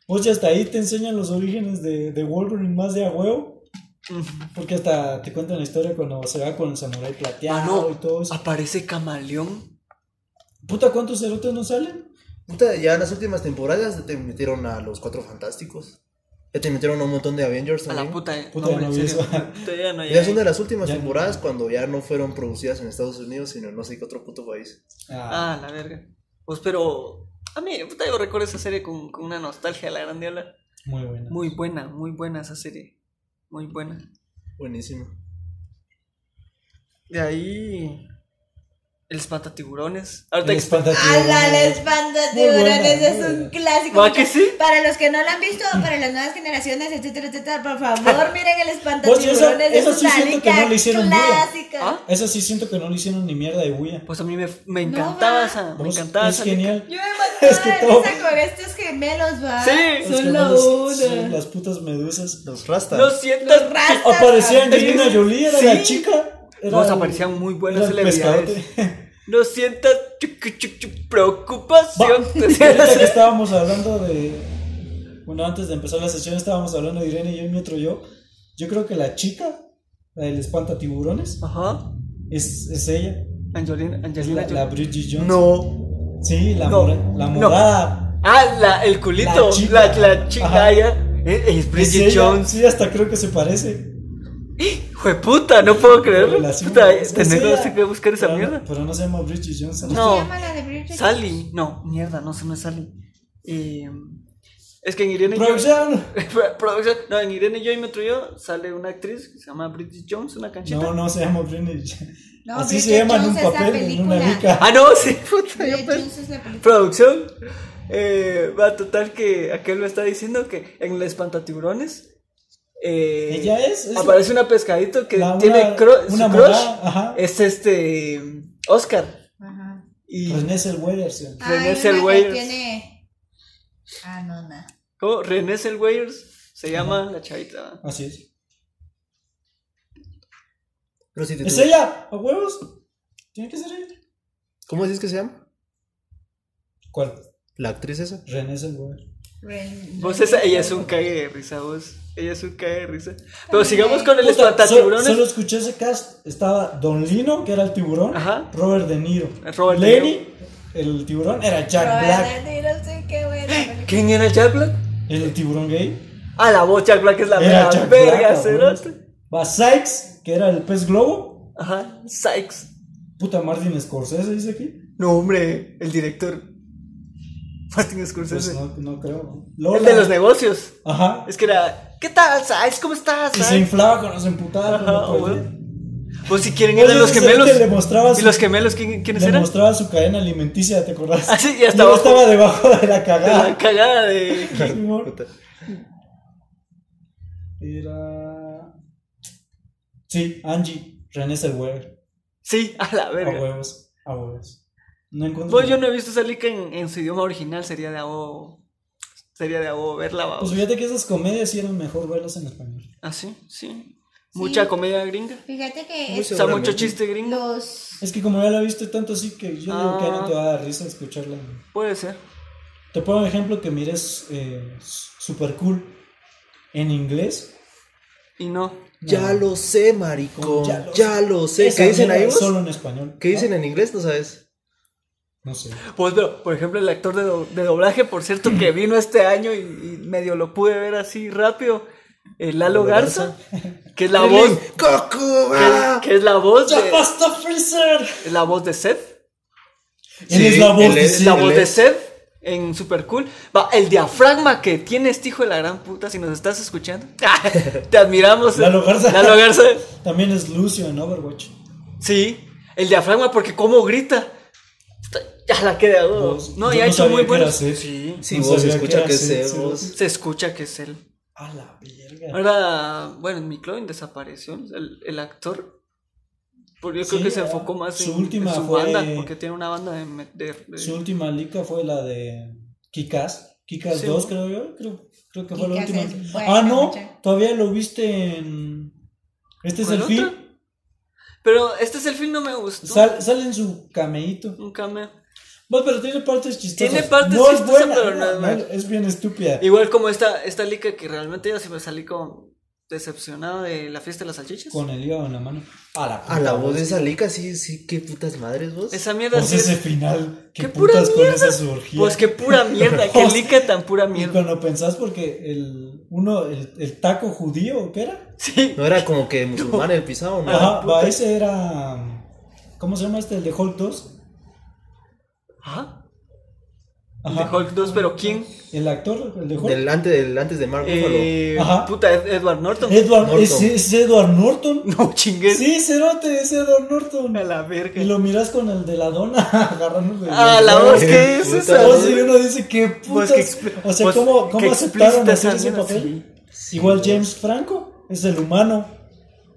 Speaker 2: Pues ya hasta ahí te enseñan los orígenes de, de Wolverine más de a huevo. Porque hasta te cuentan la historia cuando se va con el samurái plateado
Speaker 1: Ah, no.
Speaker 2: y todo eso.
Speaker 1: Aparece Camaleón.
Speaker 2: Puta, ¿cuántos cerotes no salen?
Speaker 3: Puta, ya en las últimas temporadas te metieron a los Cuatro Fantásticos. Ya te metieron a un montón de Avengers
Speaker 1: A
Speaker 3: también.
Speaker 1: la puta. eh.
Speaker 2: Puta,
Speaker 1: no,
Speaker 2: ya
Speaker 1: en
Speaker 2: no vi
Speaker 1: serio.
Speaker 2: eso.
Speaker 1: Todavía no
Speaker 3: Ya es una
Speaker 1: llegué.
Speaker 3: de las últimas
Speaker 2: Ya no.
Speaker 3: temporadas cuando ya no fueron producidas en Estados Unidos, sino en no sé qué otro puto país.
Speaker 2: Ah,
Speaker 1: Ah, la verga. Pues, pero. A mí, puta, yo recuerdo esa serie con, con una nostalgia, la gran diabla.
Speaker 2: muy buena.
Speaker 1: Muy buena, muy buena esa serie. Muy buena.
Speaker 3: Buenísimo.
Speaker 1: De ahí. El espantatiburones.
Speaker 2: El
Speaker 1: Ahorita que está-
Speaker 2: espantatiburones.
Speaker 4: ¡Ala, la espanta
Speaker 2: Muy buena,
Speaker 4: tiburones!
Speaker 2: muy
Speaker 4: Es un
Speaker 2: buena.
Speaker 4: clásico.
Speaker 1: ¿Va que sí?
Speaker 4: Para los que no lo han visto, para las nuevas generaciones, etcétera, etcétera, por favor, miren el espanta
Speaker 2: Pues, esa-
Speaker 4: tiburones.
Speaker 2: esa
Speaker 4: es
Speaker 2: sí
Speaker 4: una
Speaker 2: siento que no
Speaker 4: liga
Speaker 2: le hicieron duro.
Speaker 4: clásica.
Speaker 1: ¿Ah?
Speaker 2: Esa sí siento que no le hicieron ni mierda de bulla.
Speaker 1: Pues a mí me, me
Speaker 4: No,
Speaker 1: encantaba
Speaker 4: va.
Speaker 1: esa. Ah, Me
Speaker 2: Vos,
Speaker 1: encantaba
Speaker 2: es
Speaker 1: esa.
Speaker 2: genial.
Speaker 4: Yo me mataba
Speaker 2: Es que
Speaker 4: de
Speaker 2: todo-
Speaker 4: risa con estos gemelos, va.
Speaker 1: Sí.
Speaker 2: Los
Speaker 4: son la
Speaker 2: gemelos, sí,
Speaker 4: una.
Speaker 2: las putas medusas.
Speaker 3: Los rastas.
Speaker 1: Lo siento.
Speaker 4: Los rastas.
Speaker 2: Aparecía
Speaker 4: va.
Speaker 2: Angelina Jolie, era
Speaker 1: Sí.
Speaker 2: la chica. Era
Speaker 1: Nos
Speaker 2: el-
Speaker 1: aparecían muy
Speaker 2: era
Speaker 1: buenas
Speaker 2: el pescadote.
Speaker 1: celebridades. No sientas chuc, chuc, chuc, preocupación.
Speaker 2: Ahorita que estábamos hablando de. Bueno, antes de empezar la sesión estábamos hablando de Irene y yo y mi otro yo. Yo creo que la chica, la del espanta tiburones,
Speaker 1: Ajá.
Speaker 2: es, es ella.
Speaker 1: Angelina,
Speaker 2: Es
Speaker 1: Angelina.
Speaker 2: la, la Bridget Jones.
Speaker 3: No.
Speaker 2: Sí, la,
Speaker 1: No,
Speaker 2: mora- la
Speaker 1: no.
Speaker 2: morada.
Speaker 1: Ah, la, el culito.
Speaker 2: La
Speaker 1: La
Speaker 2: chica.
Speaker 1: chica. La, chica
Speaker 2: Ajá.
Speaker 1: ella. Eh, Es
Speaker 2: Es
Speaker 1: Bridget
Speaker 2: ella.
Speaker 1: Jones.
Speaker 2: Sí, hasta creo que se parece.
Speaker 1: Jueputa, no puedo creerlo.
Speaker 2: Relación.
Speaker 1: Puta,
Speaker 2: Es que es
Speaker 1: tenemos
Speaker 2: ella.
Speaker 1: que buscar esa
Speaker 2: Pero no-
Speaker 1: mierda.
Speaker 2: Pero no se llama Bridget Jones.
Speaker 1: No.
Speaker 4: ¿Cómo se llama la de Bridget?
Speaker 1: Sally. No, mierda, no, se no es Sally. Eh, es que en Irene Jones.
Speaker 2: Producción.
Speaker 1: Producción. No, en Irene y yo y me yo sale una actriz que se llama Bridget Jones, una canchita.
Speaker 2: No, no se llama Bridget Jones.
Speaker 4: No,
Speaker 2: Así
Speaker 4: Bridget
Speaker 2: se llama en un
Speaker 4: Jones es la
Speaker 2: papel, en una
Speaker 4: película.
Speaker 2: mica.
Speaker 1: Ah, no, sí, puta, yo
Speaker 4: Bridget
Speaker 1: pensé.
Speaker 4: Jones es la película.
Speaker 1: producción eh, va a total que aquel me está diciendo que en el espantatiburones eh,
Speaker 2: Ella es- es-
Speaker 1: aparece una pescadito que
Speaker 2: La-
Speaker 1: tiene
Speaker 2: una-
Speaker 1: cro- su
Speaker 2: una
Speaker 1: crush
Speaker 2: morada, ajá.
Speaker 1: es este Oscar
Speaker 4: Ajá.
Speaker 1: y
Speaker 2: René Zellweger.
Speaker 1: René
Speaker 4: Ay, una que
Speaker 1: Zellweger.
Speaker 4: tiene- Ah, no, nada.
Speaker 1: ¿cómo? René Zellweyers se llama la chavita
Speaker 2: Así es.
Speaker 3: Pero si te
Speaker 2: ¿Es
Speaker 3: tuve-
Speaker 2: ella? ¿A huevos? Tiene que ser ella.
Speaker 3: ¿Cómo decís que se llama?
Speaker 2: ¿Cuál?
Speaker 3: La actriz esa.
Speaker 2: René Zellweger.
Speaker 4: Ren-
Speaker 1: vos
Speaker 4: Ren-
Speaker 1: esa ella es un cague de risa vos ella es un cague de risa pero sigamos con el espantatiburones
Speaker 2: Solo, solo escuché ese cast. Estaba Don Lino, que era el tiburón.
Speaker 1: Ajá. Eh,
Speaker 2: Robert De Niro.
Speaker 1: Robert De
Speaker 2: Lenny, el tiburón, era Jack
Speaker 4: Robert
Speaker 2: Black.
Speaker 4: De Niro, sí, qué buena película.
Speaker 1: quién era Jack Black
Speaker 2: El tiburón gay.
Speaker 1: ah la voz Jack Black es la
Speaker 2: Era
Speaker 1: mera
Speaker 2: Jack
Speaker 1: verga
Speaker 2: Black.
Speaker 1: cerote.
Speaker 2: cabrón. Va Sykes, que era el pez globo.
Speaker 1: ajá Sykes
Speaker 2: Puta Martin Scorsese, dice aquí.
Speaker 1: No, hombre, el director. Martin
Speaker 2: Pues
Speaker 1: Scorsese.
Speaker 2: no, no creo. ¿no?
Speaker 1: el
Speaker 2: Lola.
Speaker 1: de los negocios.
Speaker 2: Ajá.
Speaker 1: Es que era. ¿Qué tal, Sykes? ¿Cómo estás?
Speaker 2: Y se
Speaker 1: Sykes?"
Speaker 2: inflaba con los emputados.
Speaker 1: Ajá,
Speaker 2: cuando
Speaker 1: güey.
Speaker 2: perdía.
Speaker 1: Pues si quieren,
Speaker 2: Oye,
Speaker 1: eran los
Speaker 2: ese es el
Speaker 1: gemelos.
Speaker 2: que le mostrabas-
Speaker 1: ¿Y los gemelos quién- quiénes
Speaker 2: Le
Speaker 1: eran?
Speaker 2: mostraba su cadena alimenticia, ¿te acordás?
Speaker 1: Ah, sí, y hasta
Speaker 2: yo
Speaker 1: abajo.
Speaker 2: estaba debajo de la
Speaker 1: De la
Speaker 2: cagada.
Speaker 1: cagada de.
Speaker 2: Simón.
Speaker 3: Puta.
Speaker 2: Era. Sí, Angie. René Zellweger.
Speaker 1: Sí, a la
Speaker 2: A
Speaker 1: verga.
Speaker 2: huevos. A huevos. No encuentro.
Speaker 1: Pues yo no he visto esa lica en, en su idioma original. Sería de abo. Sería de abo verla, va.
Speaker 2: Pues fíjate que esas comedias sí eran mejor verlas en español.
Speaker 1: Ah, sí, sí. Mucha comedia gringa.
Speaker 4: Fíjate
Speaker 3: Muy
Speaker 4: que es-
Speaker 1: O sea, mucho
Speaker 3: Seguramente.
Speaker 1: chiste gringo.
Speaker 4: los.
Speaker 2: Es que como ya la viste tanto así que yo digo que ya
Speaker 1: Ah.
Speaker 2: no te va a dar risa escucharla.
Speaker 1: Puede ser.
Speaker 2: Te pongo un ejemplo que mires eh, super cool en inglés.
Speaker 1: Y no.
Speaker 3: Ya lo sé, maricón.
Speaker 2: Ya
Speaker 3: Ya
Speaker 2: lo
Speaker 3: lo,
Speaker 2: que
Speaker 3: sé. ¿Qué dicen ahí vos?
Speaker 2: Solo en español.
Speaker 3: ¿Qué dicen
Speaker 2: ¿no?
Speaker 3: en inglés? No sabes.
Speaker 2: No sé.
Speaker 1: Pues, pero, por ejemplo, el actor de, do- de doblaje, por cierto, que vino este año y, y medio lo pude ver así rápido, eh, Lalo Garza, Ah. que es la voz, que,
Speaker 3: ¡Cocuba!
Speaker 1: que es la voz
Speaker 2: ¡Ya
Speaker 1: de,
Speaker 2: basta, Freezer!
Speaker 1: es la voz de Seth,
Speaker 2: Él
Speaker 3: Sí,
Speaker 2: es la voz
Speaker 3: él
Speaker 2: de
Speaker 1: es
Speaker 3: Sí,
Speaker 1: la voz
Speaker 3: él
Speaker 1: de
Speaker 3: es.
Speaker 1: Seth en Super Cool, va, el diafragma que tiene este hijo de la gran puta, si nos estás escuchando, Ah, te admiramos, eh.
Speaker 2: Lalo Garza.
Speaker 1: Lalo Garza,
Speaker 2: También es Lucio en Overwatch.
Speaker 1: sí, el diafragma porque cómo grita, ya la queda,
Speaker 2: Vos-
Speaker 1: no,
Speaker 2: yo
Speaker 1: ya ha hecho
Speaker 2: sabía
Speaker 1: muy
Speaker 2: que era
Speaker 1: buenos,
Speaker 2: Seth.
Speaker 1: sí,
Speaker 3: Si
Speaker 2: No
Speaker 3: vos
Speaker 2: sabía que
Speaker 3: escucha
Speaker 2: era
Speaker 3: que
Speaker 2: así,
Speaker 3: se
Speaker 2: sí,
Speaker 3: vos.
Speaker 1: se escucha que es él.
Speaker 2: A la verga.
Speaker 1: Ahora, bueno, en McLovin desapareció el, el actor. Porque yo
Speaker 2: Sí,
Speaker 1: creo que se
Speaker 2: ah,
Speaker 1: enfocó más
Speaker 2: su
Speaker 1: en, en
Speaker 2: última
Speaker 1: su
Speaker 2: fue-
Speaker 1: banda, porque tiene una banda de. me- de- de-
Speaker 2: Su última lica fue la de Kikas. Kikas
Speaker 1: Sí.
Speaker 2: 2, creo yo. Creo, creo que fue la
Speaker 4: Kick-Ass
Speaker 2: última.
Speaker 4: es buena,
Speaker 2: ah, no.
Speaker 4: mucha.
Speaker 2: Todavía lo viste en. Este es
Speaker 1: ¿Cuál
Speaker 2: el
Speaker 1: otra?
Speaker 2: film.
Speaker 1: Pero este es el film, no me gustó.
Speaker 2: Sal- sale en su cameíto.
Speaker 1: Un cameo.
Speaker 2: Bueno, pero tiene partes chistosas.
Speaker 1: Tiene partes
Speaker 2: no es
Speaker 1: chistosas,
Speaker 2: buena,
Speaker 1: pero
Speaker 2: no,
Speaker 1: no es buena.
Speaker 2: no, es bien estúpida.
Speaker 1: Igual como esta, esta lica que realmente yo siempre salí como decepcionado de la fiesta de las salchichas.
Speaker 2: Con el hígado en la mano. A la,
Speaker 3: A la
Speaker 2: puta,
Speaker 3: voz de esa lica, sí, sí, qué putas madres vos.
Speaker 1: Esa mierda
Speaker 2: Pues
Speaker 1: sí es-
Speaker 2: ese final. ¿Qué,
Speaker 1: ¡Qué pura
Speaker 2: putas con
Speaker 1: mierda!
Speaker 2: esa surgía?
Speaker 1: Pues qué pura mierda, qué lica tan pura
Speaker 2: Y
Speaker 1: mierda.
Speaker 2: cuando pensás porque el uno el, el taco judío, ¿qué era?
Speaker 1: Sí.
Speaker 3: No era como que musulmán el pisado, ¿no?
Speaker 2: Ajá,
Speaker 1: puta.
Speaker 2: va, ese era ¿Cómo se llama este el de Hulk 2?
Speaker 1: Ajá. ¿Ah? el de
Speaker 2: Ajá.
Speaker 1: Hulk 2, pero ¿quién?
Speaker 2: El actor, el de Hulk.
Speaker 3: Del, antes, del, antes de Mark Ruffalo.
Speaker 1: Eh,
Speaker 2: Ajá.
Speaker 1: puta, Ed- Edward Norton.
Speaker 2: Edward,
Speaker 3: Norton.
Speaker 2: ¿es, es Edward Norton?
Speaker 1: No chingues.
Speaker 2: Sí, cerote, es Edward Norton.
Speaker 1: A la verga.
Speaker 2: Y lo miras con el de la dona agarrándose.
Speaker 1: Ah, la voz
Speaker 2: voz
Speaker 1: que es
Speaker 3: Puta,
Speaker 1: esa.
Speaker 3: vos-
Speaker 2: y uno dice, qué
Speaker 1: Pues
Speaker 2: putas.
Speaker 1: que expl-
Speaker 2: o sea,
Speaker 1: pues
Speaker 2: ¿cómo, cómo
Speaker 1: que
Speaker 2: aceptaron
Speaker 1: explícita
Speaker 2: hacer
Speaker 1: esa
Speaker 2: ese
Speaker 1: mierda,
Speaker 2: papel? Igual James Franco es el humano.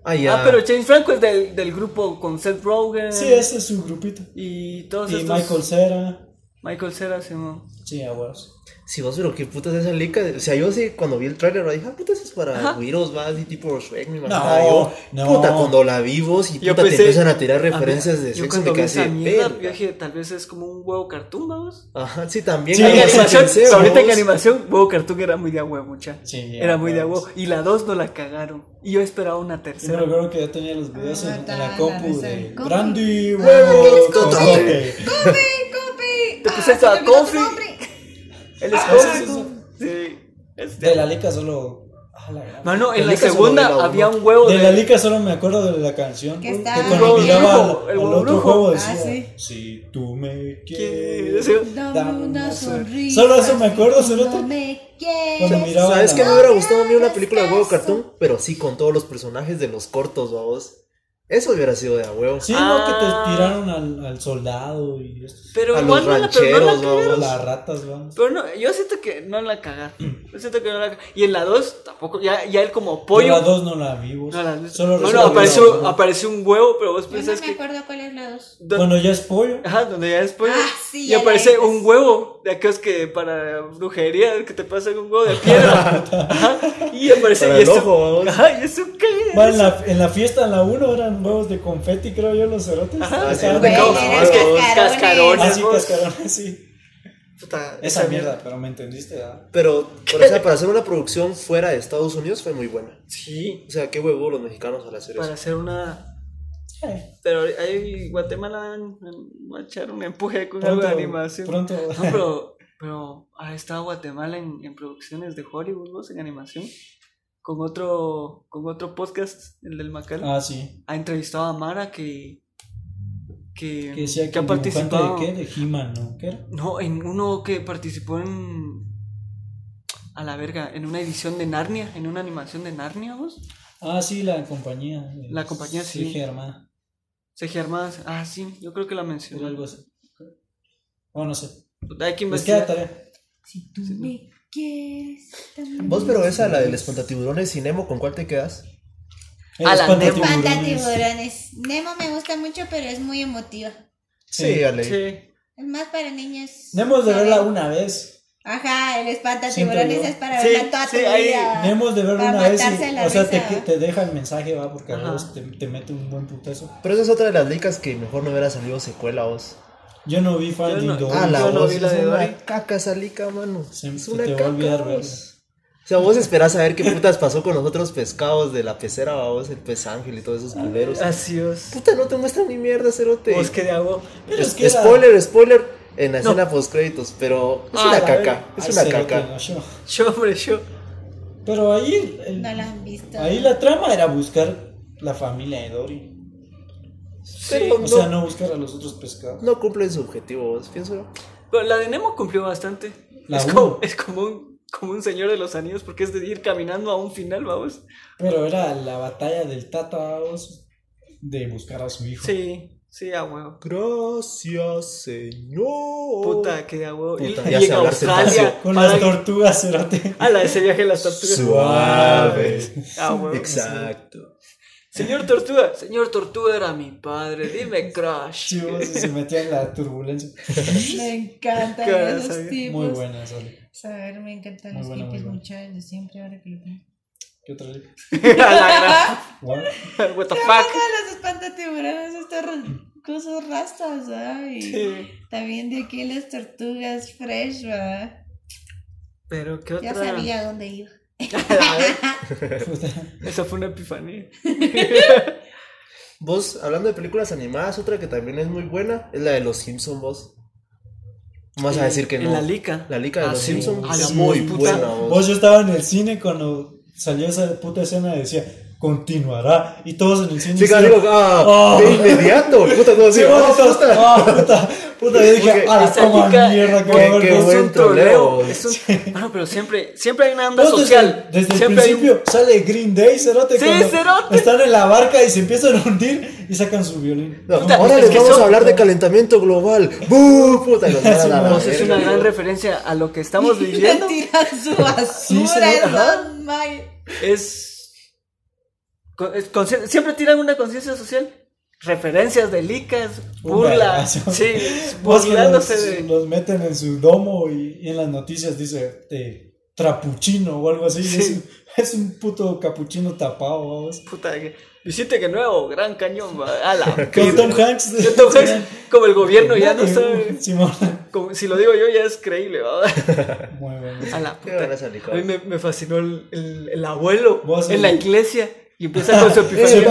Speaker 3: Ah, ya.
Speaker 1: Ah, pero James Franco es del, del grupo con Seth Rogen.
Speaker 2: Sí, ese es su grupito.
Speaker 1: Y todos
Speaker 2: y
Speaker 1: Eh. estos.
Speaker 2: Michael Cera.
Speaker 1: Michael Cera, Simón.
Speaker 2: Sí, aguas.
Speaker 3: Si vos, pero qué putas es esa lica. O sea, yo sí, cuando vi el trailer, dije, ah, puta, eso es para güiros, va, así tipo Shrek, me imaginaba
Speaker 2: No,
Speaker 3: yo.
Speaker 2: no.
Speaker 3: Puta, cuando la vi vos y
Speaker 1: Yo
Speaker 3: puta,
Speaker 1: pensé-
Speaker 3: te empiezan a tirar referencias
Speaker 1: Ah,
Speaker 3: de
Speaker 1: yo
Speaker 3: sexo,
Speaker 1: cuando
Speaker 3: me
Speaker 1: vi
Speaker 3: quedé así,
Speaker 1: esa mierda,
Speaker 3: verga.
Speaker 1: yo dije, tal vez es como un huevo cartoon, vamos.
Speaker 3: Ajá, sí, también.
Speaker 2: Sí,
Speaker 3: algo
Speaker 1: En
Speaker 2: ya
Speaker 3: así
Speaker 1: animación,
Speaker 3: pensé,
Speaker 1: ahorita en
Speaker 3: vos.
Speaker 1: animación, huevo cartoon era muy de agua, mucha.
Speaker 2: Sí,
Speaker 1: era muy de
Speaker 2: huevos.
Speaker 1: agua. Y la 2 no la cagaron. Y yo esperaba una
Speaker 2: Sí, me
Speaker 1: tercera.
Speaker 2: recuerdo que yo tenía los videos en, en la
Speaker 4: Ah,
Speaker 2: compu
Speaker 4: la
Speaker 2: de
Speaker 4: de-
Speaker 2: Brandy, huevo, cocote.
Speaker 4: ¡Copi!
Speaker 1: Te pusiste a Coffee. El
Speaker 2: Ah,
Speaker 1: Scorpio. Sí.
Speaker 2: De la lica solo. Ah, la gran-
Speaker 1: Mano, en
Speaker 3: El
Speaker 1: la
Speaker 3: Ica solo
Speaker 1: segunda
Speaker 3: de la uno.
Speaker 1: había un huevo
Speaker 2: De la
Speaker 1: de.
Speaker 2: lica solo me acuerdo de la canción.
Speaker 4: Que
Speaker 2: Que
Speaker 4: está-
Speaker 2: cuando
Speaker 4: El
Speaker 2: miraba
Speaker 1: brujo,
Speaker 2: al,
Speaker 1: el
Speaker 2: al otro
Speaker 1: brujo.
Speaker 2: juego
Speaker 1: Ah,
Speaker 2: decía:
Speaker 4: sí.
Speaker 2: Si tú me
Speaker 1: que-
Speaker 2: quieres.
Speaker 1: sí.
Speaker 2: Dame una sonrisa. Solo eso me acuerdo,
Speaker 4: si
Speaker 2: cerote.
Speaker 4: no me
Speaker 2: Cuando
Speaker 4: quieres.
Speaker 2: miraba.
Speaker 3: ¿Sabes
Speaker 2: la-
Speaker 3: qué me hubiera gustado a mí una película de huevo cartoon? Pero sí, con todos los personajes de los cortos, vamos. Eso hubiera sido de a huevo.
Speaker 2: Sí,
Speaker 1: Ah.
Speaker 2: no, que te tiraron al, al soldado y esto.
Speaker 1: Pero
Speaker 3: A
Speaker 1: igual
Speaker 3: los
Speaker 1: no la, pero no la
Speaker 3: rancheros,
Speaker 1: cagaron.
Speaker 2: Todas
Speaker 3: vamos.
Speaker 2: las ratas, vamos.
Speaker 1: Pero no, yo siento que no la cagaron. Yo siento que no la cagaron. Y en la 2 tampoco. Ya, ya él como pollo.
Speaker 2: Yo la dos no la vimos.
Speaker 1: no la has visto.
Speaker 2: Solo
Speaker 1: Bueno,
Speaker 2: recuerdo la
Speaker 1: apareció,
Speaker 2: uno.
Speaker 1: apareció un huevo, pero vos
Speaker 4: Yo no
Speaker 1: pensás
Speaker 4: me
Speaker 1: Pues que.
Speaker 4: acuerdo cuál es la dos.
Speaker 1: do-
Speaker 2: Bueno, ya es pollo.
Speaker 1: Ajá, donde ya después.
Speaker 4: Ah, sí,
Speaker 1: y
Speaker 4: ya la
Speaker 1: aparece
Speaker 4: dices.
Speaker 1: un huevo de aquellos que para brujería, que te pasan un huevo de piedra. Ajá, y aparece.
Speaker 3: Para
Speaker 1: y
Speaker 3: el
Speaker 1: eso-
Speaker 3: ojo, vamos.
Speaker 1: Ajá, ¿y eso qué?
Speaker 2: Va, en, la, en la fiesta, en la 1, eran huevos de confeti, creo yo, los cerotes.
Speaker 1: Ajá,
Speaker 2: Estaban
Speaker 3: sí,
Speaker 2: de-
Speaker 3: güey.
Speaker 2: Ah,
Speaker 1: es que
Speaker 4: cascarones.
Speaker 1: cascarones.
Speaker 2: sí,
Speaker 1: vos.
Speaker 2: cascarones, sí.
Speaker 1: Puta,
Speaker 2: Esa mierda, pero me entendiste, ¿verdad?
Speaker 3: Pero, pero, o sea, para hacer una producción fuera de Estados Unidos fue muy buena.
Speaker 1: Sí,
Speaker 3: O sea, qué huevo los mexicanos al hacer
Speaker 1: para
Speaker 3: eso.
Speaker 1: hacer una.
Speaker 2: Sí.
Speaker 1: Pero ahí Guatemala van va a echar un empuje con algo de animación.
Speaker 2: Pronto.
Speaker 1: No, pero, pero ha estado Guatemala en, en producciones de Hollywood, vos, en animación. Con otro, con otro podcast, el del Macal.
Speaker 2: Ah, sí.
Speaker 1: ha entrevistado a Mara que que,
Speaker 2: Que decía
Speaker 1: que
Speaker 2: que,
Speaker 1: ha
Speaker 2: el dibujante
Speaker 1: participado
Speaker 2: ¿De qué? De He-Man, ¿no? ¿Qué era?
Speaker 1: no en uno que participó en a la verga en una edición de Narnia en una animación de Narnia vos
Speaker 2: Ah, sí, la compañía.
Speaker 1: La compañía, sí.
Speaker 2: Dije, hermana.
Speaker 1: Sergio Armadas ah sí yo creo que la
Speaker 2: Era
Speaker 1: mencionó
Speaker 2: algo así. Bueno, no sé.
Speaker 1: hay que
Speaker 2: Les queda
Speaker 1: investigar
Speaker 2: tarea.
Speaker 4: Si tú me quieres. también.
Speaker 3: Vos, pero esa, la del espantatiburones y Nemo, ¿con cuál te quedas?
Speaker 1: A la
Speaker 2: Espanta
Speaker 1: Nemo.
Speaker 2: tiburones.
Speaker 4: Espanta tiburones. Nemo me gusta mucho, pero es muy emotiva.
Speaker 2: Sí.
Speaker 3: Sí, Ale.
Speaker 1: sí
Speaker 4: Es más para niños.
Speaker 2: Nemo es de verla una vez.
Speaker 4: Ajá, el espanta
Speaker 2: Siento
Speaker 4: tiburones
Speaker 2: yo.
Speaker 4: es para
Speaker 1: Sí,
Speaker 4: verla toda
Speaker 1: sí,
Speaker 4: tu
Speaker 1: ahí-
Speaker 4: vida.
Speaker 2: Nemo es de verla
Speaker 4: Para
Speaker 2: una vez.
Speaker 4: matarse
Speaker 2: Y,
Speaker 4: la
Speaker 2: o sea, te,
Speaker 4: risa,
Speaker 2: que-
Speaker 4: ¿va?
Speaker 2: te deja el mensaje, va, porque a
Speaker 1: Ajá.
Speaker 2: veces te, te mete un buen putazo.
Speaker 3: Pero esa es otra de las licas que mejor no hubiera salido secuela, vos.
Speaker 2: Yo no vi Finding
Speaker 1: no-
Speaker 2: Dory.
Speaker 3: Ah, la
Speaker 1: Yo no
Speaker 3: voz.
Speaker 1: vi la
Speaker 3: es
Speaker 1: de
Speaker 3: una
Speaker 1: Dory.
Speaker 3: caca esa lica, mano.
Speaker 2: Se-
Speaker 3: es
Speaker 2: se
Speaker 3: una
Speaker 2: te va a
Speaker 3: caca.
Speaker 2: olvidar,
Speaker 3: vos.
Speaker 2: verga.
Speaker 3: O sea, vos esperás a ver qué putas pasó con los otros pescados de la pecera, ¿va, vos, el pez ángel y todos esos culeros.
Speaker 1: así es
Speaker 3: Puta, no te muestran ni mierda, cerote.
Speaker 1: Ah. vos que de agua
Speaker 2: Pero es
Speaker 3: Es-
Speaker 2: que era-
Speaker 3: spoiler, spoiler, en la escena post créditos, pero es
Speaker 1: Ah,
Speaker 3: una
Speaker 1: la
Speaker 3: caca,
Speaker 2: Ay,
Speaker 3: es una
Speaker 2: cerote,
Speaker 3: caca.
Speaker 2: no, yo.
Speaker 1: yo hombre yo
Speaker 2: Pero ahí, el-
Speaker 4: No la han visto.
Speaker 2: ahí la trama era buscar la familia de Dory.
Speaker 3: Pero
Speaker 2: O
Speaker 3: no,
Speaker 2: sea, no buscar a los otros pescados.
Speaker 3: no cumplen su objetivo, vos, pienso yo.
Speaker 1: pero la de Nemo cumplió bastante
Speaker 2: La
Speaker 1: es
Speaker 2: uno.
Speaker 1: como es como un como un señor de los anillos porque es de ir caminando a un final vamos
Speaker 2: Pero era la batalla del Tata vamos, de buscar a su hijo.
Speaker 1: sí sí a huevo
Speaker 3: Gracias,
Speaker 2: Oh.
Speaker 3: señor.
Speaker 1: Puta, qué hago. Y,
Speaker 3: Puta,
Speaker 1: y
Speaker 3: ya
Speaker 1: llega
Speaker 3: sé
Speaker 1: a
Speaker 3: hablar
Speaker 1: Australia.
Speaker 3: cetáceo.
Speaker 2: Con
Speaker 1: para-
Speaker 2: las tortugas, cerote.
Speaker 1: A Ah, la de ese viaje de las tortugas.
Speaker 3: Suave.
Speaker 1: Ah, huevo.
Speaker 3: Exacto.
Speaker 1: Señor Tortuga, señor Tortuga era mi padre, dime crush.
Speaker 2: Sí, vamos, y se metía en la turbulencia.
Speaker 4: Me encantan
Speaker 1: Cara,
Speaker 4: esos
Speaker 1: sabía.
Speaker 4: tipos.
Speaker 2: Muy buena, esa.
Speaker 4: Saber, me encantan
Speaker 2: Muy
Speaker 4: los
Speaker 2: buena, muy
Speaker 4: hippies
Speaker 2: buena.
Speaker 4: mucho desde siempre. Ahora que lo veo.
Speaker 2: ¿Qué otra ley?
Speaker 1: A la
Speaker 2: Bueno,
Speaker 1: gran- What the
Speaker 4: Qué
Speaker 1: fuck.
Speaker 4: bueno, los espantatiburones, estas ra- cosas rastas, ay.
Speaker 1: Sí.
Speaker 4: También de aquí las tortugas fresh, ¿verdad?
Speaker 1: Pero qué
Speaker 4: Ya
Speaker 1: otra.
Speaker 4: sabía dónde iba.
Speaker 1: Esa fue una epifanía.
Speaker 3: Vos, hablando de películas animadas, otra que también es muy buena es la de los Simpsons, vos. Vas a decir que
Speaker 1: En
Speaker 3: no.
Speaker 1: La Lica.
Speaker 3: La lica de
Speaker 1: Ah,
Speaker 3: los
Speaker 1: sí.
Speaker 3: Simpsons
Speaker 1: A la
Speaker 3: es muy
Speaker 1: voz, puta.
Speaker 3: buena, vos.
Speaker 2: Vos, yo estaba en el cine cuando salió esa puta escena y decía, continuará. Y todos en el cine.
Speaker 3: Sí, claro,
Speaker 2: decían,
Speaker 3: digo, ah,
Speaker 2: Oh.
Speaker 3: de inmediato. Puta, no, sí,
Speaker 2: Sí,
Speaker 3: ah,
Speaker 2: vos,
Speaker 3: puta.
Speaker 2: ah, puta, puta, Puta, yo dije,
Speaker 3: Porque
Speaker 2: ah, la
Speaker 1: esa
Speaker 2: toma
Speaker 1: chica-
Speaker 2: mierda, que
Speaker 3: Qué-
Speaker 2: va a haber
Speaker 3: qué
Speaker 2: dos".
Speaker 1: es
Speaker 3: buen
Speaker 1: un troleo.
Speaker 3: troleo.
Speaker 1: Es un... Bueno, pero siempre, siempre hay una onda
Speaker 2: No, desde-
Speaker 1: social.
Speaker 2: Desde, el
Speaker 1: siempre hay un-
Speaker 2: principio sale Green Day, Cerote.
Speaker 1: Sí,
Speaker 2: cuando
Speaker 1: cerote.
Speaker 2: Están en la barca y se empiezan a hundir y sacan su violín.
Speaker 3: No,
Speaker 1: Puta,
Speaker 3: ahora
Speaker 1: es
Speaker 3: les
Speaker 1: que
Speaker 3: vamos
Speaker 1: son-
Speaker 3: a hablar de calentamiento global. ¡Bú! Puta, los mandan a la
Speaker 1: Pues es una
Speaker 3: verga.
Speaker 1: gran referencia a lo que estamos viviendo.
Speaker 4: Tiran su
Speaker 2: Sí,
Speaker 4: basura,
Speaker 2: señor,
Speaker 4: es
Speaker 1: ajá.
Speaker 4: lo mal.
Speaker 1: es, con- es consci- siempre tiran una conciencia social referencias de licas burlas
Speaker 2: balazo.
Speaker 1: sí
Speaker 2: Vos que
Speaker 1: burlándose
Speaker 2: los,
Speaker 1: de
Speaker 2: los meten en su domo y, y en las noticias dice eh, trapuchino o algo así. y
Speaker 1: Sí.
Speaker 2: Es, un, es un puto capuchino tapado, vamos.
Speaker 1: puta que- Vicente que nuevo gran cañón va, a la
Speaker 2: Con
Speaker 1: pira.
Speaker 2: Tom Hanks.
Speaker 1: Tom Hanks, como el gobierno ya no
Speaker 2: Nadie,
Speaker 1: sabe
Speaker 2: Simón.
Speaker 1: como- si lo digo yo ya es creíble va.
Speaker 2: Muy bueno.
Speaker 1: a la
Speaker 3: Qué buena esa
Speaker 1: puta
Speaker 3: licor.
Speaker 1: a mí me, me fascinó el, el- el abuelo
Speaker 2: Vos,
Speaker 1: en
Speaker 2: el-
Speaker 1: la iglesia y empieza con su
Speaker 2: Su
Speaker 1: epifanía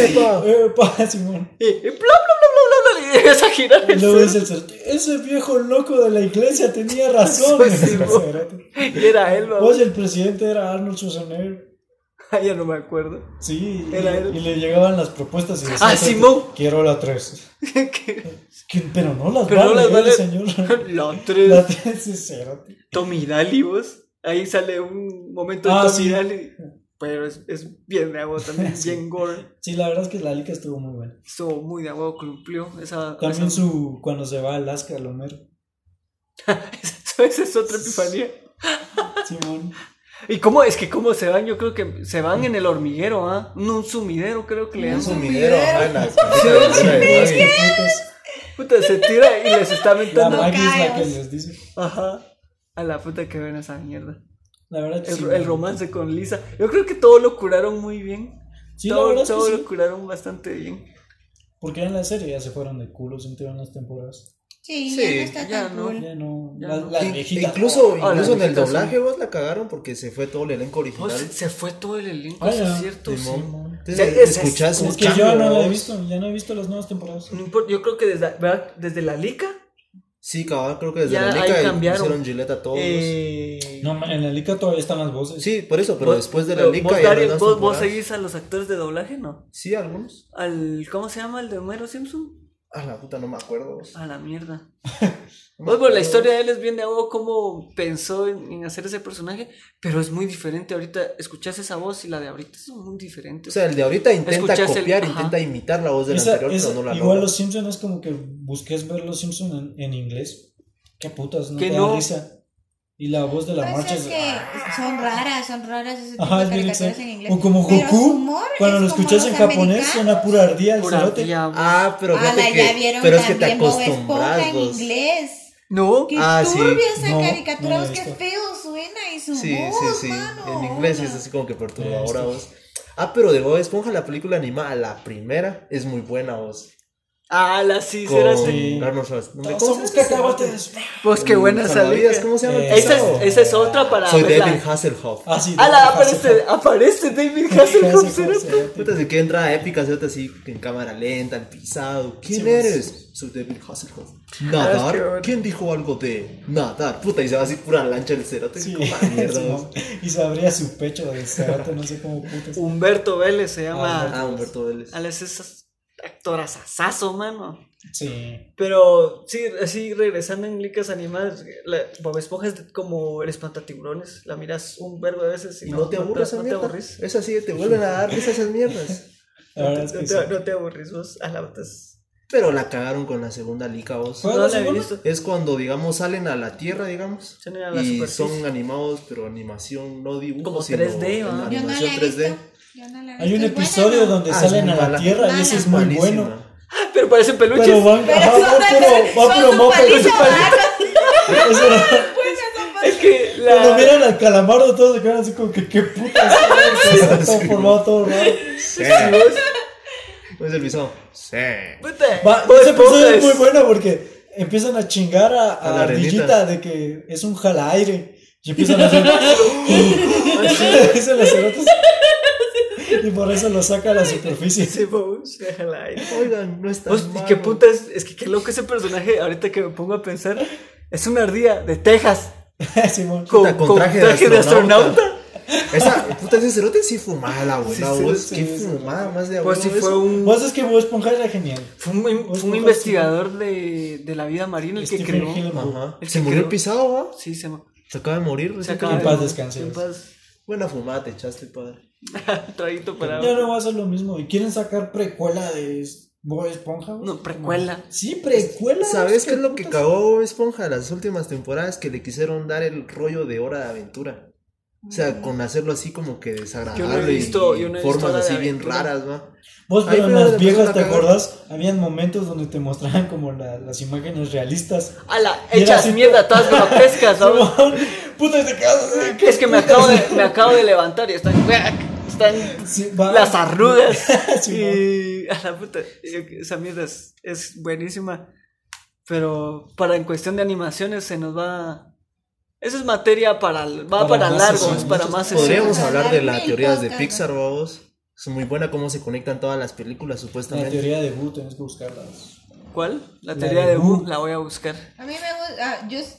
Speaker 2: epifanía. sí.
Speaker 3: epa.
Speaker 2: Epa, Simón.
Speaker 1: y, y bla bla bla bla bla, bla y empieza a girar
Speaker 2: Y
Speaker 1: el
Speaker 2: luego
Speaker 1: sur.
Speaker 2: dice el cerote, ese viejo loco de la iglesia tenía razón.
Speaker 1: Sí,
Speaker 2: El
Speaker 1: vos.
Speaker 2: cerote.
Speaker 1: y era él va.
Speaker 2: Oye, el presidente era Arnold Schwarzenegger.
Speaker 1: Ah, ya no me acuerdo
Speaker 2: Sí, y,
Speaker 1: Era él.
Speaker 2: y le llegaban las propuestas y decía,
Speaker 1: Ah,
Speaker 2: "Cerote,
Speaker 1: Simón.
Speaker 2: Quiero la 3.
Speaker 1: Que-
Speaker 2: pero no las
Speaker 1: Pero no
Speaker 2: vale,
Speaker 1: las vale.
Speaker 2: eh, señor.
Speaker 1: La
Speaker 2: La
Speaker 1: 3.
Speaker 2: 3 es cerote.
Speaker 1: Tommy Daly, vos. Ahí sale un momento de
Speaker 2: Ah,
Speaker 1: Tommy
Speaker 2: sí.
Speaker 1: Daly. Pero es, es bien de agua también.
Speaker 2: Sí.
Speaker 1: Bien gore.
Speaker 2: Sí, la verdad es que la liga estuvo muy buena.
Speaker 1: Estuvo muy de agua, cumplió. Esa,
Speaker 2: También
Speaker 1: esa-
Speaker 2: su cuando se va a Alaska, el Homero.
Speaker 1: esa, esa es otra epifanía.
Speaker 2: Simón.
Speaker 1: ¿Y cómo es que cómo se van? Yo creo que se van en el hormiguero, ¿ah? No, un sumidero, creo que le
Speaker 3: Un
Speaker 1: dan.
Speaker 3: sumidero, ajá, en la
Speaker 2: Simón,
Speaker 3: de
Speaker 2: es que putas.
Speaker 1: Puta, se tira y les está
Speaker 2: La
Speaker 1: aventando.
Speaker 2: Maggie es la que
Speaker 4: caes.
Speaker 2: les dice.
Speaker 1: Ajá. A la puta que ven esa mierda.
Speaker 2: La verdad que
Speaker 1: El,
Speaker 2: sí,
Speaker 1: el romance con Lisa. Yo creo que todo lo curaron muy bien.
Speaker 2: Sí, la
Speaker 1: todo
Speaker 2: verdad es que
Speaker 1: todo
Speaker 2: sí.
Speaker 1: lo curaron bastante bien.
Speaker 2: Porque en la serie ya se fueron de culo, se enteraron las temporadas.
Speaker 4: Sí,
Speaker 3: Sí,
Speaker 4: ya no está
Speaker 1: ya
Speaker 4: tan
Speaker 1: no.
Speaker 4: cool.
Speaker 2: Ya no.
Speaker 1: Ya
Speaker 2: la,
Speaker 1: no.
Speaker 2: la
Speaker 3: In-
Speaker 2: viejita.
Speaker 3: Incluso,
Speaker 1: Ah, la
Speaker 3: incluso en el
Speaker 1: viejita, sí.
Speaker 3: doblaje vos la cagaron porque se fue todo el elenco
Speaker 1: Pues,
Speaker 3: original.
Speaker 1: se fue todo el elenco,
Speaker 2: Ah,
Speaker 1: sí,
Speaker 2: ya.
Speaker 1: es cierto. sí.
Speaker 3: Simón. Entonces,
Speaker 1: Sí, es-
Speaker 3: escuchás
Speaker 2: Es
Speaker 3: un
Speaker 2: que yo
Speaker 3: cambio,
Speaker 2: no la he
Speaker 3: vos.
Speaker 2: visto, ya no he visto las nuevas temporadas.
Speaker 1: No importa, yo creo que desde, ¿verdad? desde la Lica
Speaker 3: Sí, cabal, creo que desde
Speaker 1: Ya,
Speaker 3: la
Speaker 1: ahí
Speaker 3: Lica
Speaker 1: cambiaron.
Speaker 3: pusieron Gillette a todos.
Speaker 1: eh,
Speaker 2: No, ma- en la Liga todavía están las voces.
Speaker 3: Sí, por eso, pero
Speaker 1: vos-
Speaker 3: después de la
Speaker 1: pero
Speaker 3: Lica
Speaker 1: Vos,
Speaker 3: ya
Speaker 1: Dario,
Speaker 3: las
Speaker 1: vos, vos
Speaker 3: temporadas-
Speaker 1: seguís a los actores de doblaje, ¿no?
Speaker 3: Sí, algunos.
Speaker 1: Al, ¿Cómo se llama el de Homero Simpson?
Speaker 3: Ah, la puta, no me acuerdo. vos.
Speaker 1: A la mierda.
Speaker 3: No me
Speaker 1: Vos, bueno, la
Speaker 3: acuerdo.
Speaker 1: historia de él es bien de algo cómo pensó en, en hacer ese personaje, pero es muy diferente ahorita. Escuchás esa voz y la de ahorita son muy
Speaker 3: O
Speaker 1: diferentes.
Speaker 3: sea, el de ahorita intenta
Speaker 1: Escuchás el-
Speaker 3: copiar,
Speaker 1: ajá.
Speaker 3: intenta imitar la voz del
Speaker 2: Esa-
Speaker 3: anterior,
Speaker 2: esa-
Speaker 3: pero no la
Speaker 2: igual
Speaker 3: logra.
Speaker 2: los Simpsons es como que busques ver los Simpsons en, en inglés. Qué putas, no
Speaker 1: Que
Speaker 2: te
Speaker 1: no.
Speaker 2: da risa. Y la voz de la
Speaker 4: Pues
Speaker 2: marcha
Speaker 4: es
Speaker 2: es-
Speaker 4: que son raras, son raras ese tipo
Speaker 2: Ajá,
Speaker 4: de
Speaker 2: es bien
Speaker 4: caricaturas
Speaker 2: exacto.
Speaker 4: en inglés.
Speaker 2: O como
Speaker 4: Pero su
Speaker 2: Goku,
Speaker 4: humor
Speaker 2: cuando
Speaker 4: es
Speaker 2: lo
Speaker 4: como
Speaker 2: escuchas
Speaker 4: los
Speaker 2: en japonés,
Speaker 4: americanos.
Speaker 2: suena pura ardía el
Speaker 1: Pura
Speaker 2: cerote.
Speaker 1: tía, vos.
Speaker 3: Ah, pero
Speaker 4: Ah,
Speaker 3: fíjate
Speaker 4: la ya
Speaker 3: que,
Speaker 4: vieron
Speaker 3: pero es que te
Speaker 4: también Bob Esponja
Speaker 3: acostumbras
Speaker 4: en
Speaker 3: vos.
Speaker 4: inglés.
Speaker 1: no,
Speaker 4: Qué
Speaker 3: Ah, sí.
Speaker 4: turbia esa
Speaker 2: No, no
Speaker 4: caricatura,
Speaker 2: la he
Speaker 4: vos, qué
Speaker 2: visto.
Speaker 4: feo suena y su
Speaker 3: Sí,
Speaker 4: voz,
Speaker 3: sí, sí.
Speaker 4: mano.
Speaker 3: En inglés es así como que perturbadora
Speaker 2: Ya,
Speaker 3: vos. Ah, pero de Bob Esponja, la película animada, la primera, es muy buena vos.
Speaker 1: ah, la sí,
Speaker 3: Con
Speaker 1: será
Speaker 2: Sí.
Speaker 3: Arnold Schwarzenegger.
Speaker 2: Todos
Speaker 3: ¿Cómo
Speaker 2: somos
Speaker 3: se llama ese
Speaker 2: cacahuates.
Speaker 1: Vos, Pues, qué buena
Speaker 3: Salvavidas,
Speaker 1: salida.
Speaker 3: ¿Cómo se llama? el
Speaker 2: Eh,
Speaker 1: Esa
Speaker 3: pisado?
Speaker 1: es, esa es otra para
Speaker 3: Soy
Speaker 1: verla.
Speaker 3: David Hasselhoff.
Speaker 2: Ah, sí,
Speaker 1: Ah, la,
Speaker 2: de-
Speaker 1: aparece, aparece David
Speaker 2: Hace-
Speaker 1: Hasselhoff.
Speaker 2: hace-
Speaker 1: ¿será?
Speaker 2: cerote.
Speaker 3: Puta, se queda entrada épica, ¿cierto? Así, en cámara lenta, al pisado. ¿Quién
Speaker 2: Sí, pues.
Speaker 3: eres? Soy David Hasselhoff.
Speaker 1: Ah, es que
Speaker 3: ¿Nadar?
Speaker 1: bueno.
Speaker 3: ¿Quién dijo algo de nadar? Puta, y se va así pura lancha el cerote.
Speaker 2: Sí,
Speaker 3: como la mierda.
Speaker 2: Simón. y se abría su pecho de cerote, no sé cómo putas.
Speaker 1: Humberto Vélez se llama.
Speaker 3: Ah, Humberto Vélez.
Speaker 1: Alex es actorazazazo, mano.
Speaker 2: Sí.
Speaker 1: Pero sí, así regresando en licas animadas, la, Bob Esponja es como el espantatiburones. La miras un verbo a veces y
Speaker 3: Y no te aburres esa
Speaker 1: no te
Speaker 3: mierda.
Speaker 1: aburres.
Speaker 3: Esa sí, te vuelven a dar risas esas mierdas.
Speaker 2: La verdad es que
Speaker 1: no,
Speaker 2: sí.
Speaker 1: te, no te aburres vos. A la puta es-
Speaker 3: Pero la cagaron con la segunda lica, vos.
Speaker 2: ¿Cuál?
Speaker 1: No la
Speaker 2: ¿Segunda?
Speaker 1: he visto.
Speaker 3: Es cuando, digamos, salen a la tierra, digamos.
Speaker 1: Salen a la
Speaker 3: y
Speaker 1: superficie.
Speaker 3: son animados, pero animación, no dibujo,
Speaker 1: Como
Speaker 3: sino
Speaker 1: 3D, ¿va?
Speaker 3: en
Speaker 4: Yo no la
Speaker 3: animación
Speaker 4: he
Speaker 3: 3D.
Speaker 4: visto. yo no la he
Speaker 2: Hay un
Speaker 4: visto. Es buena,
Speaker 2: episodio
Speaker 4: ¿no?
Speaker 2: donde
Speaker 3: Ah, es
Speaker 2: salen
Speaker 3: muy
Speaker 2: a la
Speaker 3: mala.
Speaker 2: tierra y ese es muy
Speaker 3: Malísima.
Speaker 2: bueno.
Speaker 1: ¡Ah! Pero parecen peluches.
Speaker 2: Pero van,
Speaker 4: Pero
Speaker 2: ajá,
Speaker 4: son
Speaker 2: va puro, va
Speaker 4: son
Speaker 2: puro
Speaker 4: su
Speaker 2: moco.
Speaker 4: palito, ¿verdad?
Speaker 2: Eso era-
Speaker 1: es que
Speaker 2: Cuando
Speaker 1: la.
Speaker 2: miran al calamardo todos se quedan así como que qué puta está todo formado, todo raro.
Speaker 3: Sí. Pues el visado. Sí.
Speaker 1: Puta,
Speaker 2: Va,
Speaker 1: Bob
Speaker 2: ese
Speaker 1: Esponja
Speaker 2: episodio es
Speaker 1: es-
Speaker 2: muy bueno porque empiezan a chingar a,
Speaker 3: A la
Speaker 2: a Ardillita
Speaker 3: arenita.
Speaker 2: de que es un jala aire. Y empiezan a hacer. Dicen los cerotes. Y por eso lo saca a la superficie.
Speaker 1: Sí, Bob, déjala ahí.
Speaker 3: Oigan, no está
Speaker 1: Pues, y qué puta es, es que qué loco ese personaje, ahorita que me pongo a pensar, es una ardilla de Texas
Speaker 2: Simón.
Speaker 1: con,
Speaker 3: Puta, con
Speaker 1: con
Speaker 3: traje
Speaker 1: traje,
Speaker 3: de
Speaker 1: de astronauta.
Speaker 3: Esa, puta, ese cerote sí fumaba la abuela,
Speaker 2: Sí,
Speaker 3: vos.
Speaker 2: sí,
Speaker 3: Qué
Speaker 2: sí,
Speaker 3: fumada más de
Speaker 1: Pues
Speaker 3: abuela.
Speaker 1: sí,
Speaker 3: eso.
Speaker 1: fue un.
Speaker 2: Pues es que Bob Esponja era genial.
Speaker 1: Fue un, fue un
Speaker 2: Esponja,
Speaker 1: investigador de, de la vida marina el que
Speaker 2: Stephen
Speaker 1: creó.
Speaker 2: Hillenburg.
Speaker 3: Ajá.
Speaker 1: El
Speaker 3: Se
Speaker 1: que
Speaker 3: murió
Speaker 1: creo-
Speaker 3: pisado, ¿va?
Speaker 1: Sí, se, ma-
Speaker 3: Se acaba de morir.
Speaker 1: se
Speaker 3: recién.
Speaker 1: acaba.
Speaker 2: en
Speaker 1: de-
Speaker 2: paz descanse.
Speaker 1: En paz.
Speaker 3: Buena fumada te echaste, padre.
Speaker 1: Traguito para.
Speaker 2: Ya no va a ser lo mismo. ¿Y quieren sacar precuela de Bob Esponja? güey?
Speaker 1: No, precuela.
Speaker 2: Sí, precuela.
Speaker 3: ¿Sabes qué es lo que
Speaker 2: putas?
Speaker 3: cagó Bob Esponja las últimas temporadas? Que le quisieron dar el rollo de hora de aventura. O sea, con hacerlo así como que desagradable.
Speaker 1: visto-
Speaker 3: y
Speaker 1: yo no he visto
Speaker 3: formas
Speaker 1: Hora de
Speaker 3: así bien
Speaker 1: Aventura.
Speaker 3: raras, ¿va?
Speaker 2: Vos, pero
Speaker 3: Ahí
Speaker 2: en
Speaker 3: fue donde
Speaker 2: las
Speaker 3: empezó
Speaker 2: viejas,
Speaker 3: la
Speaker 2: ¿te
Speaker 3: cagada.
Speaker 2: acordás? Habían momentos donde te mostraban como la- las imágenes realistas.
Speaker 1: ¡Hala!
Speaker 2: Y era
Speaker 1: Hechas
Speaker 2: así-
Speaker 1: mierda, todas grotescas, ¿sabes?
Speaker 2: Puta, te quedas así.
Speaker 1: Es que me acabo de, me acabo de levantar y están. Están
Speaker 2: Sí, va.
Speaker 1: las arrugas.
Speaker 2: Sí,
Speaker 1: y a la puta. yo- Esa mierda es, es buenísima. Pero para en cuestión de animaciones se nos va. Eso es materia para. Va
Speaker 2: Para
Speaker 1: para,
Speaker 2: más
Speaker 1: largo,
Speaker 2: sesiones.
Speaker 1: es para más sesiones.
Speaker 3: Podríamos
Speaker 4: sí.
Speaker 3: hablar de las
Speaker 4: Mil
Speaker 3: teorías de
Speaker 4: podcasts.
Speaker 3: Pixar, ¿va, vos. Es muy buena cómo se conectan todas las películas,
Speaker 2: La
Speaker 3: supuestamente.
Speaker 2: teoría de Wu, tenés que buscarlas.
Speaker 1: ¿Cuál? La
Speaker 2: La
Speaker 1: teoría
Speaker 2: de
Speaker 1: de Wu
Speaker 2: Wu.
Speaker 1: la voy a buscar.
Speaker 4: A mí, me, gu- ah, yo, s-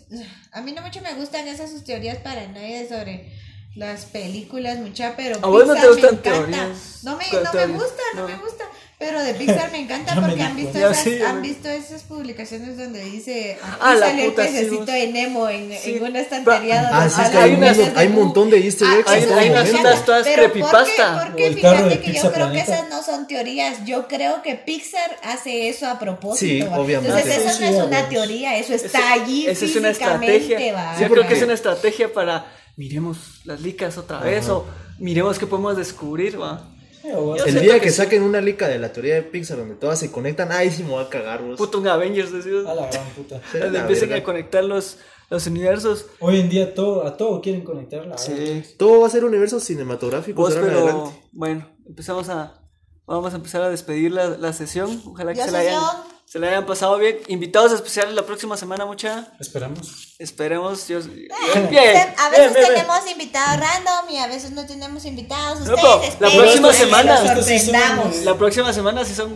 Speaker 4: a mí no mucho me gustan esas sus teorías paranoides sobre las películas, mucha, pero
Speaker 1: ¿A vos no te gustan
Speaker 4: me encanta.
Speaker 1: teorías?
Speaker 4: No me,
Speaker 1: ¿Cuál
Speaker 4: no me
Speaker 1: teoría?
Speaker 4: gusta, no,
Speaker 1: No.
Speaker 4: me gusta. Pero de Pixar me encanta
Speaker 2: Ya me
Speaker 4: porque han
Speaker 2: dijo.
Speaker 4: visto,
Speaker 1: Ya
Speaker 4: esas,
Speaker 1: sí, ya
Speaker 4: han
Speaker 1: me-
Speaker 4: visto esas publicaciones donde dice aquí
Speaker 1: Ah, la
Speaker 4: sale
Speaker 1: puta,
Speaker 4: el
Speaker 1: sí,
Speaker 4: pececito
Speaker 1: vos.
Speaker 4: de Nemo en,
Speaker 1: Sí.
Speaker 4: en una estantería
Speaker 3: Ah, sí, es que
Speaker 4: salen
Speaker 3: hay, un
Speaker 1: unas- Ah,
Speaker 3: mon- hay un montón de easter eggs.
Speaker 1: hay-
Speaker 3: en todo
Speaker 1: hay unas
Speaker 3: momento.
Speaker 1: ondas todas
Speaker 4: pero ¿por qué?
Speaker 1: creepypasta.
Speaker 4: Porque,
Speaker 2: O el carro de
Speaker 4: fíjate que yo
Speaker 2: Pizza
Speaker 4: creo que
Speaker 2: Planeta.
Speaker 4: esas no son teorías. Yo creo que Pixar hace eso a propósito.
Speaker 3: Sí,
Speaker 4: ¿va?
Speaker 3: obviamente.
Speaker 4: Entonces, eso
Speaker 2: Sí,
Speaker 4: no es una
Speaker 2: vamos.
Speaker 4: teoría, eso está
Speaker 1: Ese-
Speaker 4: allí.
Speaker 1: Esa es una
Speaker 4: físicamente,
Speaker 1: estrategia.
Speaker 4: ¿va?
Speaker 1: Yo creo que es
Speaker 3: porque-
Speaker 1: una estrategia para miremos las licas otra vez o miremos qué podemos descubrir, va.
Speaker 2: Sí, o vas-
Speaker 1: Yo
Speaker 3: El
Speaker 1: siento
Speaker 3: día
Speaker 1: que
Speaker 3: que, saquen una lica de la teoría de Pixar donde todas se conectan, ahí sí me voy a cagar, vos.
Speaker 1: Puto un Avengers, decimos.
Speaker 2: A la gran puta.
Speaker 3: Era
Speaker 1: Donde
Speaker 3: la
Speaker 1: empiecen a
Speaker 3: verga.
Speaker 1: conectar los, los universos.
Speaker 2: Hoy en día todo, a todo quieren conectarla.
Speaker 3: Todo va a ser universo cinematográfico.
Speaker 1: Vos,
Speaker 3: serán
Speaker 1: Pues, pero
Speaker 3: adelante.
Speaker 1: bueno, empezamos a. Vamos a empezar a despedir la, la sesión. Ojalá que
Speaker 4: Ya
Speaker 1: se la, hayan,
Speaker 4: sesión.
Speaker 1: se la hayan pasado bien. Invitados especiales la próxima semana, mucha.
Speaker 2: Esperamos.
Speaker 1: Esperemos. Dios, bien,
Speaker 4: Usted- A veces
Speaker 1: bien, bien, bien.
Speaker 4: tenemos invitados random y a veces no tenemos invitados.
Speaker 1: No,
Speaker 4: Ustedes
Speaker 1: pero la
Speaker 4: esperen,
Speaker 1: próxima
Speaker 4: ustedes
Speaker 1: semana.
Speaker 4: nos
Speaker 2: Esto sí es una-
Speaker 4: sorprendamos.
Speaker 1: La próxima semana, si son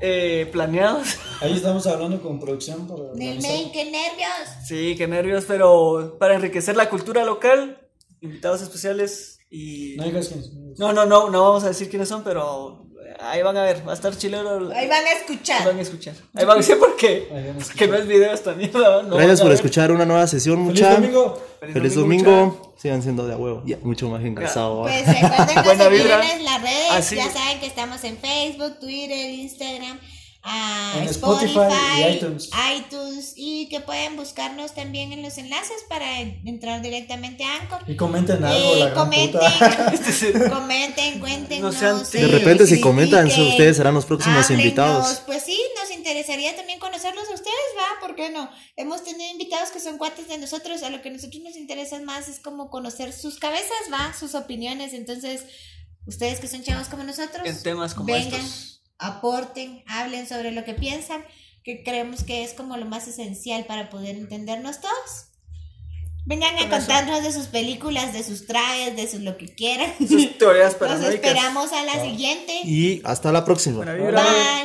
Speaker 1: eh, planeados.
Speaker 2: Ahí estamos hablando con producción para
Speaker 4: Del
Speaker 2: organizar.
Speaker 4: mail, qué nervios.
Speaker 1: Sí, qué nervios, pero para enriquecer la cultura local, invitados especiales y...
Speaker 2: No digas quién es, no digas.
Speaker 1: No, no, no, no vamos a decir quiénes son, pero ahí van a ver, va a estar chilero,
Speaker 4: Ahí
Speaker 1: ahí
Speaker 4: van a escuchar.
Speaker 1: van a escuchar. Ahí van a decir por qué,
Speaker 2: Ahí van a
Speaker 1: porque no es video esta mierda. no van
Speaker 3: Gracias por
Speaker 1: a ver.
Speaker 3: escuchar una nueva sesión,
Speaker 2: Feliz
Speaker 3: mucha.
Speaker 2: domingo.
Speaker 1: Feliz
Speaker 3: Feliz
Speaker 1: domingo,
Speaker 3: domingo. Sigan siendo de a huevo. Ya, mucho más engrasado. ¿va?
Speaker 4: Pues recuerden que
Speaker 1: Buena
Speaker 4: nos seguir
Speaker 1: vibra.
Speaker 4: en las redes.
Speaker 1: Así
Speaker 4: Ya
Speaker 1: es.
Speaker 4: saben que estamos en Facebook, Twitter, Instagram, ah,
Speaker 2: En
Speaker 4: Spotify,
Speaker 2: Spotify y iTunes.
Speaker 4: iTunes, Y que pueden buscarnos también en los enlaces para entrar directamente a Anchor.
Speaker 2: Y comenten algo, la
Speaker 4: Y
Speaker 2: gran
Speaker 4: Eh, comenten,
Speaker 2: puta.
Speaker 1: Este
Speaker 4: comenten, eh, cuenten.
Speaker 1: No sean
Speaker 3: De repente, si
Speaker 1: Sí,
Speaker 3: comentan, ustedes serán los próximos
Speaker 4: Háblenos,
Speaker 3: invitados.
Speaker 4: Pues sí, nos interesaría también conocerlos a ustedes, ¿va? ¿Por qué no? Hemos tenido invitados que son cuates de nosotros, a lo que a nosotros nos interesa más es como conocer sus cabezas, ¿va? Sus opiniones, entonces, ustedes que son chavos como nosotros,
Speaker 1: En temas como
Speaker 4: vengan,
Speaker 1: estos.
Speaker 4: aporten, hablen sobre lo que piensan, que creemos que es como lo más esencial para poder entendernos todos. Vengan a
Speaker 1: Con eso.
Speaker 4: contarnos de sus películas, de sus trajes, de sus lo que quieran.
Speaker 1: Sus teorías
Speaker 4: Los
Speaker 1: paranoicas.
Speaker 4: esperamos a la siguiente.
Speaker 3: Y hasta la próxima.
Speaker 1: Buena vibra.
Speaker 4: Bye.